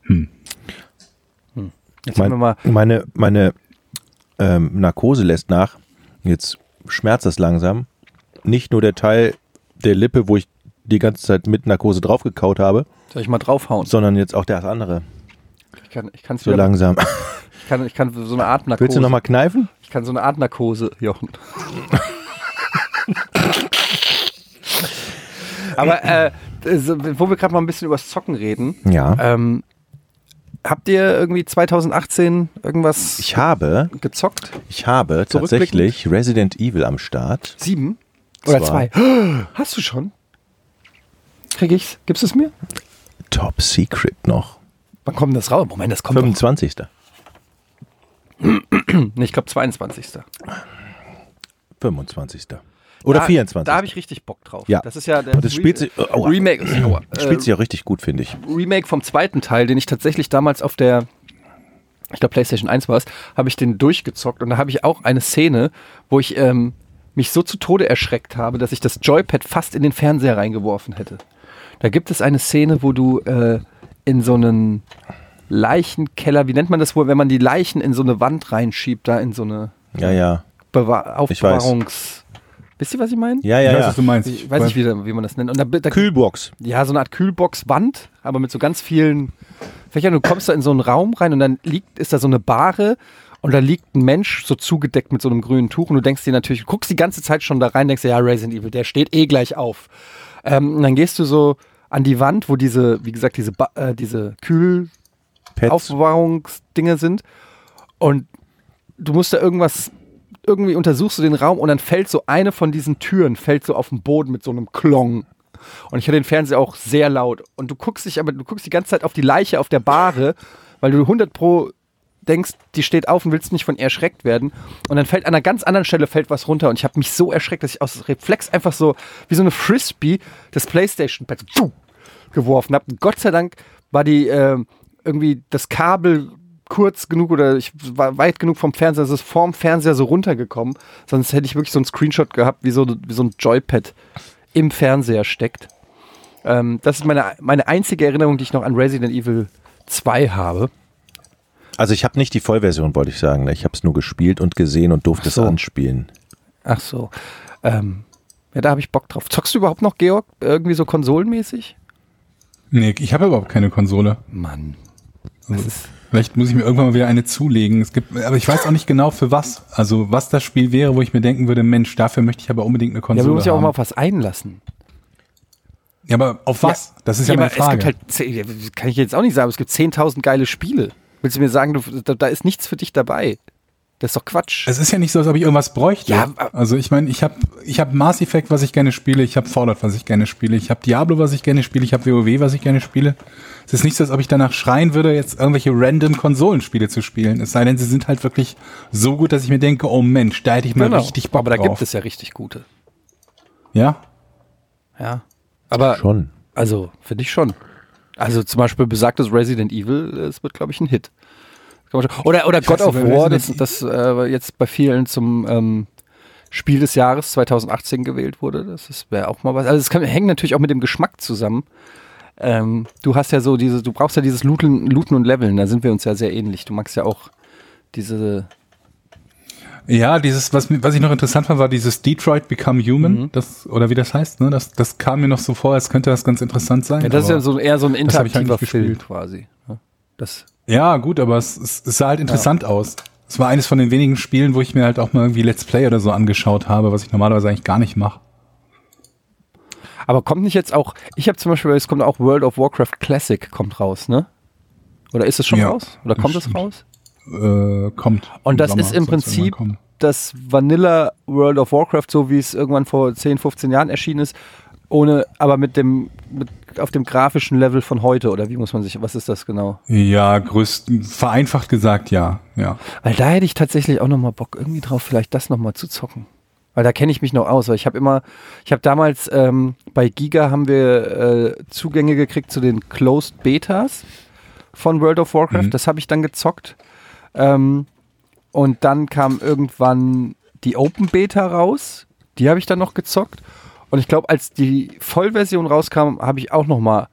Speaker 3: Hm.
Speaker 2: Hm.
Speaker 3: Jetzt haben wir mal.
Speaker 2: meine meine ähm, Narkose lässt nach. Jetzt schmerzt das langsam. Nicht nur der Teil der Lippe, wo ich die ganze Zeit mit Narkose draufgekaut habe,
Speaker 3: Soll ich mal draufhauen?
Speaker 2: sondern jetzt auch das andere.
Speaker 3: Ich kann, ich kann's
Speaker 2: So
Speaker 3: wieder,
Speaker 2: langsam.
Speaker 3: ich kann, ich kann so eine Art Narkose.
Speaker 2: Willst du nochmal kneifen?
Speaker 3: Ich kann so eine Art Narkose, Jochen. Aber äh, so, wo wir gerade mal ein bisschen übers Zocken reden,
Speaker 2: Ja.
Speaker 3: ähm, habt ihr irgendwie 2018 irgendwas
Speaker 2: Ich habe,
Speaker 3: gezockt?
Speaker 2: ich habe tatsächlich Resident Evil am Start.
Speaker 3: Sieben? Oder
Speaker 2: Zwei.
Speaker 3: zwei? Hast du schon? Krieg ich's? Gibst du es mir?
Speaker 2: Top Secret noch.
Speaker 3: Wann kommt das raus? Moment, das kommt
Speaker 2: 25.
Speaker 3: doch- Nee, ich glaube 22.
Speaker 2: 25. Oder
Speaker 3: da,
Speaker 2: 24.
Speaker 3: Da habe ich richtig Bock drauf.
Speaker 2: Ja.
Speaker 3: Das ist ja der
Speaker 2: Und das spielt sich- oh, aua.
Speaker 3: Remake. Aua.
Speaker 2: Das spielt sich ja richtig gut, finde ich.
Speaker 3: Remake vom zweiten Teil, den ich tatsächlich damals auf der, ich glaube PlayStation 1 war es, habe ich den durchgezockt und da habe ich auch eine Szene, wo ich ähm, mich so zu Tode erschreckt habe, dass ich das Joypad fast in den Fernseher reingeworfen hätte. Da gibt es eine Szene, wo du äh, in so einen Leichenkeller, wie nennt man das wohl, wenn man die Leichen in so eine Wand reinschiebt, da in so eine
Speaker 2: Ja, ja.
Speaker 3: Bewahr Aufbewahrungs... Wisst ihr, was ich meine?
Speaker 2: Ja,
Speaker 1: Ich
Speaker 2: ja,
Speaker 1: weiß,
Speaker 2: ja.
Speaker 1: was du meinst.
Speaker 3: Ich weiß nicht, wie, wie man das nennt. Und da, da,
Speaker 2: Kühlbox.
Speaker 3: ja, so eine Art Kühlboxwand, aber mit so ganz vielen Fächern. Du kommst da in so einen Raum rein und dann liegt, ist da so eine Bahre und da liegt ein Mensch so zugedeckt mit so einem grünen Tuch und du denkst dir natürlich, guckst die ganze Zeit schon da rein, denkst dir, ja, Resident Evil, der steht eh gleich auf. Ähm, und dann gehst du so an die Wand, wo diese, wie gesagt, diese, ba äh, diese Kühl,
Speaker 2: Pets.
Speaker 3: Aufbewahrungsdinge sind. Und du musst da irgendwas, irgendwie untersuchst du den Raum und dann fällt so eine von diesen Türen, fällt so auf den Boden mit so einem Klong. Und ich höre den Fernseher auch sehr laut. Und du guckst dich aber, du guckst die ganze Zeit auf die Leiche auf der Bahre, weil du 100 pro denkst, die steht auf und willst nicht von ihr erschreckt werden. Und dann fällt an einer ganz anderen Stelle fällt was runter. Und ich habe mich so erschreckt, dass ich aus Reflex einfach so, wie so eine Frisbee, das Playstation-Pad so, tschu, geworfen habe. Gott sei Dank war die ähm, irgendwie das Kabel kurz genug oder ich war weit genug vom Fernseher, es ist vorm Fernseher so runtergekommen. Sonst hätte ich wirklich so einen Screenshot gehabt, wie so, wie so ein Joypad im Fernseher steckt. Ähm, das ist meine, meine einzige Erinnerung, die ich noch an Resident Evil 2 habe.
Speaker 2: Also ich habe nicht die Vollversion, wollte ich sagen. ne? Ich habe es nur gespielt und gesehen und durfte
Speaker 3: so.
Speaker 2: es anspielen.
Speaker 3: Ach so. Ähm, ja, da habe ich Bock drauf. Zockst du überhaupt noch, Georg? Irgendwie so konsolenmäßig?
Speaker 1: Nee, ich habe überhaupt keine Konsole.
Speaker 3: Mann. Das ist,
Speaker 1: Vielleicht muss ich mir irgendwann mal wieder eine zulegen. Es gibt, aber ich weiß auch nicht genau für was. Also was das Spiel wäre, wo ich mir denken würde, Mensch, dafür möchte ich aber unbedingt eine
Speaker 3: ja,
Speaker 1: Konsole
Speaker 3: aber du musst ja auch
Speaker 1: haben.
Speaker 3: mal auf was einlassen.
Speaker 1: ja, aber auf was? Das ist ja,
Speaker 3: Ja,
Speaker 1: meine
Speaker 3: aber
Speaker 1: Frage.
Speaker 3: Es gibt halt, zehn- ja, kann ich jetzt auch nicht sagen, aber es gibt 10.000 geile Spiele. Willst du mir sagen, du, da, da ist nichts für dich dabei? Das ist doch Quatsch.
Speaker 1: es ist ja nicht so, als ob ich irgendwas bräuchte.
Speaker 3: Ja, äh, aber-
Speaker 1: also ich meine, ich habe ich hab Mass Effect, was ich gerne spiele, ich habe Fallout, was ich gerne spiele, ich habe Diablo, was ich gerne spiele, ich habe WoW, was ich gerne spiele. Es ist nicht so, als ob ich danach schreien würde, jetzt irgendwelche random Konsolenspiele zu spielen. Es sei denn, sie sind halt wirklich so gut, dass ich mir denke, oh Mensch, da hätte ich mal richtig Bock
Speaker 3: Genau. aber da
Speaker 1: drauf.
Speaker 3: gibt es ja richtig gute.
Speaker 1: Ja?
Speaker 3: Ja. Aber,
Speaker 2: Schon.
Speaker 3: also, finde ich schon. Also zum Beispiel besagtes Resident Evil, es wird, glaube ich, ein Hit. Kann man schon- Oder, oder God
Speaker 1: weiß
Speaker 3: of
Speaker 1: nicht, bei
Speaker 3: War, das,
Speaker 1: Resident
Speaker 3: das äh, jetzt bei vielen zum ähm, Spiel des Jahres 2018 gewählt wurde. Das ist- wäre auch mal was. Also es kann- hängt natürlich auch mit dem Geschmack zusammen. Ähm, du hast ja so diese, du brauchst ja dieses Looten, Looten und Leveln, da sind wir uns ja sehr ähnlich. Du magst ja auch diese
Speaker 1: Ja, dieses, was, mi- was ich noch interessant fand, war dieses Detroit Become Human,
Speaker 3: Mhm.
Speaker 1: das, oder wie das heißt, ne? Das, das kam mir noch so vor, als könnte das ganz interessant sein.
Speaker 3: Ja, das ist
Speaker 1: aber-
Speaker 3: ja so, eher so ein
Speaker 1: Genau. das hab ich halt
Speaker 3: interaktiver
Speaker 1: nicht
Speaker 3: Film
Speaker 1: gespielt.
Speaker 3: quasi. ne? Das,
Speaker 1: ja, gut, aber es, es, es sah halt interessant aus. Es war eines von den wenigen Spielen, wo ich mir halt auch mal irgendwie Let's Play oder so angeschaut habe, was ich normalerweise eigentlich gar nicht mache.
Speaker 3: aber kommt nicht jetzt auch, ich habe zum Beispiel, es kommt auch World of Warcraft Classic kommt raus, ne? Oder ist es schon
Speaker 1: Ja,
Speaker 3: raus? Oder
Speaker 1: das
Speaker 3: kommt es
Speaker 1: stimmt.
Speaker 3: raus?
Speaker 1: Äh, kommt.
Speaker 3: Und das
Speaker 1: Sommer
Speaker 3: ist im
Speaker 1: soll's irgendwann
Speaker 3: Prinzip
Speaker 1: kommen.
Speaker 3: das Vanilla World of Warcraft, so wie es irgendwann vor 10, 15 Jahren erschienen ist, ohne, aber mit dem, mit, auf dem grafischen Level von heute, oder wie muss man sich, was ist das genau?
Speaker 1: Ja, größt, vereinfacht gesagt, ja, ja.
Speaker 3: Weil da hätte ich tatsächlich auch nochmal Bock irgendwie drauf, vielleicht das nochmal zu zocken. Weil da kenne ich mich noch aus. Weil ich habe immer, ich habe damals ähm, bei Giga haben wir äh, Zugänge gekriegt zu den Closed Betas von World of Warcraft. Das habe ich dann gezockt. Ähm, und dann kam irgendwann die Open Beta raus. Die habe ich dann noch gezockt. Und ich glaube, als die Vollversion rauskam, habe ich auch noch mal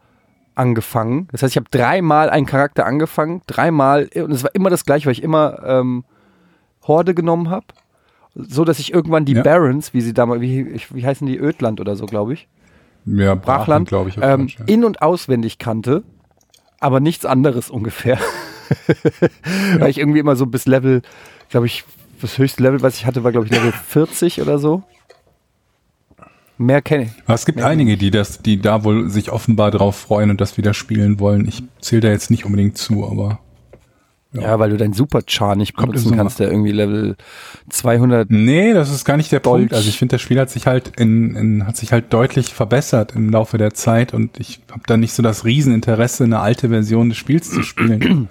Speaker 3: angefangen. Das heißt, ich habe dreimal einen Charakter angefangen, dreimal und es war immer das gleiche, weil ich immer ähm, Horde genommen habe, so dass ich irgendwann die
Speaker 1: Ja.
Speaker 3: Barons, wie sie damals, wie, ich- wie heißen die Ödland oder so, glaube ich,
Speaker 1: Ja,
Speaker 3: Brachland,
Speaker 1: glaube ich. auf
Speaker 3: ähm,
Speaker 1: Deutsch, ja.
Speaker 3: in und auswendig kannte, aber nichts anderes ungefähr, weil ich irgendwie immer so bis Level, glaube ich, das höchste Level, was ich hatte, war glaube ich Level 40 oder so. Mehr kenne ich.
Speaker 1: Aber Es gibt einige, die das, die da wohl sich offenbar drauf freuen und das wieder spielen wollen. Ich zähle da jetzt nicht unbedingt zu, aber
Speaker 3: Ja, weil du deinen Superchar nicht
Speaker 1: Kommt im
Speaker 3: benutzen
Speaker 1: Sommer. Hm.
Speaker 3: kannst, der irgendwie Level 200.
Speaker 1: Äh, nee, das ist gar nicht der
Speaker 3: Dolch.
Speaker 1: Punkt. Also ich finde, das Spiel hat sich halt in, in hat sich halt deutlich verbessert im Laufe der Zeit und ich habe da nicht so das Rieseninteresse, eine alte Version des Spiels zu spielen.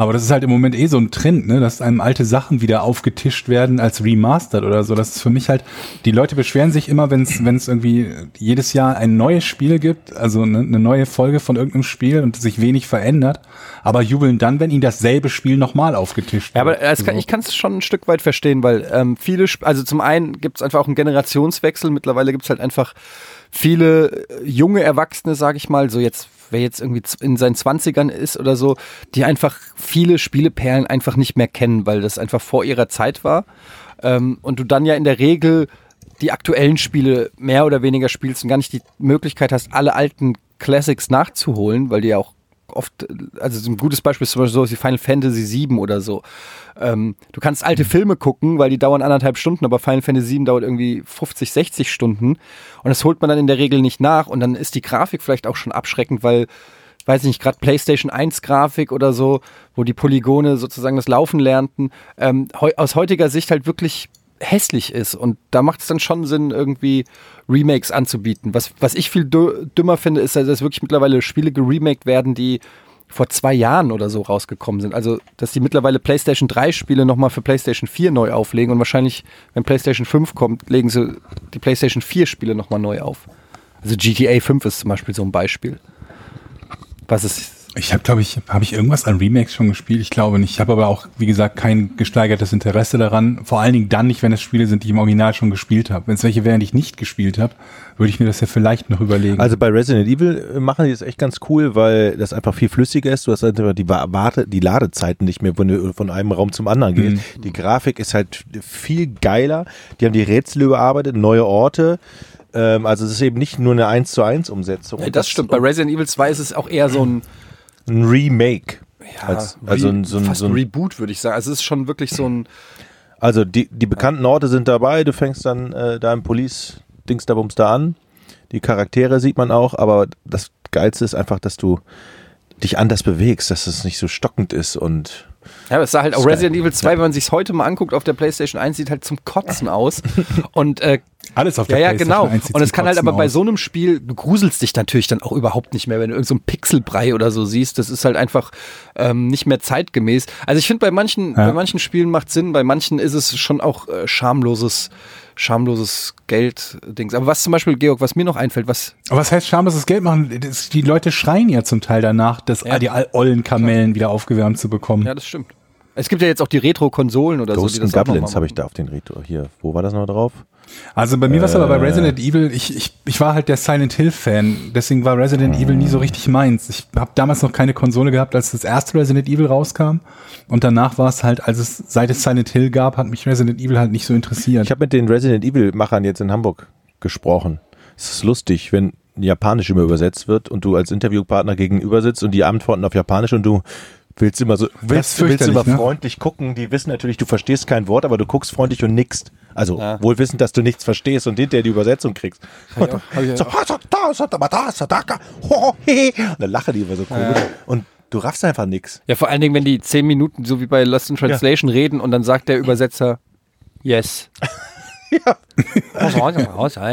Speaker 1: Aber das ist halt im Moment eh so ein Trend, ne? dass einem alte Sachen wieder aufgetischt werden als remastered oder so. Das ist für mich halt, die Leute beschweren sich immer, wenn es irgendwie jedes Jahr ein neues Spiel gibt, also ne, eine neue Folge von irgendeinem Spiel und sich wenig verändert, aber jubeln dann, wenn ihnen dasselbe Spiel nochmal aufgetischt
Speaker 3: Ja, aber
Speaker 1: wird.
Speaker 3: das kann, ich kann es schon ein Stück weit verstehen, weil ähm, viele, Sp- also zum einen gibt es einfach auch einen Generationswechsel. Mittlerweile gibt es halt einfach viele äh, junge Erwachsene, sage ich mal, so jetzt, wer jetzt irgendwie z- in seinen 20ern ist oder so, die einfach viele Spieleperlen einfach nicht mehr kennen, weil das einfach vor ihrer Zeit war. Ähm, und du dann ja in der Regel die aktuellen Spiele mehr oder weniger spielst und gar nicht die Möglichkeit hast, alle alten Classics nachzuholen, weil die ja auch oft, also so ein gutes Beispiel ist zum Beispiel sowas wie Final Fantasy VII oder so. Ähm, du kannst alte Filme gucken, weil die dauern anderthalb Stunden, aber Final Fantasy VII dauert irgendwie 50, 60 Stunden und das holt man dann in der Regel nicht nach und dann ist die Grafik vielleicht auch schon abschreckend, weil weiß nicht, gerade PlayStation 1 Grafik oder so, wo die Polygone sozusagen das Laufen lernten, ähm, heu aus heutiger Sicht halt wirklich hässlich ist. Und da macht es dann schon Sinn, irgendwie Remakes anzubieten. Was, was ich viel dü dümmer finde, ist, dass wirklich mittlerweile Spiele geremaked werden, die vor zwei Jahren oder so rausgekommen sind. Also, dass die mittlerweile PlayStation 3 Spiele nochmal für PlayStation 4 neu auflegen und wahrscheinlich, wenn PlayStation 5 kommt, legen sie die PlayStation 4 Spiele nochmal neu auf. Also GTA 5 ist zum Beispiel so ein Beispiel. Was ist
Speaker 1: Ich habe, glaube ich, habe ich irgendwas an Remakes schon gespielt? Ich glaube nicht. Ich habe aber auch, wie gesagt, kein gesteigertes Interesse daran. Vor allen Dingen dann nicht, wenn es Spiele sind, die ich im Original schon gespielt habe. Wenn es welche wären, die ich nicht gespielt habe, würde ich mir das ja vielleicht noch überlegen.
Speaker 2: Also bei Resident Evil äh, machen die das echt ganz cool, weil das einfach viel flüssiger ist. Du hast einfach die, Wa- Warte, die Ladezeiten nicht mehr, wenn du von einem Raum zum anderen gehst. Die Grafik ist halt viel geiler. Die haben die Rätsel überarbeitet, neue Orte. Ähm, also es ist eben nicht nur eine 1 zu 1 Umsetzung.
Speaker 3: das stimmt. Bei Resident Evil 2 ist es auch eher so ein,
Speaker 2: Ein Remake. als, also,
Speaker 3: Re-
Speaker 2: ein, so ein,
Speaker 3: fast
Speaker 2: so ein
Speaker 3: Reboot, würde ich sagen. Also es ist schon wirklich so ein.
Speaker 2: Also die, die bekannten Orte sind dabei, du fängst dann äh, da im Police-Dings da bums da an. Die Charaktere sieht man auch, aber das Geilste ist einfach, dass du dich anders bewegst, dass es nicht so stockend ist und
Speaker 3: Ja, aber es sah halt auch
Speaker 2: Sky.
Speaker 3: Resident Evil 2, wenn man sich heute mal anguckt auf der PlayStation 1, sieht halt zum Kotzen aus. Und äh,
Speaker 1: Alles auf
Speaker 3: ja,
Speaker 1: der
Speaker 3: ja,
Speaker 1: PlayStation
Speaker 3: genau.
Speaker 1: 1 sieht
Speaker 3: Und es
Speaker 1: zum
Speaker 3: kann halt
Speaker 1: Kotzen
Speaker 3: aber bei
Speaker 1: aus.
Speaker 3: so einem Spiel, du gruselst dich natürlich dann auch überhaupt nicht mehr, wenn du irgendeinen so einen Pixelbrei oder so siehst. Das ist halt einfach ähm, nicht mehr zeitgemäß. Also ich finde, bei manchen,
Speaker 1: Ja.
Speaker 3: bei manchen Spielen macht Sinn, bei manchen ist es schon auch äh, schamloses, schamloses Geld-Dings. Aber was zum Beispiel, Georg, was mir noch einfällt, was
Speaker 1: Aber was heißt schamloses Geld machen? Das, die Leute schreien ja zum Teil danach, das,
Speaker 3: Ja.
Speaker 1: die all- ollen Kamellen wieder aufgewärmt zu bekommen.
Speaker 3: Ja, das stimmt. Es gibt ja jetzt auch die Retro-Konsolen oder so,
Speaker 2: Ghost
Speaker 3: die Also, das
Speaker 2: and
Speaker 3: auch noch
Speaker 2: Goblins
Speaker 3: mal
Speaker 2: habe ich da auf den Reto. Hier, wo war das noch drauf?
Speaker 1: Also bei mir war es aber bei
Speaker 2: Äh.
Speaker 1: Resident Evil, ich, ich, ich war halt der Silent Hill-Fan, deswegen war Resident Evil nie
Speaker 2: Ah.
Speaker 1: so richtig meins. Ich habe damals noch keine Konsole gehabt, als das erste Resident Evil rauskam. Und danach war es halt, als es seit es Silent Hill gab, hat mich Resident Evil halt nicht so interessiert.
Speaker 2: Ich habe mit den Resident Evil-Machern jetzt in Hamburg gesprochen. Es ist lustig, wenn Japanisch immer übersetzt wird und du als Interviewpartner gegenüber sitzt und die antworten auf Japanisch und du willst immer so willst, willst
Speaker 1: fürchterlich,
Speaker 2: immer
Speaker 1: ne?
Speaker 2: freundlich gucken. Die wissen natürlich, du verstehst kein Wort, aber du guckst freundlich und nickst. Also
Speaker 3: Ja.
Speaker 2: wohl wissend, dass du nichts verstehst und hinterher die Übersetzung kriegst.
Speaker 3: ich auch- hab ich
Speaker 2: So, ha, so, da, so, da, ma, da, so, da, ka, ho, ho, he, he. Und dann lachen die immer so komisch. Und du raffst einfach nichts.
Speaker 3: Ja, vor allen Dingen, wenn die zehn Minuten so wie bei Lost in Translation reden und dann sagt der Übersetzer Yes.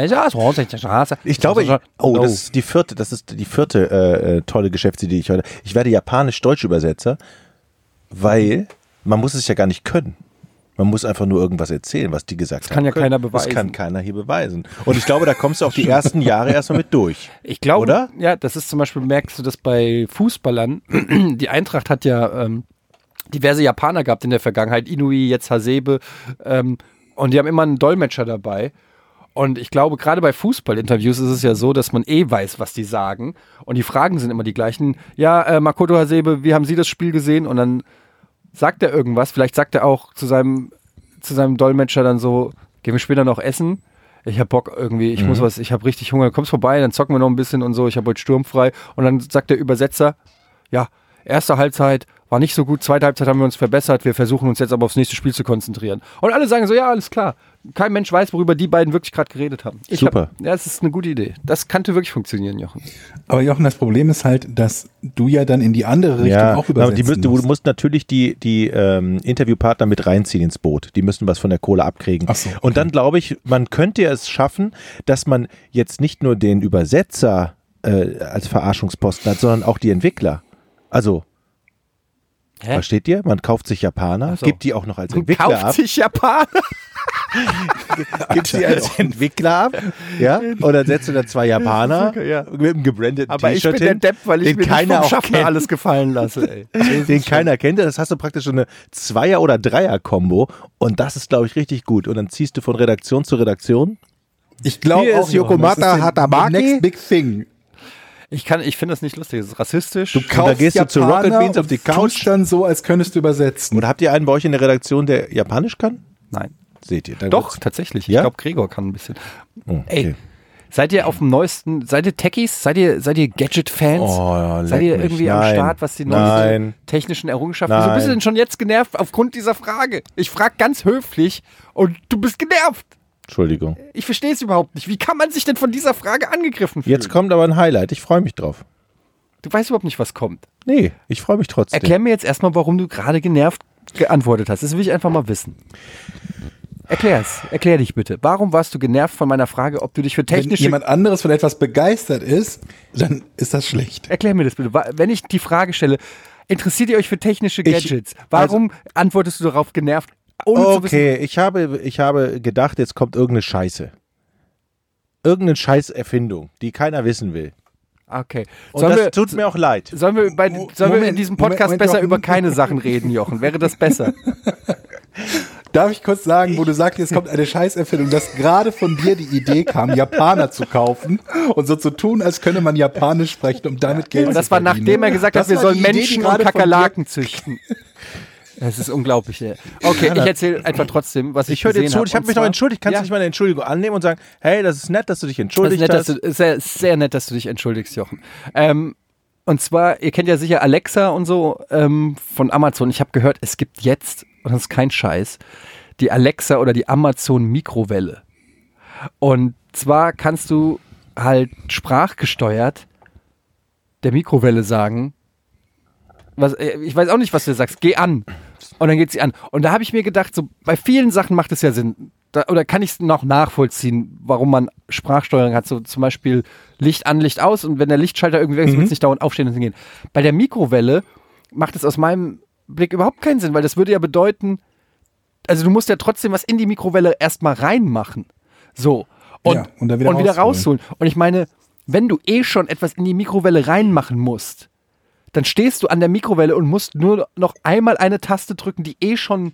Speaker 2: Ich glaube,
Speaker 3: Also
Speaker 2: ich, oh,
Speaker 3: No.
Speaker 2: das ist die vierte, das ist die vierte äh, äh, tolle Geschäftsidee, die ich heute. Ich werde Japanisch-Deutsch-Übersetzer, weil man muss es ja gar nicht können. Man muss einfach nur irgendwas erzählen, was die gesagt haben.
Speaker 3: kann ja
Speaker 2: können.
Speaker 3: keiner
Speaker 2: Das
Speaker 3: beweisen.
Speaker 2: kann keiner hier beweisen. Und ich glaube, da kommst du auch die ersten Jahre erstmal mit durch.
Speaker 3: Ich glaube,
Speaker 2: Oder?
Speaker 3: ja, das ist zum Beispiel, merkst du das bei Fußballern. Die Eintracht hat ja ähm, diverse Japaner gehabt in der Vergangenheit, Inui, jetzt Hasebe. Ähm, und die haben immer einen Dolmetscher dabei. Und ich glaube, gerade bei Fußballinterviews ist es ja so, dass man eh weiß, was die sagen. Und die Fragen sind immer die gleichen. Ja, äh, Makoto Hasebe, wie haben Sie das Spiel gesehen? Und dann sagt er irgendwas. Vielleicht sagt er auch zu seinem, zu seinem Dolmetscher dann so, gehen wir später noch essen? Ich hab Bock irgendwie, ich
Speaker 2: Mhm.
Speaker 3: muss was, ich hab richtig Hunger, kommst vorbei, dann zocken wir noch ein bisschen und so, ich hab heute sturmfrei. Und dann sagt der Übersetzer, ja, erste Halbzeit war nicht so gut, zweite Halbzeit haben wir uns verbessert, wir versuchen uns jetzt aber aufs nächste Spiel zu konzentrieren. Und alle sagen so, ja, alles klar. Kein Mensch weiß, worüber die beiden wirklich gerade geredet haben. Ich
Speaker 2: Super.
Speaker 3: Hab, ja, es ist eine gute Idee. Das könnte wirklich funktionieren, Jochen.
Speaker 1: Aber Jochen, das Problem ist halt, dass du ja dann in die andere Richtung auch
Speaker 2: aber die
Speaker 1: übersetzen
Speaker 2: müssen, du
Speaker 1: musst.
Speaker 2: musst natürlich die, die ähm, Interviewpartner mit reinziehen ins Boot. Die müssen was von der Kohle abkriegen.
Speaker 1: Ach so, okay.
Speaker 2: Und dann glaube ich, man könnte es schaffen, dass man jetzt nicht nur den Übersetzer äh, als Verarschungsposten hat, sondern auch die Entwickler. Also
Speaker 4: Hä?
Speaker 2: Versteht ihr? Man kauft sich Japaner,
Speaker 4: so.
Speaker 2: gibt die auch noch als
Speaker 3: Und
Speaker 2: Entwickler
Speaker 3: kauft
Speaker 2: ab.
Speaker 3: sich Japaner.
Speaker 2: Gibt sie als Entwickler ab. Ja? Und dann setzt du da zwei Japaner
Speaker 3: okay, ja.
Speaker 2: mit einem gebrandeten
Speaker 3: Aber ich
Speaker 2: T-Shirt
Speaker 3: bin der
Speaker 2: hin,
Speaker 3: Depp, weil ich
Speaker 2: den
Speaker 3: mir nicht
Speaker 2: keiner
Speaker 3: vom
Speaker 2: auch
Speaker 3: Schaffner
Speaker 2: kennt.
Speaker 3: alles gefallen lasse. Ey.
Speaker 2: den keiner kennt. Das hast du praktisch so eine Zweier- oder Dreier-Kombo. Und das ist, glaube ich, richtig gut. Und dann ziehst du von Redaktion zu Redaktion.
Speaker 1: Ich glaube
Speaker 2: Hier
Speaker 1: auch,
Speaker 2: ist Yokomata
Speaker 1: Jochen, das ist der
Speaker 2: Hatabaki.
Speaker 1: Next big thing.
Speaker 3: Ich, kann- ich finde das nicht lustig, das ist rassistisch.
Speaker 2: Du Und da gehst du zu Rocket Beans
Speaker 1: und
Speaker 2: auf die
Speaker 1: tust
Speaker 2: Couch.
Speaker 1: dann so, als könntest du übersetzen.
Speaker 2: Oder habt ihr einen bei euch in der Redaktion, der Japanisch kann?
Speaker 3: Nein.
Speaker 2: Seht ihr. dann
Speaker 3: Doch,
Speaker 2: wird's-
Speaker 3: tatsächlich.
Speaker 2: Ja?
Speaker 3: Ich glaube, Gregor kann ein bisschen.
Speaker 2: Oh,
Speaker 4: Ey,
Speaker 2: okay.
Speaker 3: Seid ihr auf dem neuesten, seid ihr Techies? Seid ihr, seid ihr Gadget-Fans?
Speaker 2: Oh, leck
Speaker 3: seid ihr
Speaker 2: mich.
Speaker 3: irgendwie am
Speaker 2: Nein.
Speaker 3: Start, was die neuesten
Speaker 2: Nein.
Speaker 3: technischen Errungenschaften Wieso bist du
Speaker 2: Nein.
Speaker 3: denn schon jetzt genervt aufgrund dieser Frage? Ich frage ganz höflich und du bist genervt.
Speaker 2: Entschuldigung.
Speaker 3: Ich verstehe es überhaupt nicht. Wie kann man sich denn von dieser Frage angegriffen fühlen?
Speaker 2: Jetzt kommt aber ein Highlight. Ich freue mich drauf.
Speaker 3: du weißt überhaupt nicht, was kommt.
Speaker 2: Nee, ich freue mich trotzdem.
Speaker 3: Erklär mir jetzt erstmal, warum du gerade genervt geantwortet hast. Das will ich einfach mal wissen. Erklär's. Erklär dich bitte. Warum warst du genervt von meiner Frage, ob du dich für
Speaker 1: Wenn
Speaker 3: technische
Speaker 1: jemand anderes von etwas begeistert ist, dann ist das schlecht.
Speaker 3: Erklär mir das bitte. Wa- Wenn ich die Frage stelle, interessiert ihr euch für technische Gadgets? Warum antwortest du darauf genervt? Ohne zu wissen,
Speaker 2: Okay, ich habe, ich habe gedacht, jetzt kommt irgendeine Scheiße. Irgendeine Scheißerfindung, die keiner wissen will.
Speaker 3: okay.
Speaker 2: Und
Speaker 3: Sollen
Speaker 2: das
Speaker 3: wir,
Speaker 2: tut mir auch leid.
Speaker 3: sollen, wir bei, sollen wir in
Speaker 1: Moment,
Speaker 3: diesem Podcast
Speaker 1: Moment, Moment,
Speaker 3: besser
Speaker 1: Jochen.
Speaker 3: über keine Sachen reden, Jochen? Wäre das besser?
Speaker 1: Darf ich kurz sagen, wo du sagst, jetzt kommt eine Scheißerfindung, dass gerade von dir die Idee kam, Japaner zu kaufen und so zu tun, als könne man Japanisch sprechen, um damit Geld
Speaker 3: Und das
Speaker 1: zu
Speaker 3: war
Speaker 1: verdienen.
Speaker 3: nachdem er gesagt hat,
Speaker 1: Das
Speaker 3: wir
Speaker 1: war
Speaker 3: sollen
Speaker 1: die Idee, die
Speaker 3: Menschen und
Speaker 1: gerade von dir-
Speaker 3: Kakerlaken züchten. Das ist unglaublich. Ey. Okay, ich erzähle einfach trotzdem, was ich
Speaker 2: Ich höre dir
Speaker 3: gesehen
Speaker 2: zu, ich habe
Speaker 3: Und
Speaker 2: mich noch
Speaker 3: zwar-
Speaker 2: entschuldigt. Kannst
Speaker 3: Ja.
Speaker 2: du nicht mal eine Entschuldigung annehmen und sagen, hey, das ist nett, dass du dich
Speaker 3: Das ist
Speaker 2: entschuldigt
Speaker 3: nett, dass
Speaker 2: hast?
Speaker 3: du, sehr, sehr nett, dass du dich entschuldigst, Jochen. Ähm, und zwar, ihr kennt ja sicher Alexa und so ähm, von Amazon. Ich habe gehört, es gibt jetzt, und das ist kein Scheiß, die Alexa oder die Amazon Mikrowelle. Und zwar kannst du halt sprachgesteuert der Mikrowelle sagen, was, äh, ich weiß auch nicht, was du sagst, geh an. Und dann geht sie an. Und da habe ich mir gedacht, so bei vielen Sachen macht es ja Sinn. Da, oder kann ich es noch nachvollziehen, warum man Sprachsteuerung hat? So zum Beispiel Licht an, Licht aus und wenn der Lichtschalter irgendwie weg ist,
Speaker 1: Mhm.
Speaker 3: wird es nicht dauernd aufstehen und hingehen. Bei der Mikrowelle macht es aus meinem Blick überhaupt keinen Sinn, weil das würde ja bedeuten, also du musst ja trotzdem was in die Mikrowelle erstmal reinmachen. So. Und,
Speaker 1: Ja, und dann wieder
Speaker 3: und wieder
Speaker 1: rausholen.
Speaker 3: rausholen. Und ich meine, wenn du eh schon etwas in die Mikrowelle reinmachen musst, dann stehst du an der Mikrowelle und musst nur noch einmal eine Taste drücken, die eh schon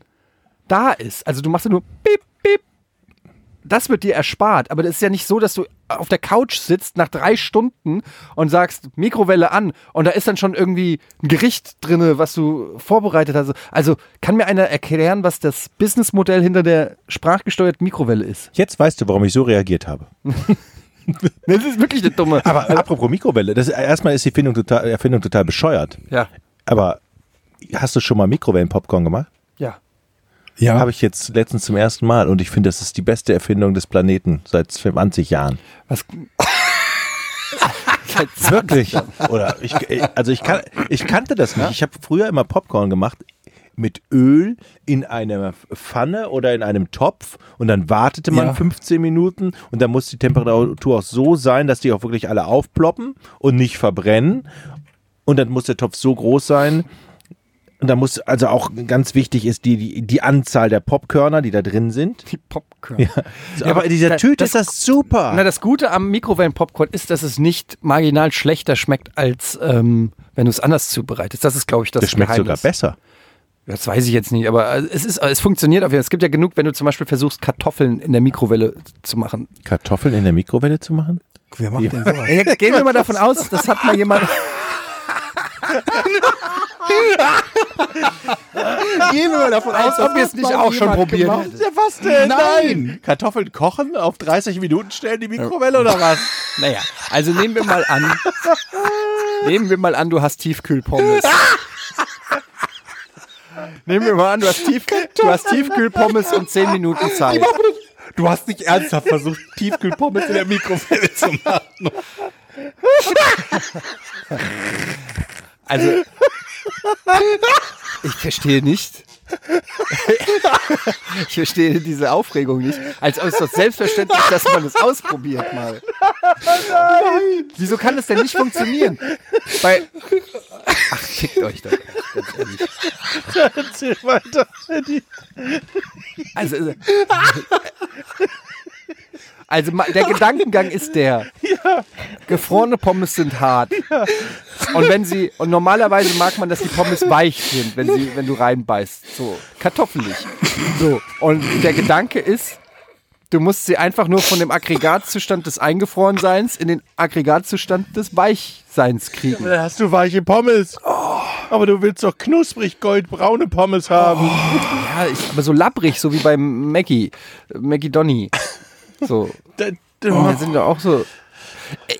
Speaker 3: da ist. Also du machst ja nur piep, piep. Das wird dir erspart, aber das ist ja nicht so, dass du auf der Couch sitzt nach drei Stunden und sagst Mikrowelle an und da ist dann schon irgendwie ein Gericht drinne, was du vorbereitet hast. Also kann mir einer erklären, was das Businessmodell hinter der sprachgesteuerten Mikrowelle ist?
Speaker 2: Jetzt weißt du, warum ich so reagiert habe.
Speaker 3: Das ist wirklich eine dumme.
Speaker 2: Aber apropos Mikrowelle, das, erstmal ist die Erfindung total, Erfindung total bescheuert.
Speaker 3: ja,
Speaker 2: Aber hast du schon mal Mikrowellen-Popcorn gemacht?
Speaker 3: ja.
Speaker 1: Ja,
Speaker 2: Habe ich jetzt letztens zum ersten Mal und ich finde, das ist die beste Erfindung des Planeten seit 20 Jahren.
Speaker 3: Was?
Speaker 2: Wirklich? Oder ich, also ich, kann, ich kannte das nicht. Ich habe früher immer Popcorn gemacht mit Öl in einer Pfanne oder in einem Topf und dann wartete man
Speaker 1: Ja.
Speaker 2: 15 Minuten und dann muss die Temperatur auch so sein, dass die auch wirklich alle aufploppen und nicht verbrennen und dann muss der Topf so groß sein und dann muss also auch ganz wichtig ist die, die, die Anzahl der Popkörner, die da drin sind.
Speaker 3: Die Popcorn.
Speaker 2: So, aber in dieser
Speaker 3: da-
Speaker 2: Tüte ist
Speaker 3: das-
Speaker 2: das super.
Speaker 3: Na, das Gute am Mikrowellenpopcorn ist, dass es nicht marginal schlechter schmeckt, als ähm, wenn du es anders zubereitest. Das ist, glaube ich, das,
Speaker 2: das schmeckt sogar
Speaker 3: Geheimnis.
Speaker 2: besser.
Speaker 3: Ja, Das weiß ich jetzt nicht, aber äh, es, ist, es funktioniert auf jeden Fall. Es gibt ja genug, wenn du zum Beispiel versuchst, Kartoffeln in der Mikrowelle zu machen.
Speaker 2: Kartoffeln in der Mikrowelle zu machen?
Speaker 1: wer macht denn sowas?
Speaker 3: Ey, jetzt Gehen wir mal davon aus, das hat mal jemand.
Speaker 1: Gehen wir mal davon
Speaker 3: Als ob ihr es nicht auch schon probiert hättet.
Speaker 2: Ja, was denn?
Speaker 1: Nein!
Speaker 2: Kartoffeln kochen, auf 30 Minuten stellen die Mikrowelle oder was?
Speaker 3: Naja, also nehmen wir mal an. Nehmen wir mal an, du hast Tiefkühlpommes. Nehmen wir mal an, du hast, Tief, du hast Tiefkühlpommes und 10 Minuten Zeit.
Speaker 1: Du hast nicht ernsthaft versucht, Tiefkühlpommes in der Mikrowelle zu machen.
Speaker 3: Also. Ich verstehe nicht. Ich verstehe diese Aufregung nicht. Als ob es doch selbstverständlich ist, dass man es ausprobiert mal. Nein. Wieso kann das denn nicht funktionieren? Bei Ach, fickt euch doch. ganz ehrlich.
Speaker 2: Erzähl weiter. Die-
Speaker 3: Also, also, also ma- der Gedankengang ist der. Gefrorene Pommes sind hart. Und wenn sie und normalerweise mag man, dass die Pommes weich sind, wenn sie wenn du reinbeißt, so kartoffelig. So und der Gedanke ist, du musst sie einfach nur von dem Aggregatzustand des Eingefrorenseins in den Aggregatzustand des Weichseins kriegen.
Speaker 2: Dann hast du weiche Pommes.
Speaker 1: Oh.
Speaker 2: Aber du willst doch knusprig goldbraune Pommes haben.
Speaker 3: Ja, Ah, ich, aber so labbrig, so wie beim Maggie, Maggie Donny. So.
Speaker 2: Da-
Speaker 3: Oh.
Speaker 2: da-
Speaker 3: Wir sind ja auch so.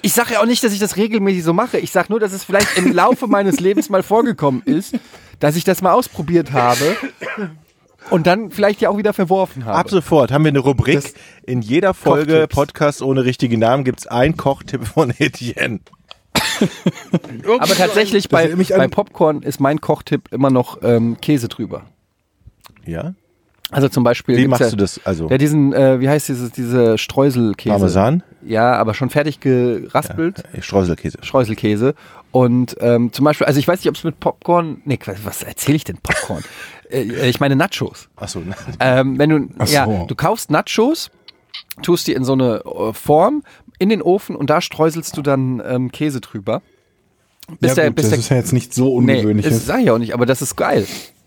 Speaker 3: Ich sage ja auch nicht, dass ich das regelmäßig so mache. Ich sage nur, dass es vielleicht im Laufe meines Lebens mal vorgekommen ist, dass ich das mal ausprobiert habe und dann vielleicht ja auch wieder verworfen habe.
Speaker 2: Ab sofort haben wir eine Rubrik.
Speaker 1: Das-
Speaker 2: In jeder Folge
Speaker 1: Kochtipps.
Speaker 2: Podcast ohne richtigen Namen gibt es einen Kochtipp von Etienne.
Speaker 3: Aber tatsächlich
Speaker 1: Das
Speaker 3: bei,
Speaker 1: erinnert mich an-
Speaker 3: bei Popcorn ist mein Kochtipp immer noch ähm, Käse drüber.
Speaker 2: Ja?
Speaker 3: Also zum Beispiel.
Speaker 2: Wie
Speaker 3: gibt's
Speaker 2: machst du
Speaker 3: ja,
Speaker 2: das? Also
Speaker 3: Ja, diesen, äh, wie heißt dieses, diese Streuselkäse?
Speaker 2: Parmesan,
Speaker 3: Ja, aber schon fertig geraspelt.
Speaker 2: Äh, Streuselkäse.
Speaker 3: Streuselkäse. Und ähm, zum Beispiel, also ich weiß nicht, ob es mit Popcorn. Nee, was, was erzähle ich denn Popcorn? äh, ich meine Nachos.
Speaker 2: Achso, ne?
Speaker 3: Ähm, wenn du,
Speaker 1: Ach so.
Speaker 3: ja, du kaufst Nachos, tust die in so eine äh, Form in den Ofen und da streuselst du dann ähm, Käse drüber. Bis
Speaker 1: ja,
Speaker 3: der,
Speaker 1: gut,
Speaker 3: bis
Speaker 1: das
Speaker 3: der,
Speaker 1: ist ja jetzt nicht so
Speaker 3: nee,
Speaker 1: ungewöhnlich. Mhm.
Speaker 3: das sag ich auch nicht, aber das ist geil.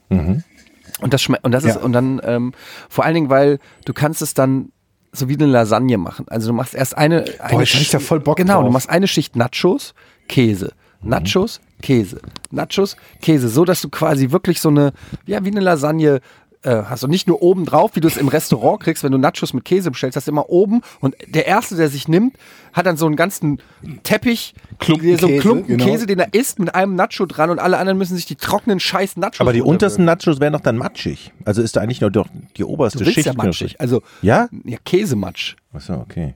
Speaker 3: Und das schmeckt und das ist
Speaker 1: Ja.
Speaker 3: und dann ähm, vor allen Dingen, weil du kannst es dann so wie eine Lasagne machen. Also du machst erst eine, eine
Speaker 1: jetzt hab ich da voll Bock
Speaker 3: Genau, du
Speaker 1: drauf. Mhm.
Speaker 3: machst eine Schicht Nachos, Käse, Nachos, Käse, Nachos, Käse, so dass du quasi wirklich so eine ja, wie eine Lasagne äh, hast und nicht nur oben drauf, wie du es im Restaurant kriegst, wenn du Nachos mit Käse bestellst, hast du immer oben und der erste, der sich nimmt, hat dann so einen ganzen Teppich,
Speaker 1: Klumpen
Speaker 3: so einen
Speaker 1: Käse,
Speaker 3: Klumpen
Speaker 1: genau.
Speaker 3: Käse, den er isst mit einem Nacho dran und alle anderen müssen sich die trockenen scheiß Nachos
Speaker 2: Aber die
Speaker 3: runterwürgen.
Speaker 2: untersten Nachos wären doch dann matschig. Also ist da eigentlich nur doch die oberste
Speaker 3: Du willst
Speaker 2: Schicht
Speaker 3: ja
Speaker 2: knusprig.
Speaker 3: matschig. Also,
Speaker 2: Ja?
Speaker 3: ja, Käsematsch.
Speaker 2: Achso, okay.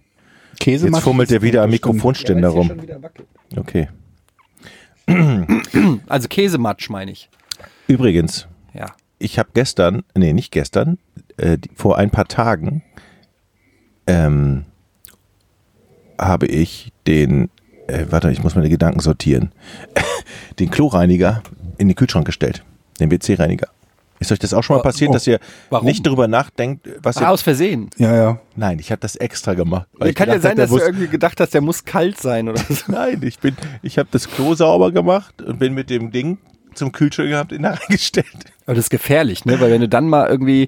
Speaker 1: Käse
Speaker 2: Jetzt
Speaker 1: macht-
Speaker 2: fummelt er wieder am Mikrofonständer rum.
Speaker 3: Also
Speaker 2: Okay.
Speaker 3: Käsematsch meine ich.
Speaker 2: Übrigens,
Speaker 3: Ja.
Speaker 2: ich habe gestern, nee, nicht gestern, äh, die- vor ein paar Tagen ähm, habe ich den, äh, warte, ich muss meine Gedanken sortieren, den Kloreiniger in den Kühlschrank gestellt, den WC-Reiniger. Ist euch das auch schon mal
Speaker 3: Wa-
Speaker 2: passiert,
Speaker 1: oh,
Speaker 2: dass ihr
Speaker 3: warum?
Speaker 2: nicht drüber nachdenkt, was ihr...
Speaker 3: Ah, aus Versehen.
Speaker 1: Ja, ja.
Speaker 2: Nein, ich habe das extra gemacht. weil ich
Speaker 3: Kann ja
Speaker 2: gedacht hab,
Speaker 3: sein,
Speaker 2: der
Speaker 3: dass du
Speaker 2: muss-
Speaker 3: irgendwie gedacht hast, der muss kalt sein oder so.
Speaker 2: Nein, ich bin, ich habe das Klo sauber gemacht und bin mit dem Ding zum Kühlschrank gehabt, ihn da reingestellt.
Speaker 3: Aber das ist gefährlich, ne? Weil wenn du dann mal irgendwie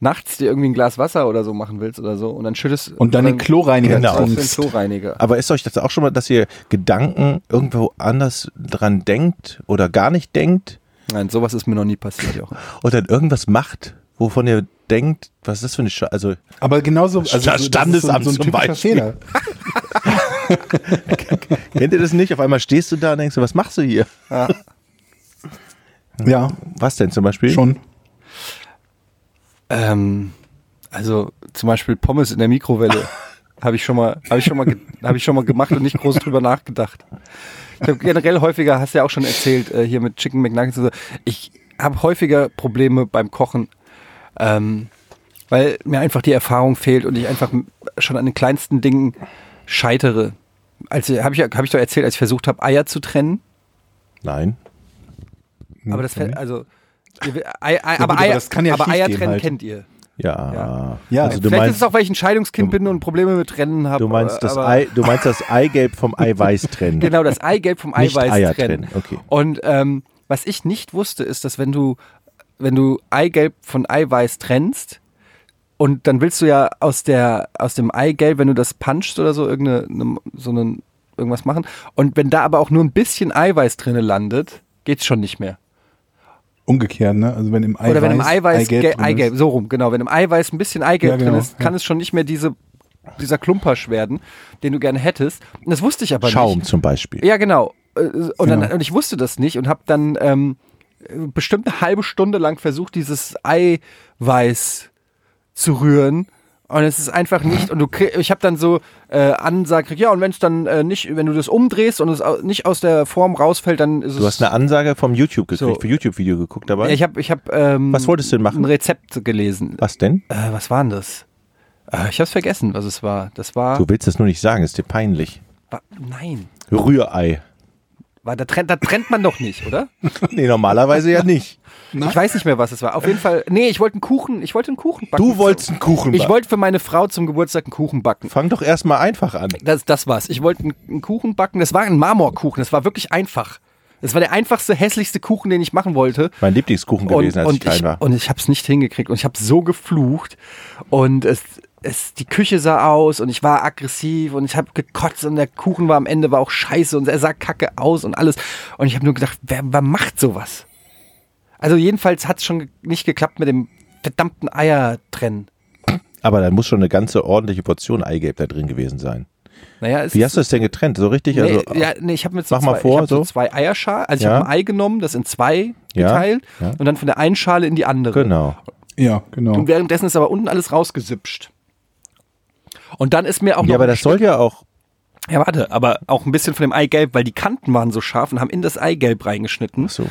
Speaker 3: nachts dir irgendwie ein Glas Wasser oder so machen willst oder so und dann schüttest
Speaker 1: Und dann den Kloreiniger
Speaker 2: Genau.
Speaker 3: aus dem
Speaker 1: trinkst.
Speaker 3: Kloreiniger.
Speaker 2: Aber ist euch das auch schon mal, dass ihr Gedanken irgendwo anders dran denkt oder gar nicht denkt
Speaker 3: Nein, sowas ist mir noch nie passiert, Jochen.
Speaker 2: und dann irgendwas macht, wovon ihr denkt, was ist das für eine Scheiße? Also,
Speaker 1: Aber genauso. Also,
Speaker 2: Sta-
Speaker 1: das ist
Speaker 2: Standesamt
Speaker 1: so, ein- so
Speaker 2: zum
Speaker 1: ein typischer
Speaker 2: Beispiel.
Speaker 1: Fehler.
Speaker 2: kennt ihr das nicht? Auf einmal stehst du da und denkst, was machst du hier?
Speaker 1: Ja,
Speaker 2: Was denn zum Beispiel?
Speaker 1: schon.
Speaker 3: Ähm, also zum Beispiel Pommes in der Mikrowelle habe ich schon mal, habe ich schon mal, ge- habe ich schon mal gemacht und nicht groß drüber nachgedacht. Ich habe generell häufiger, hast du ja auch schon erzählt, äh, hier mit Chicken McNuggets. Und so, ich habe häufiger Probleme beim Kochen, ähm, weil mir einfach die Erfahrung fehlt und ich einfach m- schon an den kleinsten Dingen scheitere. Als habe ich, ja- hab ich doch erzählt, als ich versucht habe, Eier zu trennen.
Speaker 2: Nein.
Speaker 3: Aber das, fällt- also, ihr will- Ei, Ei,
Speaker 1: Mhm. gut,
Speaker 3: aber
Speaker 1: aber
Speaker 3: Eier,
Speaker 1: das kann ja
Speaker 3: aber
Speaker 1: schiefgehen
Speaker 3: Eier trennen
Speaker 1: halt.
Speaker 3: kennt ihr.
Speaker 2: Ja.
Speaker 3: Ja.
Speaker 1: Ja.
Speaker 2: Also du
Speaker 3: Vielleicht
Speaker 2: meinst,
Speaker 3: ist es auch, weil ich ein Scheidungskind bin und Probleme mit Trennen habe.
Speaker 2: du meinst das
Speaker 3: aber-
Speaker 2: Ei, du meinst das Eigelb vom Eiweiß trennen.
Speaker 3: Genau, das Eigelb vom
Speaker 2: Nicht
Speaker 3: Eiweiß
Speaker 2: Eier
Speaker 3: trennen.
Speaker 2: trennen, okay.
Speaker 3: Und ähm, was ich nicht wusste, ist, dass wenn du, wenn du Eigelb von Eiweiß trennst, und dann willst du ja aus, der, aus dem Eigelb, wenn du das punchst oder so, irgendeine, ne- so einen, irgendwas machen. Und wenn da aber auch nur ein bisschen Eiweiß drinne landet, geht's schon nicht mehr.
Speaker 1: Umgekehrt, ne? Also wenn im Eiweiß.
Speaker 3: Oder wenn im Eiweiß
Speaker 1: Eigelb
Speaker 3: Eigelb,
Speaker 1: drin ist.
Speaker 3: Eigelb so rum, genau, wenn im Eiweiß ein bisschen Eigelb
Speaker 1: Ja, genau,
Speaker 3: drin ist, kann es schon nicht mehr diese, dieser Klumpasch werden, den du gerne hättest. Und das wusste ich aber
Speaker 2: Schaum
Speaker 3: nicht.
Speaker 2: zum Beispiel.
Speaker 3: Ja, genau. Äh, Und, Dann,
Speaker 1: Genau.
Speaker 3: und ich wusste das nicht und habe dann ähm, äh, bestimmt eine halbe Stunde lang versucht, dieses Eiweiß zu rühren. Und es ist einfach nicht, und du krieg, ich habe dann so äh, Ansagen gekriegt, ja, und wenn es dann äh, nicht, wenn du das umdrehst und es au- nicht aus der Form rausfällt, dann ist
Speaker 2: Du
Speaker 3: es.
Speaker 2: hast eine Ansage vom YouTube gekriegt,
Speaker 3: So.
Speaker 2: für YouTube-Video geguckt dabei.
Speaker 3: ich habe ich hab, ähm,
Speaker 2: Was wolltest du denn machen?
Speaker 3: ein Rezept gelesen.
Speaker 2: was denn?
Speaker 3: Äh, was war denn das? Äh, ich hab's vergessen, was es war. Das war.
Speaker 2: Du willst das nur nicht sagen, ist dir peinlich.
Speaker 3: war nein.
Speaker 2: Rührei.
Speaker 3: War, da, trennt, da trennt man doch nicht, oder?
Speaker 2: Nee, normalerweise ja nicht.
Speaker 3: Ich weiß nicht mehr, was es war. Auf jeden Fall, nee, ich wollte einen Kuchen, ich wollte einen Kuchen backen.
Speaker 2: Du wolltest einen Kuchen
Speaker 3: Ich
Speaker 2: backen.
Speaker 3: wollte für meine Frau zum Geburtstag einen Kuchen backen.
Speaker 2: Fang doch erstmal einfach an.
Speaker 3: Das, das war's. Ich wollte einen- einen Kuchen backen. Das war ein Marmorkuchen. Das war wirklich einfach. Das war der einfachste, hässlichste Kuchen, den ich machen wollte.
Speaker 2: Mein Lieblingskuchen gewesen, als ich klein war.
Speaker 3: Und ich habe es nicht hingekriegt und ich habe so geflucht und es, es, die Küche sah aus und ich war aggressiv und ich habe gekotzt und der Kuchen war am Ende war auch scheiße und er sah kacke aus und alles und ich habe nur gedacht, wer, wer macht sowas? Also jedenfalls hat es schon ge- nicht geklappt mit dem verdammten Eiertrennen.
Speaker 2: Aber dann muss schon eine ganze ordentliche Portion Eigelb da drin gewesen sein.
Speaker 3: Naja, es
Speaker 2: Wie hast du das denn getrennt? So richtig?
Speaker 3: Nee,
Speaker 2: also,
Speaker 3: ja, nee, ich habe mir so
Speaker 2: mach
Speaker 3: zwei,
Speaker 2: mal vor,
Speaker 3: ich hab so.
Speaker 2: so.
Speaker 3: zwei Eierschalen, also ich
Speaker 2: Ja.
Speaker 3: habe ein Ei genommen, das in zwei
Speaker 2: Ja,
Speaker 3: geteilt
Speaker 2: ja.
Speaker 3: und dann von der einen Schale in die andere.
Speaker 2: Genau.
Speaker 1: Ja, genau.
Speaker 3: Und währenddessen ist aber unten alles rausgesipscht. Und dann ist mir auch
Speaker 2: Ja,
Speaker 3: noch
Speaker 2: aber
Speaker 3: ein
Speaker 2: das soll ja auch.
Speaker 3: Stück- ja, warte, aber auch ein bisschen von dem Eigelb, weil die Kanten waren so scharf und haben in das Eigelb reingeschnitten.
Speaker 2: So.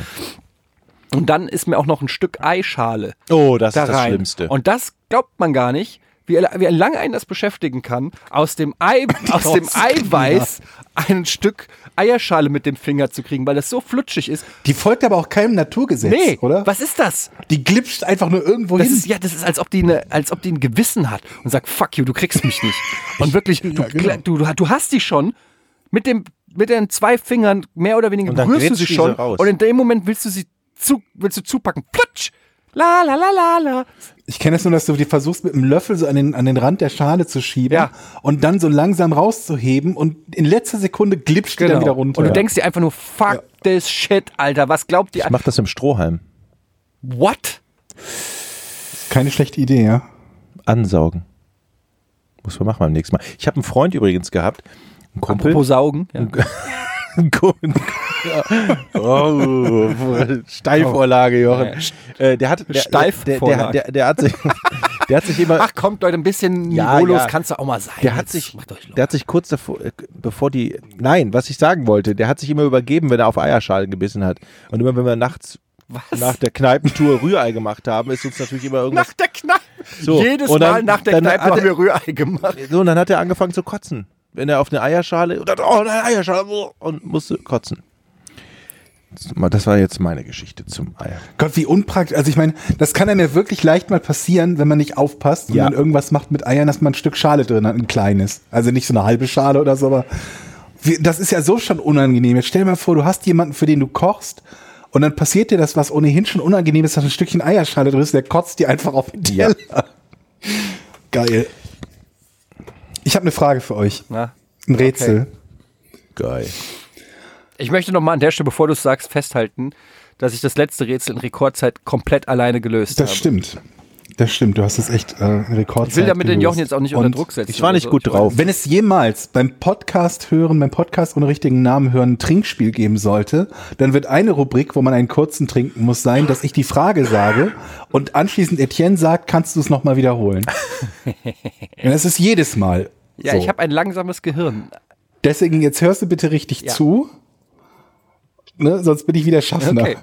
Speaker 3: Und dann ist mir auch noch ein Stück Eischale
Speaker 2: Oh, das
Speaker 3: da
Speaker 2: ist das
Speaker 3: rein.
Speaker 2: Schlimmste.
Speaker 3: Und das glaubt man gar nicht, wie, wie lange einen das beschäftigen kann, aus dem, Ei, aus dem Eiweiß ein Stück Eierschale mit dem Finger zu kriegen, weil das so flutschig ist.
Speaker 1: Die folgt aber auch keinem Naturgesetz,
Speaker 3: Nee,
Speaker 1: oder?
Speaker 3: was ist das?
Speaker 1: Die glitscht einfach nur irgendwo
Speaker 3: Das
Speaker 1: hin.
Speaker 3: ist, ja, das ist, als ob, die eine, als ob die ein Gewissen hat und sagt, fuck you, du kriegst mich nicht. Und wirklich, du,
Speaker 1: genau.
Speaker 3: du, du, du hast die schon mit, dem, mit den zwei Fingern mehr oder weniger
Speaker 2: Und dann
Speaker 3: berührst du
Speaker 2: grätscht
Speaker 3: sie
Speaker 2: die
Speaker 3: schon.
Speaker 2: so raus.
Speaker 3: Und in dem Moment willst du sie zu, willst du zupacken. Platsch! La la la la la.
Speaker 1: ich kenne das nur, dass du die versuchst, mit dem Löffel so an den, an den Rand der Schale zu schieben
Speaker 3: Ja.
Speaker 1: und dann so langsam rauszuheben und in letzter Sekunde glitscht die dann wieder runter.
Speaker 3: Genau. Und du denkst dir einfach nur, fuck this shit, Alter. Was glaubt ihr?
Speaker 2: ich mach das im Strohhalm.
Speaker 3: What?
Speaker 1: Keine schlechte Idee, ja.
Speaker 2: Ansaugen. Muss man machen beim nächsten Mal. Ich habe einen Freund übrigens gehabt. Ein Kumpel.
Speaker 3: Apropos Saugen. Ja.
Speaker 2: Kuchen. Oh, Steilvorlage, Jochen. Äh, der hat, der, der, der,
Speaker 3: Oh. Steilvorlage.
Speaker 2: der, der hat sich, der hat sich immer,
Speaker 3: Ach kommt, Leute, ein bisschen
Speaker 2: Ja,
Speaker 3: niveaulos
Speaker 2: ja.
Speaker 3: kannst du auch mal sein.
Speaker 2: der hat
Speaker 3: Jetzt
Speaker 2: sich,
Speaker 3: macht euch locker.
Speaker 2: der hat sich kurz davor, äh, bevor die, nein, was ich sagen wollte, der hat sich immer übergeben, wenn er auf Eierschalen gebissen hat. Und immer wenn wir nachts
Speaker 3: Was?
Speaker 2: nach der Kneipentour Rührei gemacht haben, ist uns natürlich immer irgendwas
Speaker 3: Nach der Kneipe.
Speaker 2: So,
Speaker 3: Jedes
Speaker 2: und dann-
Speaker 3: Mal nach der
Speaker 2: dann
Speaker 3: Kneipe
Speaker 2: hat
Speaker 3: haben
Speaker 2: er-
Speaker 3: wir Rührei gemacht.
Speaker 2: So, und dann hat er angefangen zu kotzen. Wenn er auf eine Eierschale und dann, oh, eine Eierschale oh, und musste kotzen. Das war jetzt meine Geschichte zum Eier.
Speaker 1: Gott, wie unpraktisch. Also ich meine, das kann einem ja wirklich leicht mal passieren, wenn man nicht aufpasst und
Speaker 2: Ja.
Speaker 1: man irgendwas macht mit Eiern, dass man ein Stück Schale drin hat, ein kleines. Also nicht so eine halbe Schale oder so, aber wie- das ist ja so schon unangenehm. Jetzt stell dir mal vor, du hast jemanden, für den du kochst und dann passiert dir das, was ohnehin schon unangenehm ist, dass ein Stückchen Eierschale drin ist, der kotzt dir einfach auf den
Speaker 2: Ja.
Speaker 1: Teller. Geil. Ich habe eine Frage für euch.
Speaker 3: Na,
Speaker 1: Ein Rätsel.
Speaker 2: Geil.
Speaker 3: Ich möchte nochmal an der Stelle, bevor du es sagst, festhalten, dass ich das letzte Rätsel in Rekordzeit komplett alleine gelöst
Speaker 1: Das
Speaker 3: habe.
Speaker 1: stimmt. Das stimmt, du hast es echt äh, in Rekordzeit
Speaker 3: Ich will damit den
Speaker 1: gelöst.
Speaker 3: Jochen jetzt auch nicht unter
Speaker 1: Und
Speaker 3: Druck setzen.
Speaker 2: Ich war
Speaker 3: oder
Speaker 2: nicht
Speaker 3: so.
Speaker 2: gut
Speaker 3: Ich wollte-
Speaker 2: drauf.
Speaker 1: Wenn es jemals beim Podcast hören, beim Podcast ohne richtigen Namen hören, ein Trinkspiel geben sollte, dann wird eine Rubrik, wo man einen kurzen trinken muss, sein, dass ich die Frage sage und anschließend Etienne sagt, kannst du es nochmal wiederholen. Und das ist jedes Mal.
Speaker 3: Ja,
Speaker 1: so.
Speaker 3: ich habe ein langsames Gehirn.
Speaker 1: Deswegen, jetzt hörst du bitte richtig
Speaker 3: Ja.
Speaker 1: zu. Ne, sonst bin ich wieder Schaffner.
Speaker 3: Okay.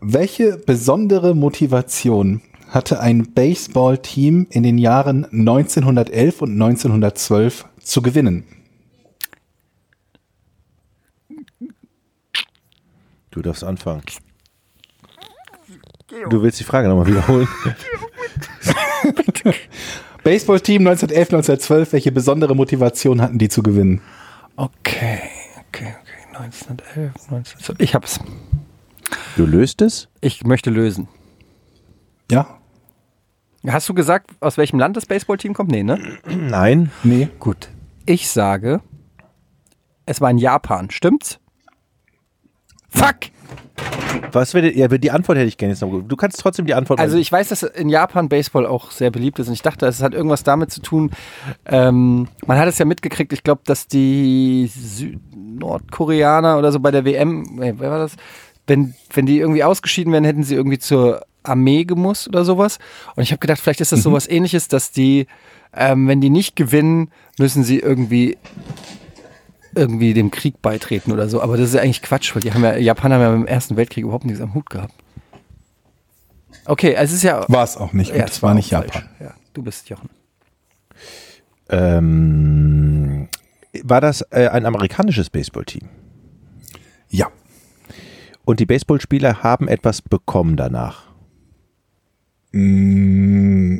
Speaker 1: Welche besondere Motivation hatte ein Baseballteam in den Jahren 1911 und 1912 zu gewinnen?
Speaker 2: Du darfst anfangen. Du willst die Frage nochmal wiederholen?
Speaker 1: Baseballteam 1911, 1912, welche besondere Motivation hatten die zu gewinnen?
Speaker 3: Okay, okay, okay. 1911, 1912. Ich hab's.
Speaker 2: Du löst es?
Speaker 3: Ich möchte lösen.
Speaker 1: Ja?
Speaker 3: Hast du gesagt, aus welchem Land das Baseballteam kommt? Nee, ne?
Speaker 2: Nein.
Speaker 1: Nee?
Speaker 3: Gut. Ich sage, es war in Japan, stimmt's? Fuck!
Speaker 2: Was wäre die, ja, die Antwort hätte ich gerne jetzt noch. Du kannst trotzdem die Antwort
Speaker 3: Also ich weiß, dass in Japan Baseball auch sehr beliebt ist und ich dachte, es hat irgendwas damit zu tun. Ähm, man hat es ja mitgekriegt, ich glaube, dass die Sü Nordkoreaner oder so bei der WM, nee, wer war das? Wenn, wenn die irgendwie ausgeschieden wären, hätten sie irgendwie zur Armee gemusst oder sowas. Und ich habe gedacht, vielleicht ist das sowas ähnliches, dass die, ähm, wenn die nicht gewinnen, müssen sie irgendwie irgendwie dem Krieg beitreten oder so. Aber das ist ja eigentlich Quatsch, weil die haben ja, Japan haben ja im Ersten Weltkrieg überhaupt nichts am Hut gehabt. Okay, es ist ja
Speaker 1: War es auch nicht.
Speaker 3: ja,
Speaker 1: gut, es war nicht
Speaker 3: auch
Speaker 1: Japan.
Speaker 3: falsch. Ja, du bist Jochen.
Speaker 2: Ähm, war das äh, ein amerikanisches Baseballteam.
Speaker 1: Ja.
Speaker 2: Und die Baseballspieler haben etwas bekommen danach.
Speaker 1: Mm,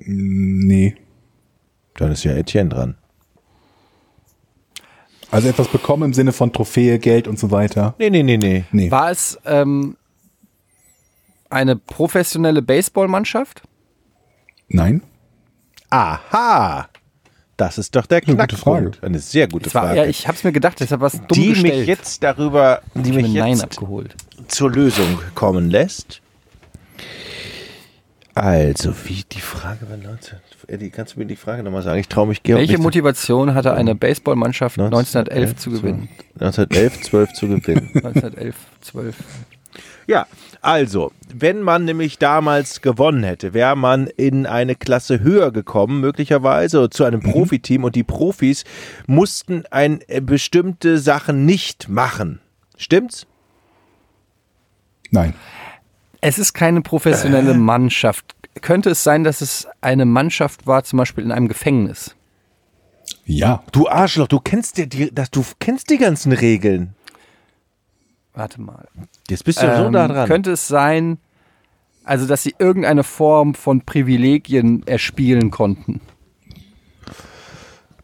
Speaker 1: nee.
Speaker 2: Dann ist ja Etienne dran.
Speaker 1: Also etwas bekommen im Sinne von Trophäe, Geld und so weiter.
Speaker 2: Nee, nee, nee, nee.
Speaker 1: Nee.
Speaker 3: War es ähm, eine professionelle Baseballmannschaft?
Speaker 1: Nein.
Speaker 2: Aha! Das ist doch der
Speaker 1: Eine gute
Speaker 2: Knackpunkt.
Speaker 1: Frage.
Speaker 2: Eine sehr gute
Speaker 3: Es war,
Speaker 2: Frage.
Speaker 3: ja, ich hab's mir gedacht, deshalb war es dumm
Speaker 2: die
Speaker 3: gestellt.
Speaker 2: mich jetzt darüber, die
Speaker 3: ich
Speaker 2: mich
Speaker 3: mir Nein
Speaker 2: jetzt
Speaker 3: abgeholt.
Speaker 2: zur Lösung kommen lässt. Also, wie die Frage war 19. Eddie, kannst du mir die Frage nochmal sagen? Ich traue mich, Georg.
Speaker 3: Welche
Speaker 2: nicht zu-
Speaker 3: Motivation hatte eine
Speaker 2: Ähm,
Speaker 3: Baseballmannschaft 1911 zu gewinnen?
Speaker 2: 1911, 12 zu gewinnen.
Speaker 3: 1911, 12.
Speaker 2: Ja, also, wenn man nämlich damals gewonnen hätte, wäre man in eine Klasse höher gekommen, möglicherweise zu einem Profiteam und die Profis mussten ein, äh, bestimmte Sachen nicht machen. Stimmt's?
Speaker 1: Nein.
Speaker 3: Es ist keine professionelle
Speaker 2: Äh.
Speaker 3: Mannschaft. Könnte es sein, dass es eine Mannschaft war, zum Beispiel in einem Gefängnis?
Speaker 1: Ja.
Speaker 2: Du Arschloch, du kennst dir die, das, du kennst die ganzen Regeln.
Speaker 3: Warte mal.
Speaker 2: Jetzt bist du ja so
Speaker 3: Ähm,
Speaker 2: nah dran.
Speaker 3: Könnte es sein, also dass sie irgendeine Form von Privilegien erspielen konnten?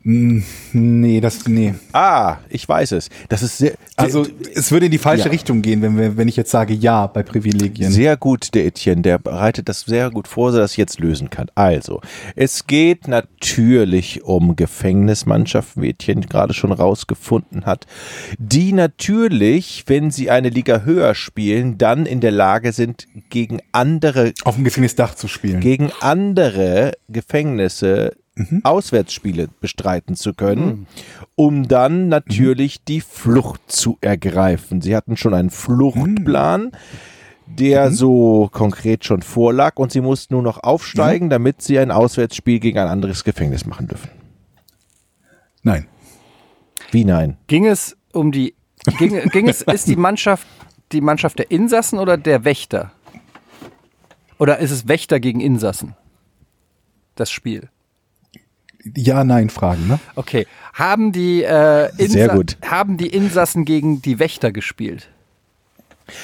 Speaker 1: Nee, das, nee.
Speaker 2: ah, ich weiß es. Das ist sehr,
Speaker 1: Also es würde in die falsche
Speaker 2: Ja.
Speaker 1: Richtung gehen, wenn, wir, wenn ich jetzt sage ja bei Privilegien.
Speaker 2: Sehr gut, der Etienne, der bereitet das sehr gut vor, sodass ich jetzt lösen kann. Also, es geht natürlich um Gefängnismannschaften, wie Etienne gerade schon rausgefunden hat, die natürlich, wenn sie eine Liga höher spielen, dann in der Lage sind, gegen andere,
Speaker 1: Auf dem Gefängnisdach zu spielen.
Speaker 2: gegen andere Gefängnisse Auswärtsspiele bestreiten zu können, um dann natürlich die Flucht zu ergreifen. Sie hatten schon einen Fluchtplan der so konkret schon vorlag und sie mussten nur noch aufsteigen, damit sie ein Auswärtsspiel gegen ein anderes Gefängnis machen dürfen.
Speaker 1: Nein.
Speaker 2: Wie nein?
Speaker 3: Ging es um die, ging, ging es, ist die Mannschaft die Mannschaft der Insassen oder der Wächter? Oder ist es Wächter gegen Insassen? Das Spiel.
Speaker 1: Ja, nein Fragen, ne?
Speaker 3: Okay. Haben die, äh,
Speaker 2: Sehr gut.
Speaker 3: haben die Insassen gegen die Wächter gespielt?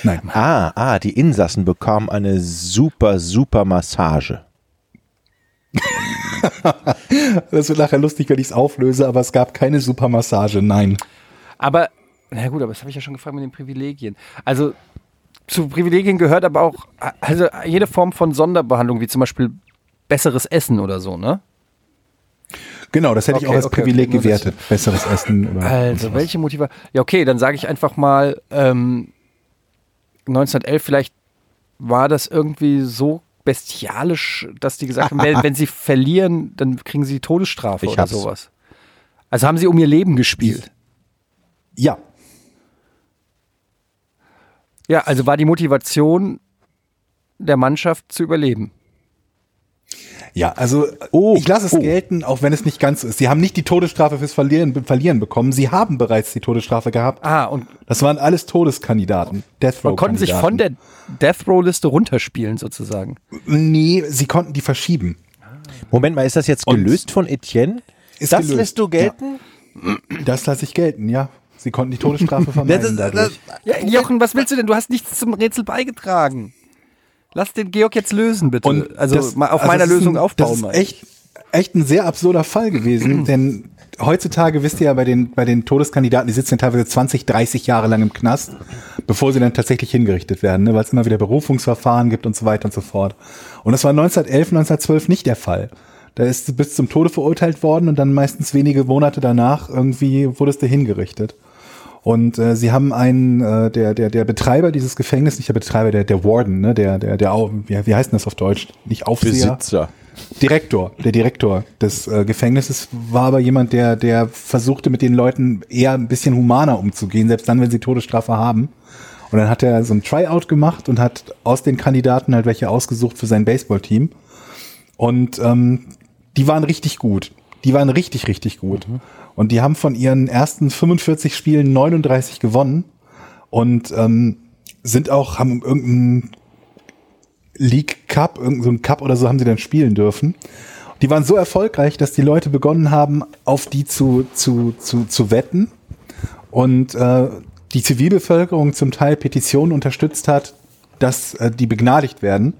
Speaker 1: Nein.
Speaker 2: Ah, ah, die Insassen bekamen eine super, super Massage.
Speaker 1: Das wird nachher lustig, wenn ich es auflöse, aber es gab keine Supermassage, nein.
Speaker 3: Aber, na gut, aber das habe ich ja schon gefragt mit den Privilegien. Also, zu Privilegien gehört aber auch, also jede Form von Sonderbehandlung, wie zum Beispiel besseres Essen oder so, ne?
Speaker 1: Genau, das hätte ich
Speaker 3: Okay,
Speaker 1: auch als
Speaker 3: okay,
Speaker 1: Privileg
Speaker 3: okay, nur das-
Speaker 1: gewertet. Besseres Essen oder
Speaker 3: Also, welche Motive? Ja, okay, dann sage ich einfach mal, ähm, 1911 vielleicht war das irgendwie so bestialisch, dass die gesagt haben, wenn, wenn sie verlieren, dann kriegen sie die Todesstrafe
Speaker 2: Ich
Speaker 3: oder
Speaker 2: hab's.
Speaker 3: sowas. Also haben sie um ihr Leben gespielt.
Speaker 1: Ja.
Speaker 3: Ja, also war die Motivation der Mannschaft zu überleben.
Speaker 1: Ja, also
Speaker 2: Oh,
Speaker 1: ich lasse es
Speaker 2: oh.
Speaker 1: gelten, auch wenn es nicht ganz so ist. Sie haben nicht die Todesstrafe fürs Verlieren, Verlieren bekommen, sie haben bereits die Todesstrafe gehabt.
Speaker 3: Ah, und
Speaker 1: Das waren alles Todeskandidaten. Death Row
Speaker 3: und konnten sich von der Death Row Liste runterspielen sozusagen.
Speaker 1: Nee, sie konnten die verschieben.
Speaker 2: Moment mal, ist das jetzt
Speaker 1: Und-
Speaker 2: gelöst von Etienne?
Speaker 1: Ist
Speaker 2: das
Speaker 1: gelöst,
Speaker 2: lässt du gelten?
Speaker 1: Das lasse ich gelten, ja. Sie konnten die Todesstrafe vermeiden
Speaker 2: Das ist- das-
Speaker 1: dadurch.
Speaker 3: Ja, Äh, Jochen, was willst du denn? Du hast nichts zum Rätsel beigetragen. Lass den Georg jetzt lösen, bitte. also
Speaker 1: das-
Speaker 3: mal auf
Speaker 1: also
Speaker 3: meiner
Speaker 1: das ist
Speaker 3: Lösung
Speaker 1: ein,
Speaker 3: aufbauen.
Speaker 1: Das
Speaker 3: mal.
Speaker 1: ist echt, echt ein sehr absurder Fall gewesen, denn heutzutage wisst ihr ja bei den, bei den Todeskandidaten, die sitzen ja teilweise 20, 30 Jahre lang im Knast, bevor sie dann tatsächlich hingerichtet werden, ne, weil es immer wieder Berufungsverfahren gibt und so weiter und so fort. Und das war 1911, 1912 nicht der Fall. Da ist sie bis zum Tode verurteilt worden und dann meistens wenige Monate danach irgendwie wurdest du hingerichtet. Und äh, sie haben einen, äh, der, der, der Betreiber dieses Gefängnisses, nicht der Betreiber, der, der Warden, ne, der, der, der, Au- wie, wie heißt denn das auf Deutsch? Nicht Aufseher.
Speaker 2: Besitzer.
Speaker 1: Direktor, der Direktor des äh, Gefängnisses war aber jemand, der, der versuchte, mit den Leuten eher ein bisschen humaner umzugehen, selbst dann, wenn sie Todesstrafe haben. Und dann hat er so ein Tryout gemacht und hat aus den Kandidaten halt welche ausgesucht für sein Baseballteam. Und ähm, die waren richtig gut. Die waren richtig, richtig gut. Und die haben von ihren ersten 45 Spielen 39 gewonnen und ähm, sind auch, haben irgendeinen League Cup, irgendeinen so einen Cup oder so haben sie dann spielen dürfen. Die waren so erfolgreich, dass die Leute begonnen haben, auf die zu, zu, zu, zu wetten. Und äh, die Zivilbevölkerung zum Teil Petitionen unterstützt hat, dass äh, die begnadigt werden.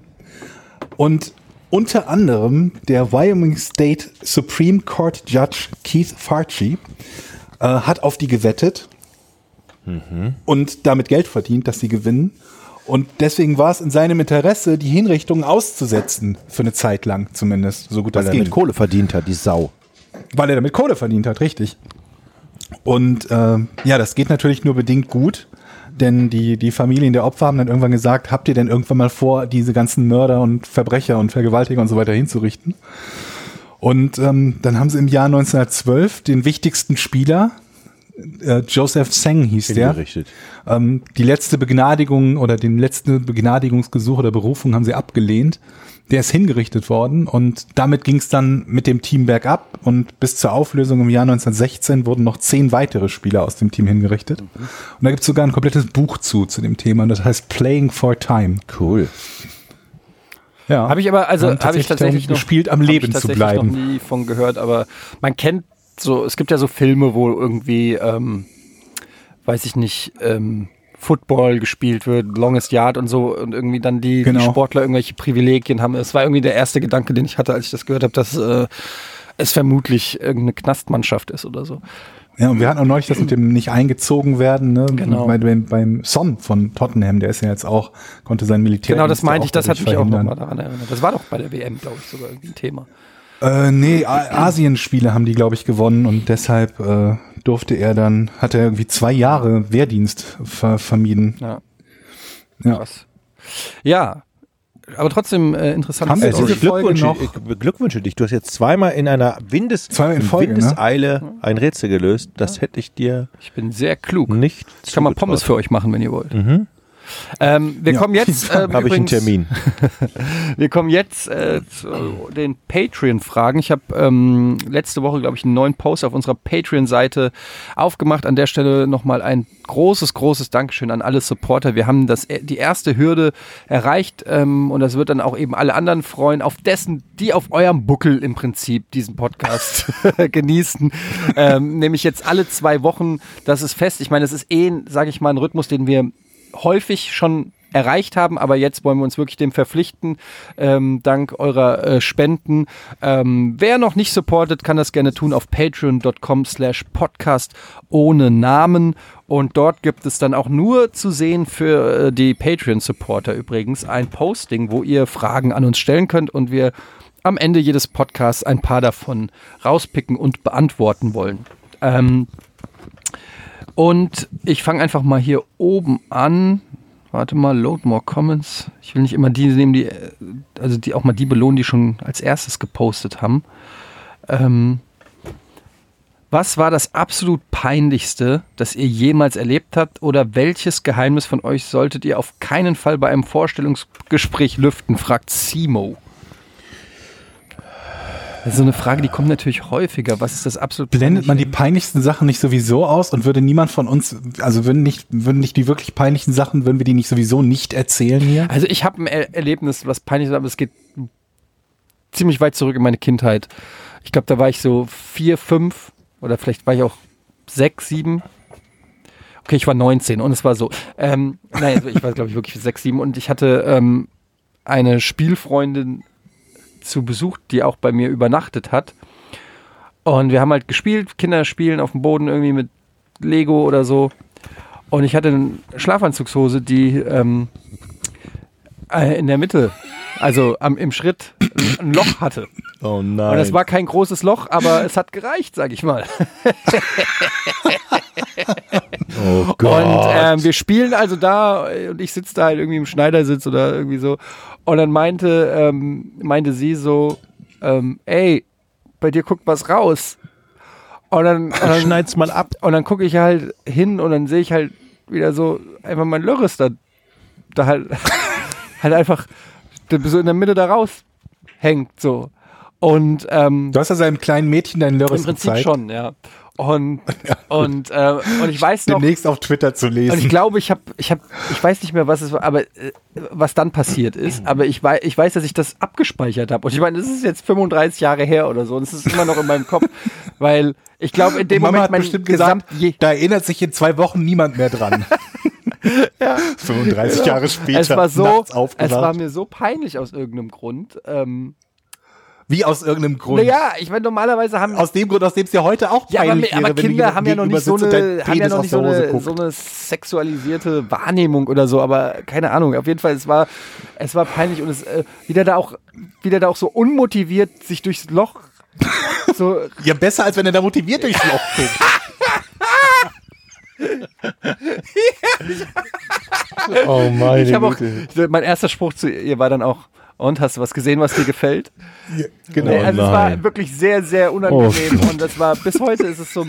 Speaker 1: Und unter anderem der Wyoming State Supreme Court Judge Keith Farchi äh, hat auf die gewettet und damit Geld verdient, dass sie gewinnen. Und deswegen war es in seinem Interesse, die Hinrichtungen auszusetzen, für eine Zeit lang zumindest, so gut
Speaker 2: Weil
Speaker 1: das
Speaker 2: er
Speaker 1: ging.
Speaker 2: mit Kohle verdient hat, die Sau.
Speaker 1: Weil er damit Kohle verdient hat, richtig. Und äh, ja, das geht natürlich nur bedingt gut, denn die, die Familien der Opfer haben dann irgendwann gesagt, habt ihr denn irgendwann mal vor, diese ganzen Mörder und Verbrecher und Vergewaltiger und so weiter hinzurichten? Und ähm, dann haben sie im Jahr 1912 den wichtigsten Spieler, äh, Joseph Seng hieß der,
Speaker 2: Hingerichtet.
Speaker 1: ähm, die letzte Begnadigung oder den letzten Begnadigungsgesuch oder Berufung haben sie abgelehnt. Der ist hingerichtet worden und damit ging es dann mit dem Team bergab und bis zur Auflösung im Jahr 1916 wurden noch zehn weitere Spieler aus dem Team
Speaker 3: Mhm.
Speaker 1: hingerichtet. Und da gibt es sogar ein komplettes Buch zu, zu dem Thema und das heißt Playing for Time.
Speaker 2: Cool.
Speaker 1: Ja.
Speaker 3: Habe ich aber, also
Speaker 1: Und
Speaker 3: habe ich tatsächlich
Speaker 1: darum
Speaker 3: noch,
Speaker 1: gespielt, am
Speaker 3: hab ich
Speaker 1: Leben zu
Speaker 3: tatsächlich
Speaker 1: bleiben.
Speaker 3: noch nie von gehört, aber man kennt so, es gibt ja so Filme, wo irgendwie, ähm, weiß ich nicht, ähm, Football gespielt wird, Longest Yard und so und irgendwie dann die, die
Speaker 1: Genau.
Speaker 3: Sportler irgendwelche Privilegien haben. Es war irgendwie der erste Gedanke, den ich hatte, als ich das gehört habe, dass äh, es vermutlich irgendeine Knastmannschaft ist oder so.
Speaker 1: Ja, und wir hatten auch neulich das mit dem nicht eingezogen werden, ne?
Speaker 3: Genau.
Speaker 1: Bei, beim, beim Son von Tottenham, der ist ja jetzt auch, konnte sein Militär.
Speaker 3: Genau, das meinte ich, das hat mich auch
Speaker 1: verhindern.
Speaker 3: nochmal daran erinnert. Das war doch bei der WM, glaube ich, sogar irgendwie ein Thema.
Speaker 1: Äh, nee, A- Asienspiele haben die, glaube ich, gewonnen und deshalb äh, durfte er dann, hat er irgendwie zwei Jahre Wehrdienst ver vermieden.
Speaker 3: Ja.
Speaker 1: Ja.
Speaker 3: Krass. Ja, aber trotzdem äh, interessant.
Speaker 1: Haben wir
Speaker 2: Also
Speaker 1: diese Folge
Speaker 2: Glückwünsche,
Speaker 1: noch?
Speaker 2: ich beglückwünsche dich. Du hast jetzt zweimal in einer Windes,
Speaker 1: Zweimal in Folge, ne?
Speaker 2: Windeseile ein Rätsel gelöst. Das hätte ich dir
Speaker 3: Ich bin sehr klug.
Speaker 1: Mhm.
Speaker 2: nicht
Speaker 3: Ich kann mal Pommes für euch machen, wenn ihr wollt. Ähm, wir
Speaker 1: Ja.
Speaker 3: kommen jetzt. ähm,
Speaker 2: Habe ich einen
Speaker 3: übrigens-
Speaker 2: Termin.
Speaker 3: Wir kommen jetzt äh, zu den Patreon-Fragen. Ich habe ähm, letzte Woche, glaube ich, einen neuen Post auf unserer Patreon-Seite aufgemacht. An der Stelle nochmal ein großes, großes Dankeschön an alle Supporter. Wir haben das, äh, die erste Hürde erreicht ähm, und das wird dann auch eben alle anderen freuen, auf dessen, die auf eurem Buckel im Prinzip diesen Podcast genießen. Ähm, nämlich jetzt alle zwei Wochen, das ist fest. Ich meine, es ist eh, sage ich mal, ein Rhythmus, den wir häufig schon erreicht haben, aber jetzt wollen wir uns wirklich dem verpflichten, ähm, dank eurer äh, Spenden. Ähm, wer noch nicht supportet, kann das gerne tun auf patreon.com slash podcast ohne Namen und dort gibt es dann auch nur zu sehen für äh, die Patreon-Supporter übrigens ein Posting, wo ihr Fragen an uns stellen könnt und wir am Ende jedes Podcasts ein paar davon rauspicken und beantworten wollen. Ähm, und ich fange einfach mal hier oben an. Warte mal, load more comments. Ich will nicht immer die nehmen, die, äh, also die auch mal die belohnen, die schon als erstes gepostet haben. Ähm, was war das absolut peinlichste, das ihr jemals erlebt habt? Oder welches Geheimnis von euch solltet ihr auf keinen Fall bei einem Vorstellungsgespräch lüften? fragt Simo. Das ist so eine Frage, die kommt natürlich häufiger. Was ist das absolut
Speaker 1: Blendet man die
Speaker 3: peinlichste?
Speaker 1: peinlichsten Sachen nicht sowieso aus und würde niemand von uns, also würden nicht, würden nicht die wirklich peinlichen Sachen, würden wir die nicht sowieso nicht erzählen hier?
Speaker 3: Also ich habe ein er Erlebnis, was peinlich ist, aber es geht ziemlich weit zurück in meine Kindheit. Ich glaube, da war ich so vier, fünf oder vielleicht war ich auch sechs, sieben. Okay, ich war 19 und es war so. Ähm, nein, also ich war, glaube ich, wirklich sechs, sieben und ich hatte ähm, eine Spielfreundin zu Besuch, die auch bei mir übernachtet hat. Und wir haben halt gespielt, Kinder spielen auf dem Boden irgendwie mit Lego oder so. Und ich hatte eine Schlafanzugshose, die ähm, äh, in der Mitte, also am, im Schritt, ein Loch hatte.
Speaker 2: Oh nein.
Speaker 3: Und das war kein großes Loch, aber es hat gereicht, sag ich mal.
Speaker 2: oh
Speaker 3: Und
Speaker 2: Gott.
Speaker 3: ähm, wir spielen also da äh, und ich sitze da halt irgendwie im Schneidersitz oder irgendwie so. Und dann meinte, ähm, meinte sie so, ähm, ey, bei dir guckt was raus. Und dann, und
Speaker 2: ich
Speaker 3: dann,
Speaker 2: schneid's mal ab.
Speaker 3: und dann gucke ich halt hin und dann sehe ich halt wieder so einfach mein Lörres da, da halt, halt einfach so in der Mitte da raus hängt so. Und ähm,
Speaker 1: Du hast also einem kleinen Mädchen deinen Lörres
Speaker 3: Im Prinzip
Speaker 1: gezeigt.
Speaker 3: schon, ja. Und Und, äh, und ich weiß noch,
Speaker 1: Demnächst auf Twitter zu
Speaker 3: und ich
Speaker 1: lesen.
Speaker 3: glaube, ich habe, ich habe, ich weiß nicht mehr, was es war, aber äh, was dann passiert ist. Aber ich weiß, ich weiß, dass ich das abgespeichert habe. Und ich meine, das ist jetzt 35 Jahre her oder so, und es ist immer noch in meinem Kopf, weil ich glaube, in dem
Speaker 1: Mama
Speaker 3: Moment
Speaker 1: hat
Speaker 3: mein
Speaker 1: bestimmt
Speaker 3: gesamt
Speaker 1: gesagt, da erinnert sich in zwei Wochen niemand mehr dran. 35 Jahre später.
Speaker 3: es war so,
Speaker 1: nachts
Speaker 3: es
Speaker 1: aufgewacht.
Speaker 3: war mir so peinlich aus irgendeinem Grund. Ähm,
Speaker 1: Wie aus irgendeinem Grund.
Speaker 3: naja, ich meine, normalerweise haben
Speaker 1: Aus dem Grund, aus dem es ja heute auch
Speaker 3: Ja, aber,
Speaker 1: peinlich
Speaker 3: aber
Speaker 1: wäre, wenn du
Speaker 3: Kinder
Speaker 1: jemandem
Speaker 3: haben ja noch nicht so
Speaker 1: gegenüber sitzt und
Speaker 3: eine,
Speaker 1: dein
Speaker 3: haben ja
Speaker 1: Penis
Speaker 3: noch
Speaker 1: aus
Speaker 3: nicht
Speaker 1: der
Speaker 3: so
Speaker 1: Hose
Speaker 3: eine,
Speaker 1: guckt.
Speaker 3: so eine sexualisierte Wahrnehmung oder so, aber keine Ahnung. Auf jeden Fall, es war, es war peinlich und es, äh, wieder da auch, wieder da auch so unmotiviert sich durchs Loch so
Speaker 1: Ja, besser als wenn er da motiviert durchs Loch guckt.
Speaker 2: Oh meine
Speaker 3: ich habe auch, mein erster Spruch zu ihr war dann auch, und hast du was gesehen, was dir gefällt?
Speaker 2: genau.
Speaker 3: Nee, also es war wirklich sehr, sehr unangenehm
Speaker 2: Oh, Gott.
Speaker 3: und das war, bis heute ist es so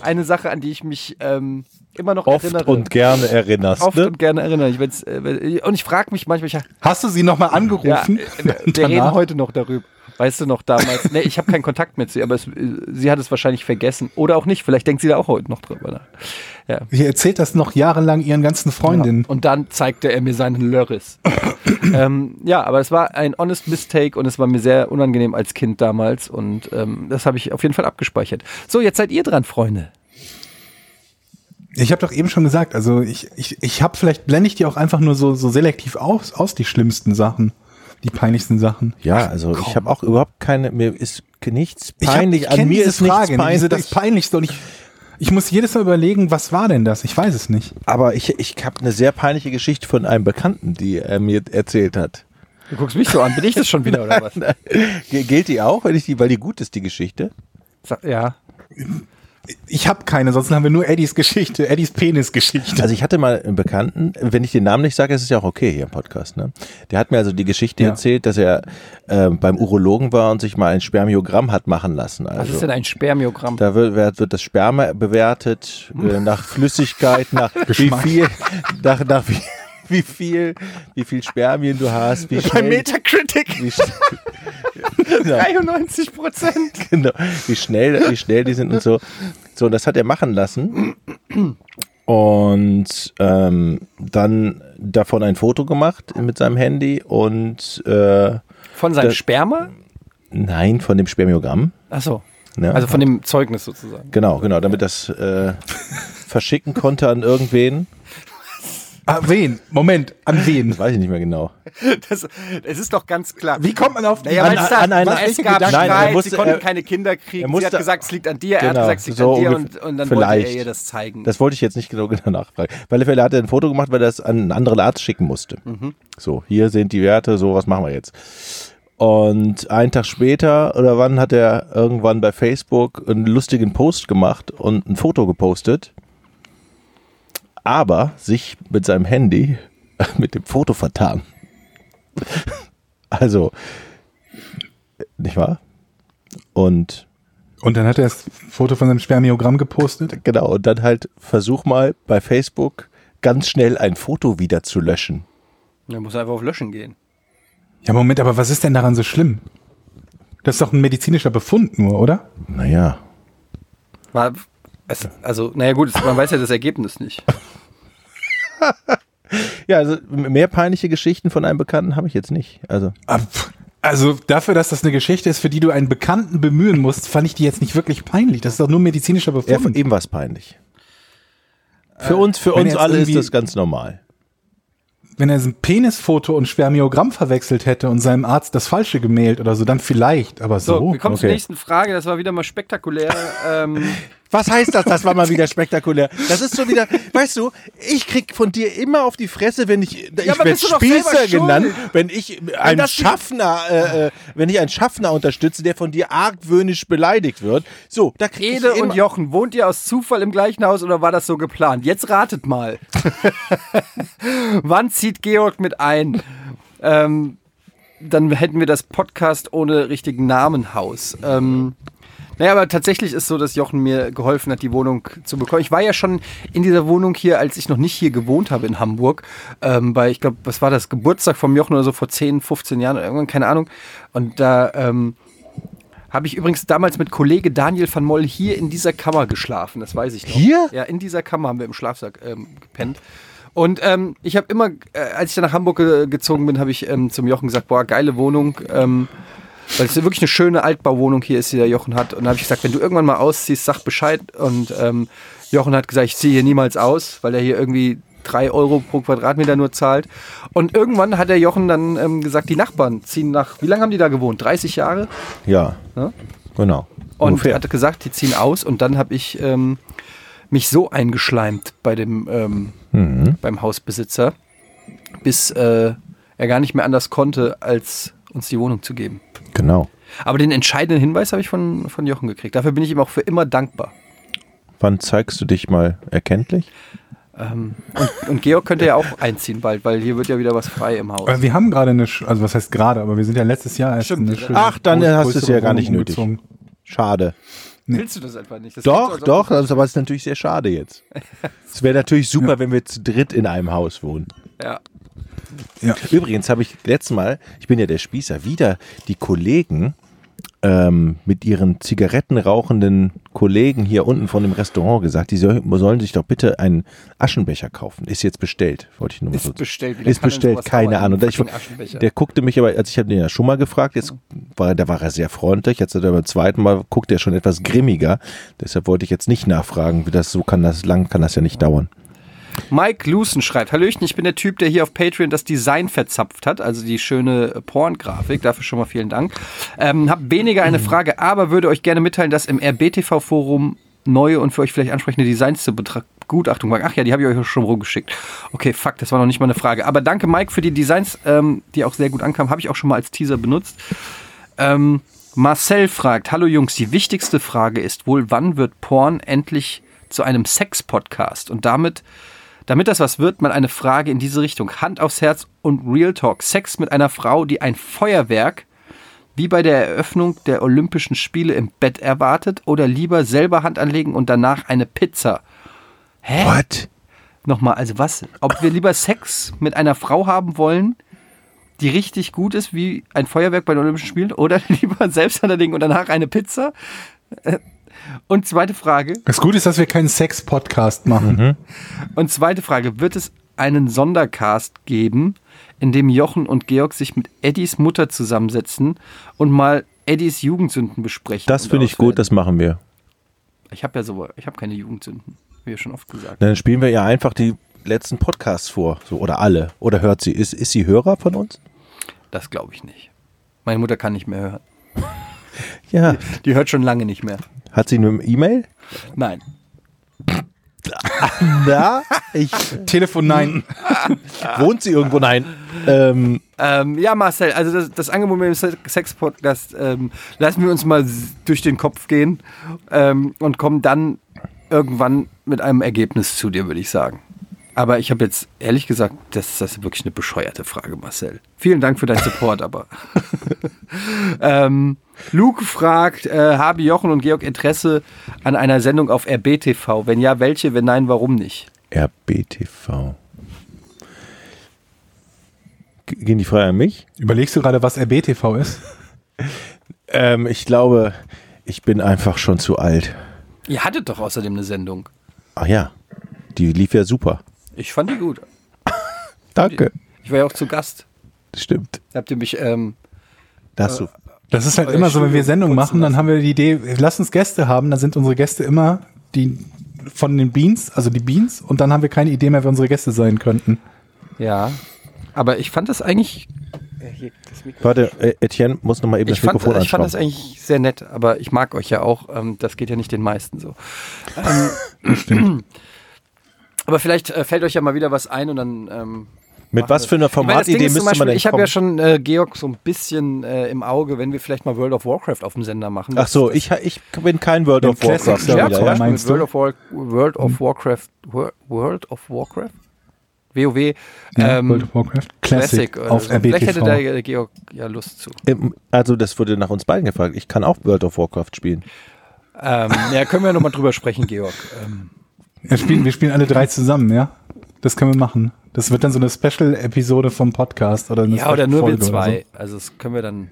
Speaker 3: eine Sache, an die ich mich ähm, immer noch
Speaker 2: oft
Speaker 3: erinnere.
Speaker 2: und gerne erinnerst.
Speaker 3: oft
Speaker 2: ne?
Speaker 3: und gerne erinnere. Ich werd's, äh, werd- und ich frage mich manchmal, ich
Speaker 1: Hast du sie nochmal
Speaker 3: Ja,
Speaker 1: angerufen?
Speaker 3: äh, wir reden heute noch darüber. Weißt du noch damals? Nee, ich habe keinen Kontakt mit sie, aber es, äh, sie hat es wahrscheinlich vergessen. Oder auch nicht. Vielleicht denkt sie da auch heute noch drüber nach.
Speaker 1: Ihr erzählt das noch jahrelang ihren ganzen Freundinnen.
Speaker 3: Genau. Und dann zeigte er mir seinen Lörris. ähm, ja, aber es war ein honest mistake und es war mir sehr unangenehm als Kind damals. Und ähm, das habe ich auf jeden Fall abgespeichert. So, jetzt seid ihr dran, Freunde.
Speaker 1: Ich habe doch eben schon gesagt, also ich, ich, ich habe vielleicht blende ich die auch einfach nur so, so selektiv aus, aus die schlimmsten Sachen, die peinlichsten Sachen.
Speaker 2: Ja, also ich habe auch überhaupt keine, mir ist k- nichts
Speaker 1: Ich hab-
Speaker 2: peinlich,
Speaker 1: ich
Speaker 2: an
Speaker 1: kenn
Speaker 2: mir
Speaker 1: diese
Speaker 2: ist nichts
Speaker 1: Frage, nicht,
Speaker 2: peinlich.
Speaker 1: diese das peinlichste und ich ich muss jedes Mal überlegen, was war denn das? Ich weiß es nicht.
Speaker 2: aber ich, ich habe eine sehr peinliche Geschichte von einem Bekannten, die er mir erzählt hat.
Speaker 3: Du guckst mich so an. Bin ich das schon wieder oder was?
Speaker 2: G- Gilt die auch, wenn ich die, weil die gut ist, die Geschichte?
Speaker 3: Sag- Ja.
Speaker 1: Ich habe keine, sonst haben wir nur Eddies Geschichte, Eddies Penis-Geschichte.
Speaker 2: Also ich hatte mal einen Bekannten, wenn ich den Namen nicht sage, ist es ja auch okay hier im Podcast, ne? Der hat mir also die Geschichte
Speaker 1: Ja.
Speaker 2: erzählt, dass er äh, beim Urologen war und sich mal ein Spermiogramm hat machen lassen. Also
Speaker 3: Was ist denn ein Spermiogramm?
Speaker 2: Da wird, wird, wird das Sperma bewertet äh,
Speaker 3: Hm.
Speaker 2: nach Flüssigkeit, nach wie viel, nach, nach wie, wie viel, wie viel Spermien du hast, wie
Speaker 3: Bei
Speaker 2: schnell,
Speaker 3: Metacritic
Speaker 2: wie, sch-
Speaker 3: 93 Prozent.
Speaker 2: genau, wie schnell, wie schnell die sind und so. So, und das hat er machen lassen und ähm, dann davon ein Foto gemacht mit seinem Handy und äh,
Speaker 3: Von seinem
Speaker 2: Da-
Speaker 3: Sperma?
Speaker 2: nein von dem Spermiogramm.
Speaker 3: Achso.
Speaker 2: Ne?
Speaker 3: Also von dem Zeugnis sozusagen.
Speaker 2: genau, genau, damit das äh, verschicken konnte an irgendwen.
Speaker 1: Ah, wen? Moment, an wen?
Speaker 2: Das weiß ich nicht mehr genau.
Speaker 3: Das, es ist doch ganz klar.
Speaker 1: Wie kommt man auf
Speaker 3: Naja,
Speaker 2: An-
Speaker 3: weil es da,
Speaker 2: an einen-
Speaker 3: was, es gab
Speaker 2: Nein,
Speaker 3: Streit,
Speaker 2: er musste-
Speaker 3: sie konnten
Speaker 2: er-
Speaker 3: keine Kinder kriegen.
Speaker 2: er musste-
Speaker 3: sie hat gesagt, es liegt an dir, er hat
Speaker 2: Genau,
Speaker 3: gesagt, es liegt
Speaker 2: so
Speaker 3: an dir und,
Speaker 2: ungefähr-
Speaker 3: und dann wollte
Speaker 2: vielleicht.
Speaker 3: er ihr das zeigen.
Speaker 2: Das wollte ich jetzt nicht genau, genau nachfragen. Weil der Fälle hat er ein Foto gemacht, weil er es an einen anderen Arzt schicken musste. So, hier sind die Werte, so, was machen wir jetzt? Und einen Tag später oder wann hat er irgendwann bei Facebook einen lustigen Post gemacht und ein Foto gepostet, aber sich mit seinem Handy mit dem Foto vertan. Also, nicht wahr? Und
Speaker 1: Und dann hat er das Foto von seinem Spermiogramm gepostet.
Speaker 2: Genau, und dann halt versuch mal bei Facebook ganz schnell ein Foto wieder zu löschen.
Speaker 3: Er muss einfach auf Löschen gehen.
Speaker 1: Ja, Moment, aber was ist denn daran so schlimm? Das ist doch ein medizinischer Befund nur, oder?
Speaker 2: Naja.
Speaker 3: War, es, also, naja gut, es, man weiß ja das Ergebnis nicht.
Speaker 2: Ja, also m- mehr peinliche Geschichten von einem Bekannten habe ich jetzt nicht. Also,
Speaker 1: Ah, pff, Also dafür, dass das eine Geschichte ist, für die du einen Bekannten bemühen musst, fand ich die jetzt nicht wirklich peinlich. Das ist doch nur ein medizinischer
Speaker 2: ja, für
Speaker 1: Befund.
Speaker 2: ihm war es peinlich. Für uns, für
Speaker 1: wenn
Speaker 2: uns
Speaker 1: jetzt
Speaker 2: alle ist
Speaker 1: irgendwie-
Speaker 2: das ganz normal.
Speaker 1: Wenn er ein Penisfoto und Spermiogramm verwechselt hätte und seinem Arzt das Falsche gemailt oder so, dann vielleicht, aber
Speaker 3: So,
Speaker 1: so.
Speaker 3: wir kommen zur
Speaker 2: okay.
Speaker 3: nächsten Frage. Das war wieder mal spektakulär. Ähm,
Speaker 2: Was heißt das? Das war mal wieder spektakulär. Das ist so wieder, weißt du, ich krieg von dir immer auf die Fresse, wenn ich, ich
Speaker 3: aber
Speaker 2: werd
Speaker 3: bist du doch selber schuld.
Speaker 2: wenn ich einen
Speaker 3: das die-
Speaker 2: Schaffner, äh, äh, wenn ich einen Schaffner unterstütze, der von dir argwöhnisch beleidigt wird. So, da krieg
Speaker 3: Ede
Speaker 2: ich immer,
Speaker 3: und Jochen, wohnt ihr aus Zufall im gleichen Haus oder war das so geplant? Jetzt ratet mal. Wann zieht Georg mit ein? Ähm, dann hätten wir das Podcast ohne richtigen Namen Haus. Ähm, naja, aber tatsächlich ist so, dass Jochen mir geholfen hat, die Wohnung zu bekommen. Ich war ja schon in dieser Wohnung hier, als ich noch nicht hier gewohnt habe in Hamburg. Ähm, bei, ich glaube, was war das? Geburtstag vom Jochen oder so vor 10, 15 Jahren oder irgendwann, keine Ahnung. Und da ähm, Habe ich übrigens damals mit Kollege Daniel van Moll hier in dieser Kammer geschlafen, das weiß ich noch.
Speaker 2: Hier?
Speaker 3: Ja, in dieser Kammer haben wir im Schlafsack ähm, gepennt. Und ähm, ich habe immer, äh, als ich dann nach Hamburg äh, gezogen bin, habe ich ähm, zum Jochen gesagt, boah, geile Wohnung. Ähm, weil es wirklich eine schöne Altbauwohnung hier ist, die der Jochen hat. Und da habe ich gesagt, wenn du irgendwann mal ausziehst, sag Bescheid. Und ähm, Jochen hat gesagt, ich ziehe hier niemals aus, weil er hier irgendwie drei Euro pro Quadratmeter nur zahlt. Und irgendwann hat der Jochen dann ähm, gesagt, die Nachbarn ziehen nach, wie lange haben die da gewohnt? 30 Jahre?
Speaker 2: Ja.
Speaker 3: Ja.
Speaker 2: Genau.
Speaker 3: Und
Speaker 2: Ungefähr.
Speaker 3: hatte gesagt, die ziehen aus. Und dann habe ich ähm, mich so eingeschleimt bei dem ähm, beim Hausbesitzer, bis äh, er gar nicht mehr anders konnte, als uns die Wohnung zu geben.
Speaker 2: Genau.
Speaker 3: Aber den entscheidenden Hinweis habe ich von, von Jochen gekriegt. Dafür bin ich ihm auch für immer dankbar.
Speaker 2: Wann zeigst du dich mal erkenntlich?
Speaker 3: Ähm, und, und Georg könnte ja auch einziehen bald, weil hier wird ja wieder was frei im Haus.
Speaker 2: Äh,
Speaker 1: Aber wir haben gerade eine, sch- also was heißt gerade, aber wir sind ja letztes Jahr erst
Speaker 3: Stimmt.
Speaker 1: eine schöne,
Speaker 2: Ach, dann
Speaker 1: groß-
Speaker 2: hast du es ja
Speaker 1: größere
Speaker 2: gar nicht
Speaker 1: Wohnung
Speaker 2: nötig.
Speaker 1: gezogen.
Speaker 2: Schade.
Speaker 3: Willst du das einfach nicht? Das
Speaker 2: Doch,
Speaker 3: gibt's auch
Speaker 2: doch, also, aber es ist natürlich sehr schade jetzt. Es wäre natürlich super, wenn wir zu dritt in einem Haus wohnen.
Speaker 3: so. Ja.
Speaker 1: Ja.
Speaker 2: Übrigens habe ich letztes Mal, ich bin ja der Spießer, wieder die Kollegen ähm, mit ihren zigarettenrauchenden Kollegen hier unten von dem Restaurant gesagt, die soll, sollen sich doch bitte einen Aschenbecher kaufen. Ist jetzt bestellt, wollte ich nur mal
Speaker 3: Ist
Speaker 2: so-
Speaker 3: bestellt. Wie lange
Speaker 2: Ist
Speaker 3: kann denn
Speaker 2: bestellt,
Speaker 3: sowas
Speaker 2: keine
Speaker 3: dauern?
Speaker 2: Ahnung. Da Ich,
Speaker 3: Fucking Aschenbecher.
Speaker 2: der guckte mich aber, als ich habe den ja schon mal gefragt, jetzt war, er- da war er sehr freundlich, jetzt hat er beim zweiten Mal guckt er schon etwas grimmiger. Deshalb wollte ich jetzt nicht nachfragen, wie das so kann das lang kann das ja nicht dauern.
Speaker 3: Mike Lusen schreibt, Hallöchen, ich bin der Typ, der hier auf Patreon das Design verzapft hat, also die schöne äh, Porn-Grafik, dafür schon mal vielen Dank. Ähm, hab weniger eine Frage, aber würde euch gerne mitteilen, dass im RBTV-Forum neue und für euch vielleicht ansprechende Designs zur Begutachtung waren. Ach ja, die habe ich euch auch schon rumgeschickt. Okay, fuck, das war noch nicht mal eine Frage. Aber danke Mike für die Designs, ähm, die auch sehr gut ankamen, habe ich auch schon mal als Teaser benutzt. Ähm, Marcel fragt, hallo Jungs, die wichtigste Frage ist wohl, wann wird Porn endlich zu einem Sex-Podcast? Und damit, damit das was wird, mal eine Frage in diese Richtung. Hand aufs Herz und Real Talk. Sex mit einer Frau, die ein Feuerwerk wie bei der Eröffnung der Olympischen Spiele im Bett erwartet oder lieber selber Hand anlegen und danach eine Pizza? Hä?
Speaker 2: What?
Speaker 3: Nochmal, also was? Ob wir lieber Sex mit einer Frau haben wollen, die richtig gut ist, wie ein Feuerwerk bei den Olympischen Spielen, oder lieber selbst anlegen und danach eine Pizza? Äh, Und zweite Frage,
Speaker 1: Das Gute ist, dass wir keinen Sex-Podcast machen.
Speaker 3: und zweite Frage, wird es einen Sondercast geben, in dem Jochen und Georg sich mit Eddies Mutter zusammensetzen und mal Eddies Jugendsünden besprechen?
Speaker 2: Das
Speaker 3: und
Speaker 2: finde ich gut,
Speaker 3: auswerten?
Speaker 2: das machen wir.
Speaker 3: Ich habe ja so, ich habe keine Jugendsünden, wie ja schon oft gesagt.
Speaker 2: Dann spielen wir ihr einfach die letzten Podcasts vor, so oder alle. Oder hört sie, ist, ist sie Hörer von uns?
Speaker 3: Das glaube ich nicht. Meine Mutter kann nicht mehr hören.
Speaker 2: Ja.
Speaker 3: Die hört schon lange nicht mehr.
Speaker 2: Hat sie eine E-Mail?
Speaker 3: Nein.
Speaker 2: Ja. Ich,
Speaker 1: Telefon, nein.
Speaker 3: Ah.
Speaker 2: wohnt sie irgendwo? Nein. Ähm,
Speaker 3: Ähm, ja, Marcel, also das, das Angebot mit dem Se- Sex-Podcast ähm, lassen wir uns mal s- durch den Kopf gehen ähm, und kommen dann irgendwann mit einem Ergebnis zu dir, würde ich sagen. Aber ich habe jetzt ehrlich gesagt, das, das ist wirklich eine bescheuerte Frage, Marcel. Vielen Dank für deinen Support, aber. ähm, Luke fragt, äh, habe Jochen und Georg Interesse an einer Sendung auf RBTV? Wenn ja, welche? Wenn nein, warum nicht?
Speaker 2: RBTV. G- Gehen die Fragen an mich?
Speaker 1: Überlegst du gerade, was RBTV ist?
Speaker 2: Ähm, ich glaube, ich bin einfach schon zu alt.
Speaker 3: Ihr hattet doch außerdem eine Sendung.
Speaker 2: Ach ja, die lief ja super.
Speaker 3: Ich fand die gut.
Speaker 2: Danke.
Speaker 3: Ich war ja auch zu Gast.
Speaker 2: Das stimmt.
Speaker 3: Da habt ihr mich, ähm,
Speaker 2: Das so.
Speaker 3: Äh,
Speaker 1: Das ist halt
Speaker 3: Oder
Speaker 1: immer so, wenn
Speaker 3: Schule
Speaker 1: wir Sendungen
Speaker 3: putzen
Speaker 1: machen, dann
Speaker 3: lassen.
Speaker 1: haben wir die Idee, lass uns Gäste haben, dann sind unsere Gäste immer die von den Beans, also die Beans, und dann haben wir keine Idee mehr, wer unsere Gäste sein könnten.
Speaker 3: ja. Aber ich fand das eigentlich.
Speaker 2: Warte, äh, Etienne muss nochmal eben
Speaker 3: Ich
Speaker 2: das
Speaker 3: fand,
Speaker 2: Mikrofon
Speaker 3: ich fand das
Speaker 2: anschauen.
Speaker 3: eigentlich sehr nett, aber ich mag euch ja auch. Ähm, das geht ja nicht den meisten so. Ähm, aber vielleicht äh, fällt euch ja mal wieder was ein und dann. Ähm,
Speaker 2: Mit
Speaker 3: machen
Speaker 2: was
Speaker 3: wir-
Speaker 2: für einer
Speaker 3: Ich meine, das Ding
Speaker 2: Formatidee
Speaker 3: ist zum
Speaker 2: müsste man
Speaker 3: Beispiel,
Speaker 2: denn
Speaker 3: Ich habe ja
Speaker 2: kommen?
Speaker 3: schon äh, Georg so ein bisschen äh, im Auge, wenn wir vielleicht mal World of Warcraft auf dem Sender machen.
Speaker 2: Ach so, ich, ich bin kein World
Speaker 1: Den
Speaker 2: of Warcraft.
Speaker 1: Classic
Speaker 2: Spieler,
Speaker 3: ja,
Speaker 1: Server
Speaker 3: zum
Speaker 1: ja.
Speaker 3: Beispiel mit
Speaker 1: Meinst du?
Speaker 3: World of, War, World of Warcraft. Wor- World of Warcraft? WoW.
Speaker 1: Ja,
Speaker 3: ähm,
Speaker 1: World of Warcraft Classic,
Speaker 3: Classic oder
Speaker 1: auf
Speaker 3: so. Vielleicht hätte da
Speaker 1: RBTV.
Speaker 3: der Georg ja Lust zu.
Speaker 2: Ähm, Also das wurde nach uns beiden gefragt. Ich kann auch World of Warcraft spielen.
Speaker 3: Ähm, ja, können wir nochmal drüber sprechen, Georg. Ähm,
Speaker 1: Wir spielen, wir spielen alle drei zusammen, ja? Das können wir machen. Das wird dann so eine Special-Episode vom Podcast oder eine
Speaker 3: ja, oder nur wir
Speaker 1: Special-Folge oder
Speaker 3: zwei. Also das können wir dann.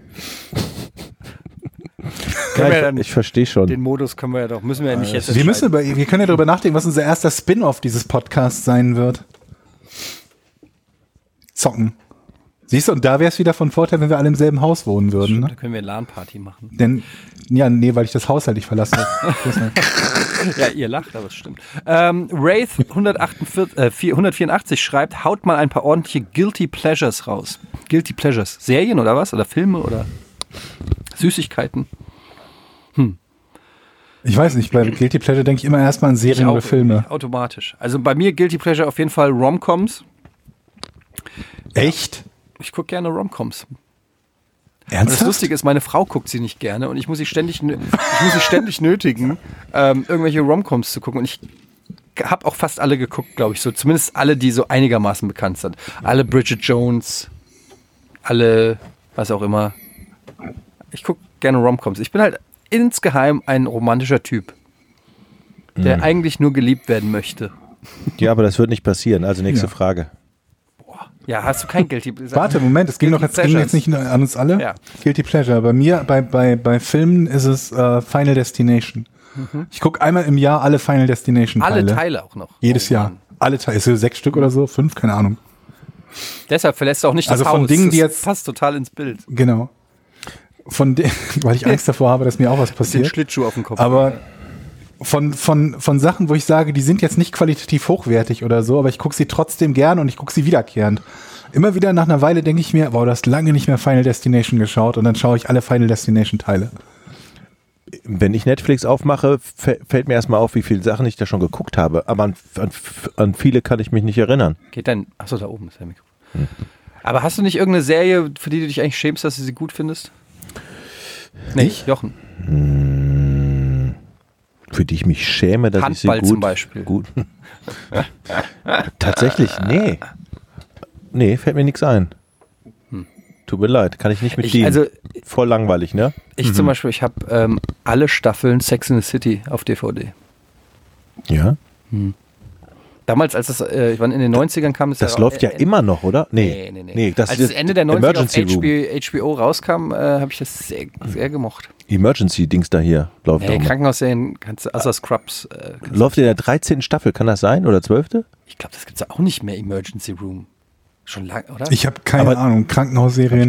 Speaker 3: können wir
Speaker 2: Ja,
Speaker 3: dann
Speaker 2: ich ich verstehe
Speaker 3: den
Speaker 2: schon.
Speaker 3: Modus können wir ja doch, müssen wir ja nicht jetzt.
Speaker 1: Wir, müssen über, wir können ja darüber nachdenken, was unser erster Spin-off dieses Podcasts sein wird. Zocken. Siehst du, und da wäre es wieder von Vorteil, wenn wir alle im selben Haus wohnen würden.
Speaker 3: entscheiden.
Speaker 1: Ne?
Speaker 3: Da können wir LAN-Party machen.
Speaker 1: Denn, ja, nee, weil ich das Haus halt nicht verlassen habe.
Speaker 3: Ja, ihr lacht, aber es stimmt. Ähm, Wraith 148, äh, 4- 184 schreibt, haut mal ein paar ordentliche Guilty Pleasures raus. Guilty Pleasures. Serien oder was? Oder Filme oder Süßigkeiten?
Speaker 1: Ich weiß nicht, bei Guilty Pleasure denke ich immer erstmal an Serien
Speaker 3: auch
Speaker 1: oder Filme.
Speaker 3: irgendwie Automatisch. Also bei mir Guilty Pleasure auf jeden Fall Romcoms.
Speaker 1: Echt?
Speaker 3: Ich gucke gerne Romcoms. Und das
Speaker 1: Ernsthaft?
Speaker 3: Lustige ist, meine Frau guckt sie nicht gerne und ich muss sie ständig, nö- ich muss sie ständig nötigen, ähm, irgendwelche Romcoms zu gucken. Und ich habe auch fast alle geguckt, glaube ich, so zumindest alle, die so einigermaßen bekannt sind. Alle Bridget Jones, alle, was auch immer. Ich gucke gerne Romcoms. Ich bin halt insgeheim ein romantischer Typ, der
Speaker 1: Mhm.
Speaker 3: eigentlich nur geliebt werden möchte.
Speaker 2: Ja, aber das wird nicht passieren. Also nächste Frage.
Speaker 3: Ja, hast du kein Guilty Pleasure?
Speaker 1: Warte, Moment, es ging doch
Speaker 3: Guilty
Speaker 1: jetzt, ging
Speaker 3: Pleasures.
Speaker 1: jetzt nicht nur an uns alle.
Speaker 3: Ja.
Speaker 1: Guilty Pleasure. Bei mir, bei, bei, bei Filmen ist es äh, Final Destination. Ich gucke einmal im Jahr alle Final Destination Teile.
Speaker 3: Mhm. Alle Teile auch noch.
Speaker 1: Jedes
Speaker 3: Oh
Speaker 1: Jahr.
Speaker 3: Mann.
Speaker 1: Alle Teile. Ist es sechs Stück oder so? Fünf? Keine Ahnung.
Speaker 3: Deshalb verlässt du auch nicht
Speaker 1: Also
Speaker 3: das
Speaker 1: von
Speaker 3: Haus.
Speaker 1: Dingen,
Speaker 3: Das
Speaker 1: die jetzt-
Speaker 3: passt total ins Bild.
Speaker 1: Genau. Von de weil ich Angst davor habe, dass mir auch was
Speaker 3: Den
Speaker 1: passiert.
Speaker 3: Schlittschuh auf dem Kopf.
Speaker 1: Aber von, von, von Sachen, wo ich sage, die sind jetzt nicht qualitativ hochwertig oder so, aber ich gucke sie trotzdem gern und ich gucke sie wiederkehrend. Immer wieder nach einer Weile denke ich mir, wow, du hast lange nicht mehr Final Destination geschaut und dann schaue ich alle Final Destination Teile.
Speaker 2: Wenn ich Netflix aufmache, fä- fällt mir erstmal auf, wie viele Sachen ich da schon geguckt habe. Aber an, an, an viele kann ich mich nicht erinnern.
Speaker 3: Geht dann. Achso, da oben ist der Mikrofon. Aber hast du nicht irgendeine Serie, für die du dich eigentlich schämst, dass du sie gut findest? Nee, Jochen.
Speaker 2: Für die ich mich schäme, dass ich
Speaker 3: Handball
Speaker 2: sie gut,
Speaker 3: zum Beispiel.
Speaker 2: gut. Tatsächlich, nee. Nee, fällt mir nichts ein. Tut mir leid, kann ich nicht mit
Speaker 3: Ich-
Speaker 2: dienen.
Speaker 3: also-
Speaker 2: Voll langweilig, ne?
Speaker 3: Ich zum Beispiel, ich habe ähm, alle Staffeln Sex in the City auf DVD.
Speaker 2: Ja.
Speaker 3: Damals, als das, äh, wann in den 90ern kam, ist
Speaker 2: Das läuft ja
Speaker 3: äh,
Speaker 2: immer noch, oder? Nee.
Speaker 3: Nee, nee, nee.
Speaker 2: das
Speaker 3: als
Speaker 2: ist
Speaker 3: das Ende der 90er
Speaker 2: Emergency
Speaker 3: auf
Speaker 2: Room.
Speaker 3: HBO, HBO rauskam, äh, habe ich das sehr, sehr gemocht.
Speaker 2: Emergency-Dings da hier läuft
Speaker 3: Nee,
Speaker 2: auch noch.
Speaker 3: Krankenhausserien kannst du, außer Scrubs. Äh,
Speaker 2: Läuft in der 13. Staffel, kann das sein? Oder 12.?
Speaker 3: ich glaube, das gibt's ja auch nicht mehr, Emergency Room. Schon lang, oder?
Speaker 1: Ich habe keine
Speaker 2: Aber-
Speaker 1: Ahnung. Krankenhausserien.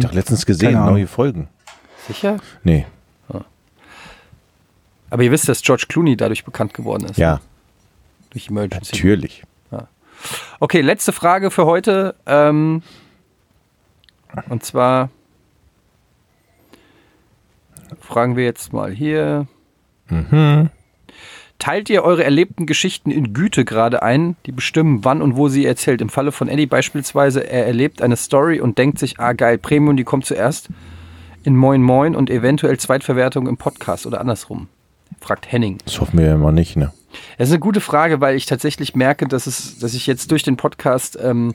Speaker 2: Ich doch letztens gesehen,
Speaker 1: Keine Ahnung.
Speaker 2: neue Folgen.
Speaker 3: Sicher?
Speaker 2: Nee,
Speaker 3: Aber ihr wisst, dass George Clooney dadurch bekannt geworden ist.
Speaker 2: ja,
Speaker 3: Durch Emergency.
Speaker 2: natürlich.
Speaker 3: Okay, letzte Frage für heute. Ähm, und zwar fragen wir jetzt mal hier. Teilt ihr eure erlebten Geschichten in Güte gerade ein, die bestimmen, wann und wo sie ihr erzählt? Im Falle von Eddie beispielsweise, er erlebt eine Story und denkt sich, ah geil, Premium, die kommt zuerst in Moin Moin und eventuell Zweitverwertung im Podcast oder andersrum. Fragt Henning.
Speaker 2: Das hoffen wir ja immer nicht, ne?
Speaker 3: Das ist eine gute Frage, weil ich tatsächlich merke, dass, es, dass ich jetzt durch den Podcast ähm,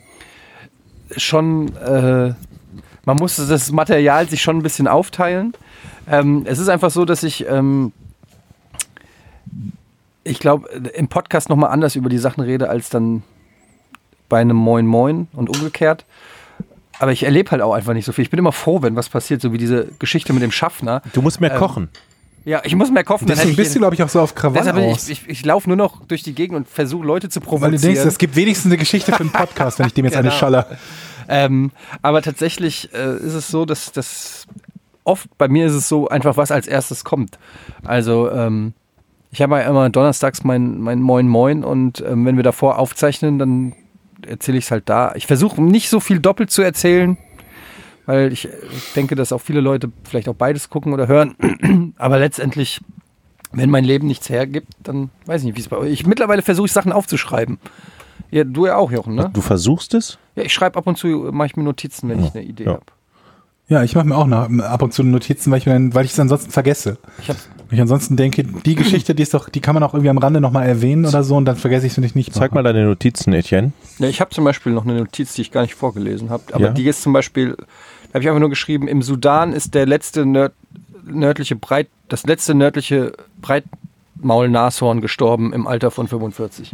Speaker 3: schon, äh, man muss das Material sich schon ein bisschen aufteilen. Ähm, es ist einfach so, dass ich, ähm, ich glaube, im Podcast nochmal anders über die Sachen rede als dann bei einem Moin Moin und umgekehrt. Aber ich erlebe halt auch einfach nicht so viel. Ich bin immer froh, wenn was passiert, so wie diese Geschichte mit dem Schaffner.
Speaker 2: Du musst
Speaker 3: Ähm,
Speaker 2: mehr kochen.
Speaker 3: Ja, ich muss mehr kaufen. dann hätte
Speaker 1: Deswegen
Speaker 3: ich
Speaker 1: bist du,
Speaker 3: jeden-
Speaker 1: glaube ich, auch so auf Krawall
Speaker 3: Deshalb bin ich,
Speaker 1: aus.
Speaker 3: ich, ich laufe nur noch durch die Gegend und versuche Leute zu
Speaker 1: weil du
Speaker 3: provozieren.
Speaker 1: denkst, es gibt wenigstens eine Geschichte für einen Podcast, wenn ich dem jetzt eine
Speaker 3: Genau.
Speaker 1: schalle.
Speaker 3: ähm, aber tatsächlich äh, ist es so, dass das oft bei mir ist es so einfach, was als erstes kommt. Also ähm, ich habe ja immer donnerstags mein, mein Moin Moin und ähm, wenn wir davor aufzeichnen, dann erzähle ich es halt da. Ich versuche nicht so viel doppelt zu erzählen, weil ich äh, denke, dass auch viele Leute vielleicht auch beides gucken oder hören. Aber letztendlich, wenn mein Leben nichts hergibt, dann weiß ich nicht, wie es bei euch. Ich mittlerweile versuche ich Sachen aufzuschreiben. Ja, du ja auch, Jochen, ne?
Speaker 2: Du versuchst es?
Speaker 3: Ja, ich schreibe ab und zu, mache ich mir Notizen, wenn ich eine Idee
Speaker 2: ja.
Speaker 3: habe.
Speaker 1: Ja, ich mache mir auch nach, ab und zu Notizen, weil ich, mir dann, weil ich es ansonsten vergesse.
Speaker 3: Ich hab,
Speaker 1: Ich ansonsten denke, die Geschichte, die ist doch, die kann man auch irgendwie am Rande nochmal erwähnen oder so und dann vergesse ich es, wenn ich nicht
Speaker 2: Zeig
Speaker 1: mache.
Speaker 2: mal deine Notizen, Etienne.
Speaker 3: ja, ne, ich habe zum Beispiel noch eine Notiz, die ich gar nicht vorgelesen habe, aber
Speaker 2: Ja.
Speaker 3: die ist zum Beispiel, da habe ich einfach nur geschrieben, im Sudan ist der letzte nörd, nördliche Breit, das letzte nördliche Breitmaul-Nashorn gestorben im Alter von 45.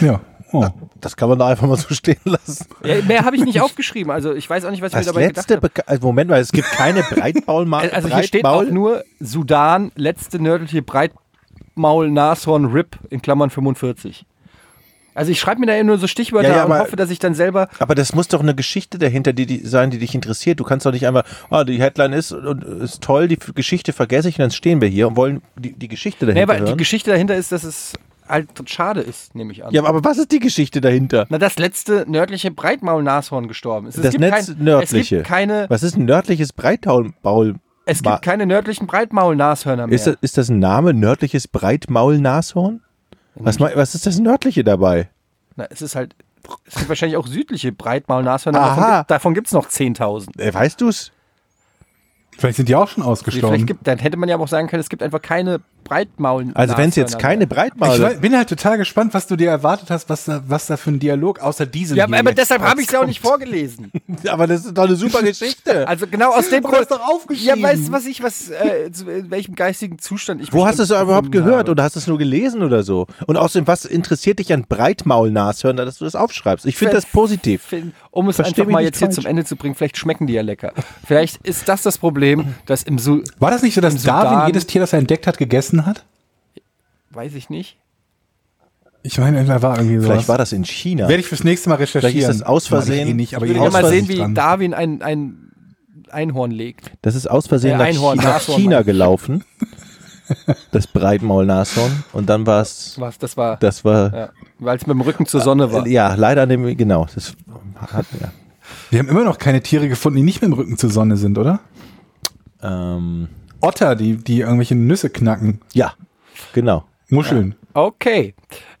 Speaker 1: Ja. Oh.
Speaker 2: Das kann man da einfach mal so stehen lassen.
Speaker 3: Ja, mehr habe ich nicht aufgeschrieben. Also ich weiß auch nicht, was ich
Speaker 2: Das
Speaker 3: mir dabei gedacht
Speaker 2: letzte,
Speaker 3: habe.
Speaker 2: Beka also Moment mal, es gibt keine Breitmaulmarke.
Speaker 3: Also hier steht auch nur Sudan, letzte Nördliche Breitmaul, Nashorn, RIP in Klammern 45. Also ich schreibe mir da eben nur so Stichwörter
Speaker 2: Ja, ja,
Speaker 3: und
Speaker 2: aber-
Speaker 3: hoffe, dass ich dann selber
Speaker 2: Aber das muss doch eine Geschichte dahinter die, die sein, die dich interessiert. Du kannst doch nicht einfach, ah, die Headline ist, und, ist toll, die F- Geschichte vergesse ich und dann stehen wir hier und wollen die, die Geschichte
Speaker 3: Nee,
Speaker 2: dahinter
Speaker 3: aber die
Speaker 2: hören.
Speaker 3: Geschichte dahinter ist, dass es halt schade ist, nehme ich an.
Speaker 2: ja, aber was ist die Geschichte dahinter?
Speaker 3: Na, das letzte nördliche Breitmaulnashorn gestorben ist. Es
Speaker 2: das Netz nördliche.
Speaker 3: Es gibt keine,
Speaker 2: was ist ein nördliches Breitmaul?
Speaker 3: es gibt keine nördlichen Breitmaulnashörner mehr.
Speaker 2: Ist, das, ist das ein Name, nördliches Breitmaul-Nashorn? Was, mei- was ist das Nördliche dabei?
Speaker 3: Na, es ist halt, es gibt wahrscheinlich auch südliche Breitmaulnashörner. aber
Speaker 2: Aha.
Speaker 3: Davon, gibt- davon gibt es noch 10.000.
Speaker 2: Äh, weißt du's?
Speaker 1: Vielleicht sind die auch schon
Speaker 3: Vielleicht
Speaker 1: ausgestorben.
Speaker 3: gibt, dann hätte man ja auch sagen können, es gibt einfach keine Breitmaulnashörner.
Speaker 2: Also wenn es jetzt keine
Speaker 1: ich
Speaker 2: Breitmaul
Speaker 1: wei- bin halt total gespannt, was du dir erwartet hast, was da, was da für ein Dialog außer diesem.
Speaker 3: Ja,
Speaker 1: hier
Speaker 3: aber
Speaker 1: jetzt
Speaker 3: deshalb habe ich es ja auch
Speaker 1: rauskommt.
Speaker 3: nicht vorgelesen.
Speaker 2: aber das ist doch eine super Geschichte.
Speaker 3: Also genau aus dem
Speaker 1: Aber das
Speaker 3: Grund.
Speaker 1: ist doch aufgeschrieben.
Speaker 3: Ja, weißt du, was ich, was, äh, zu- in welchem geistigen Zustand ich
Speaker 2: Wo hast du es
Speaker 3: bestimmt
Speaker 2: überhaupt
Speaker 3: gefunden
Speaker 2: gehört
Speaker 3: habe.
Speaker 2: oder hast du es nur gelesen oder so? Und außerdem, was interessiert dich an Breitmaul-Nashörner, dass du das aufschreibst? Ich finde das positiv.
Speaker 3: Finn, um es
Speaker 2: Versteh
Speaker 3: einfach
Speaker 2: mich
Speaker 3: mal
Speaker 2: nicht
Speaker 3: jetzt hier
Speaker 2: falsch.
Speaker 3: zum Ende zu bringen, vielleicht schmecken die ja lecker. Vielleicht ist das das Problem, dass im Su
Speaker 1: War das nicht so, dass
Speaker 3: Sudan-
Speaker 1: Darwin jedes Tier, das er entdeckt hat, gegessen hat?
Speaker 3: weiß ich nicht.
Speaker 1: Ich meine, da war irgendwie so.
Speaker 2: Vielleicht war das in China.
Speaker 1: Werde ich fürs nächste Mal recherchieren.
Speaker 2: Vielleicht ist das aus
Speaker 1: Mann,
Speaker 2: Versehen.
Speaker 1: eh nicht, aber
Speaker 3: Ich würde
Speaker 1: ihr
Speaker 3: gerne mal
Speaker 1: haut
Speaker 3: sehen,
Speaker 1: sich
Speaker 3: wie
Speaker 1: dran.
Speaker 3: Darwin ein, ein Einhorn legt.
Speaker 2: Das ist aus Versehen
Speaker 3: Äh,
Speaker 2: nach
Speaker 3: Einhorn,
Speaker 2: Chi- nach
Speaker 3: Nashorn,
Speaker 2: China
Speaker 3: meine ich.
Speaker 2: gelaufen. Das Breitmaul-Nashorn. Und dann war es,
Speaker 3: Was, das war,
Speaker 2: das war,
Speaker 3: ja, weil es mit dem Rücken zur Sonne war.
Speaker 2: äh, ja, leider an dem, genau. Das hat, ja.
Speaker 1: Wir haben immer noch keine Tiere gefunden, die nicht mit dem Rücken zur Sonne sind, oder?
Speaker 2: Ähm,
Speaker 1: Otter, die, die irgendwelche Nüsse knacken.
Speaker 2: ja, genau.
Speaker 1: Muscheln.
Speaker 3: Okay.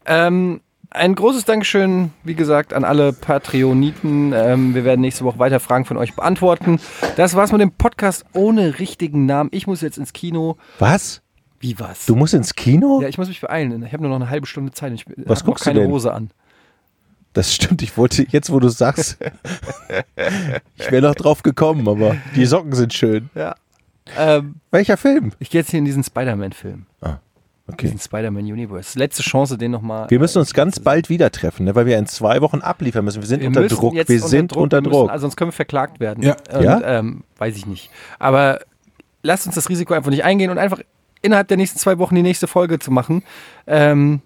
Speaker 3: Ähm, ein großes Dankeschön, wie gesagt, an alle Patreoniten. Ähm, wir werden nächste Woche weiter Fragen von euch beantworten. Das war's mit dem Podcast ohne richtigen Namen. Ich muss jetzt ins Kino.
Speaker 2: Was?
Speaker 3: Wie was?
Speaker 2: Du musst ins Kino?
Speaker 3: Ja, ich muss mich beeilen. Ich habe nur noch eine halbe Stunde Zeit. und Ich
Speaker 2: Oh.
Speaker 3: äh,
Speaker 2: Was
Speaker 3: hab noch
Speaker 2: guckst du
Speaker 3: keine
Speaker 2: denn?
Speaker 3: Hose an.
Speaker 2: Das stimmt, ich wollte, jetzt wo du es sagst, ich wäre noch drauf gekommen, aber die Socken sind schön.
Speaker 3: Ja. Ähm,
Speaker 2: Welcher Film?
Speaker 3: ich gehe jetzt hier in diesen Spider-Man-Film.
Speaker 2: Okay.
Speaker 3: Diesen Spider-Man-Universe. Letzte Chance, den nochmal.
Speaker 2: Wir müssen uns ganz bald wieder treffen, ne, weil wir in zwei Wochen abliefern müssen. Wir sind
Speaker 3: Wir
Speaker 2: unter
Speaker 3: müssen
Speaker 2: Druck.
Speaker 3: jetzt
Speaker 2: Wir sind unter
Speaker 3: wir
Speaker 2: Druck.
Speaker 3: Müssen, also sonst können wir verklagt werden.
Speaker 1: Ja.
Speaker 3: Und,
Speaker 2: Ja?
Speaker 3: Ähm, weiß ich nicht. Aber lasst uns das Risiko einfach nicht eingehen und einfach innerhalb der nächsten zwei Wochen die nächste Folge zu machen. Ähm,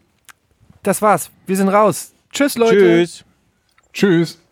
Speaker 3: das war's. Wir sind raus. Tschüss, Leute.
Speaker 2: Tschüss.
Speaker 1: Tschüss.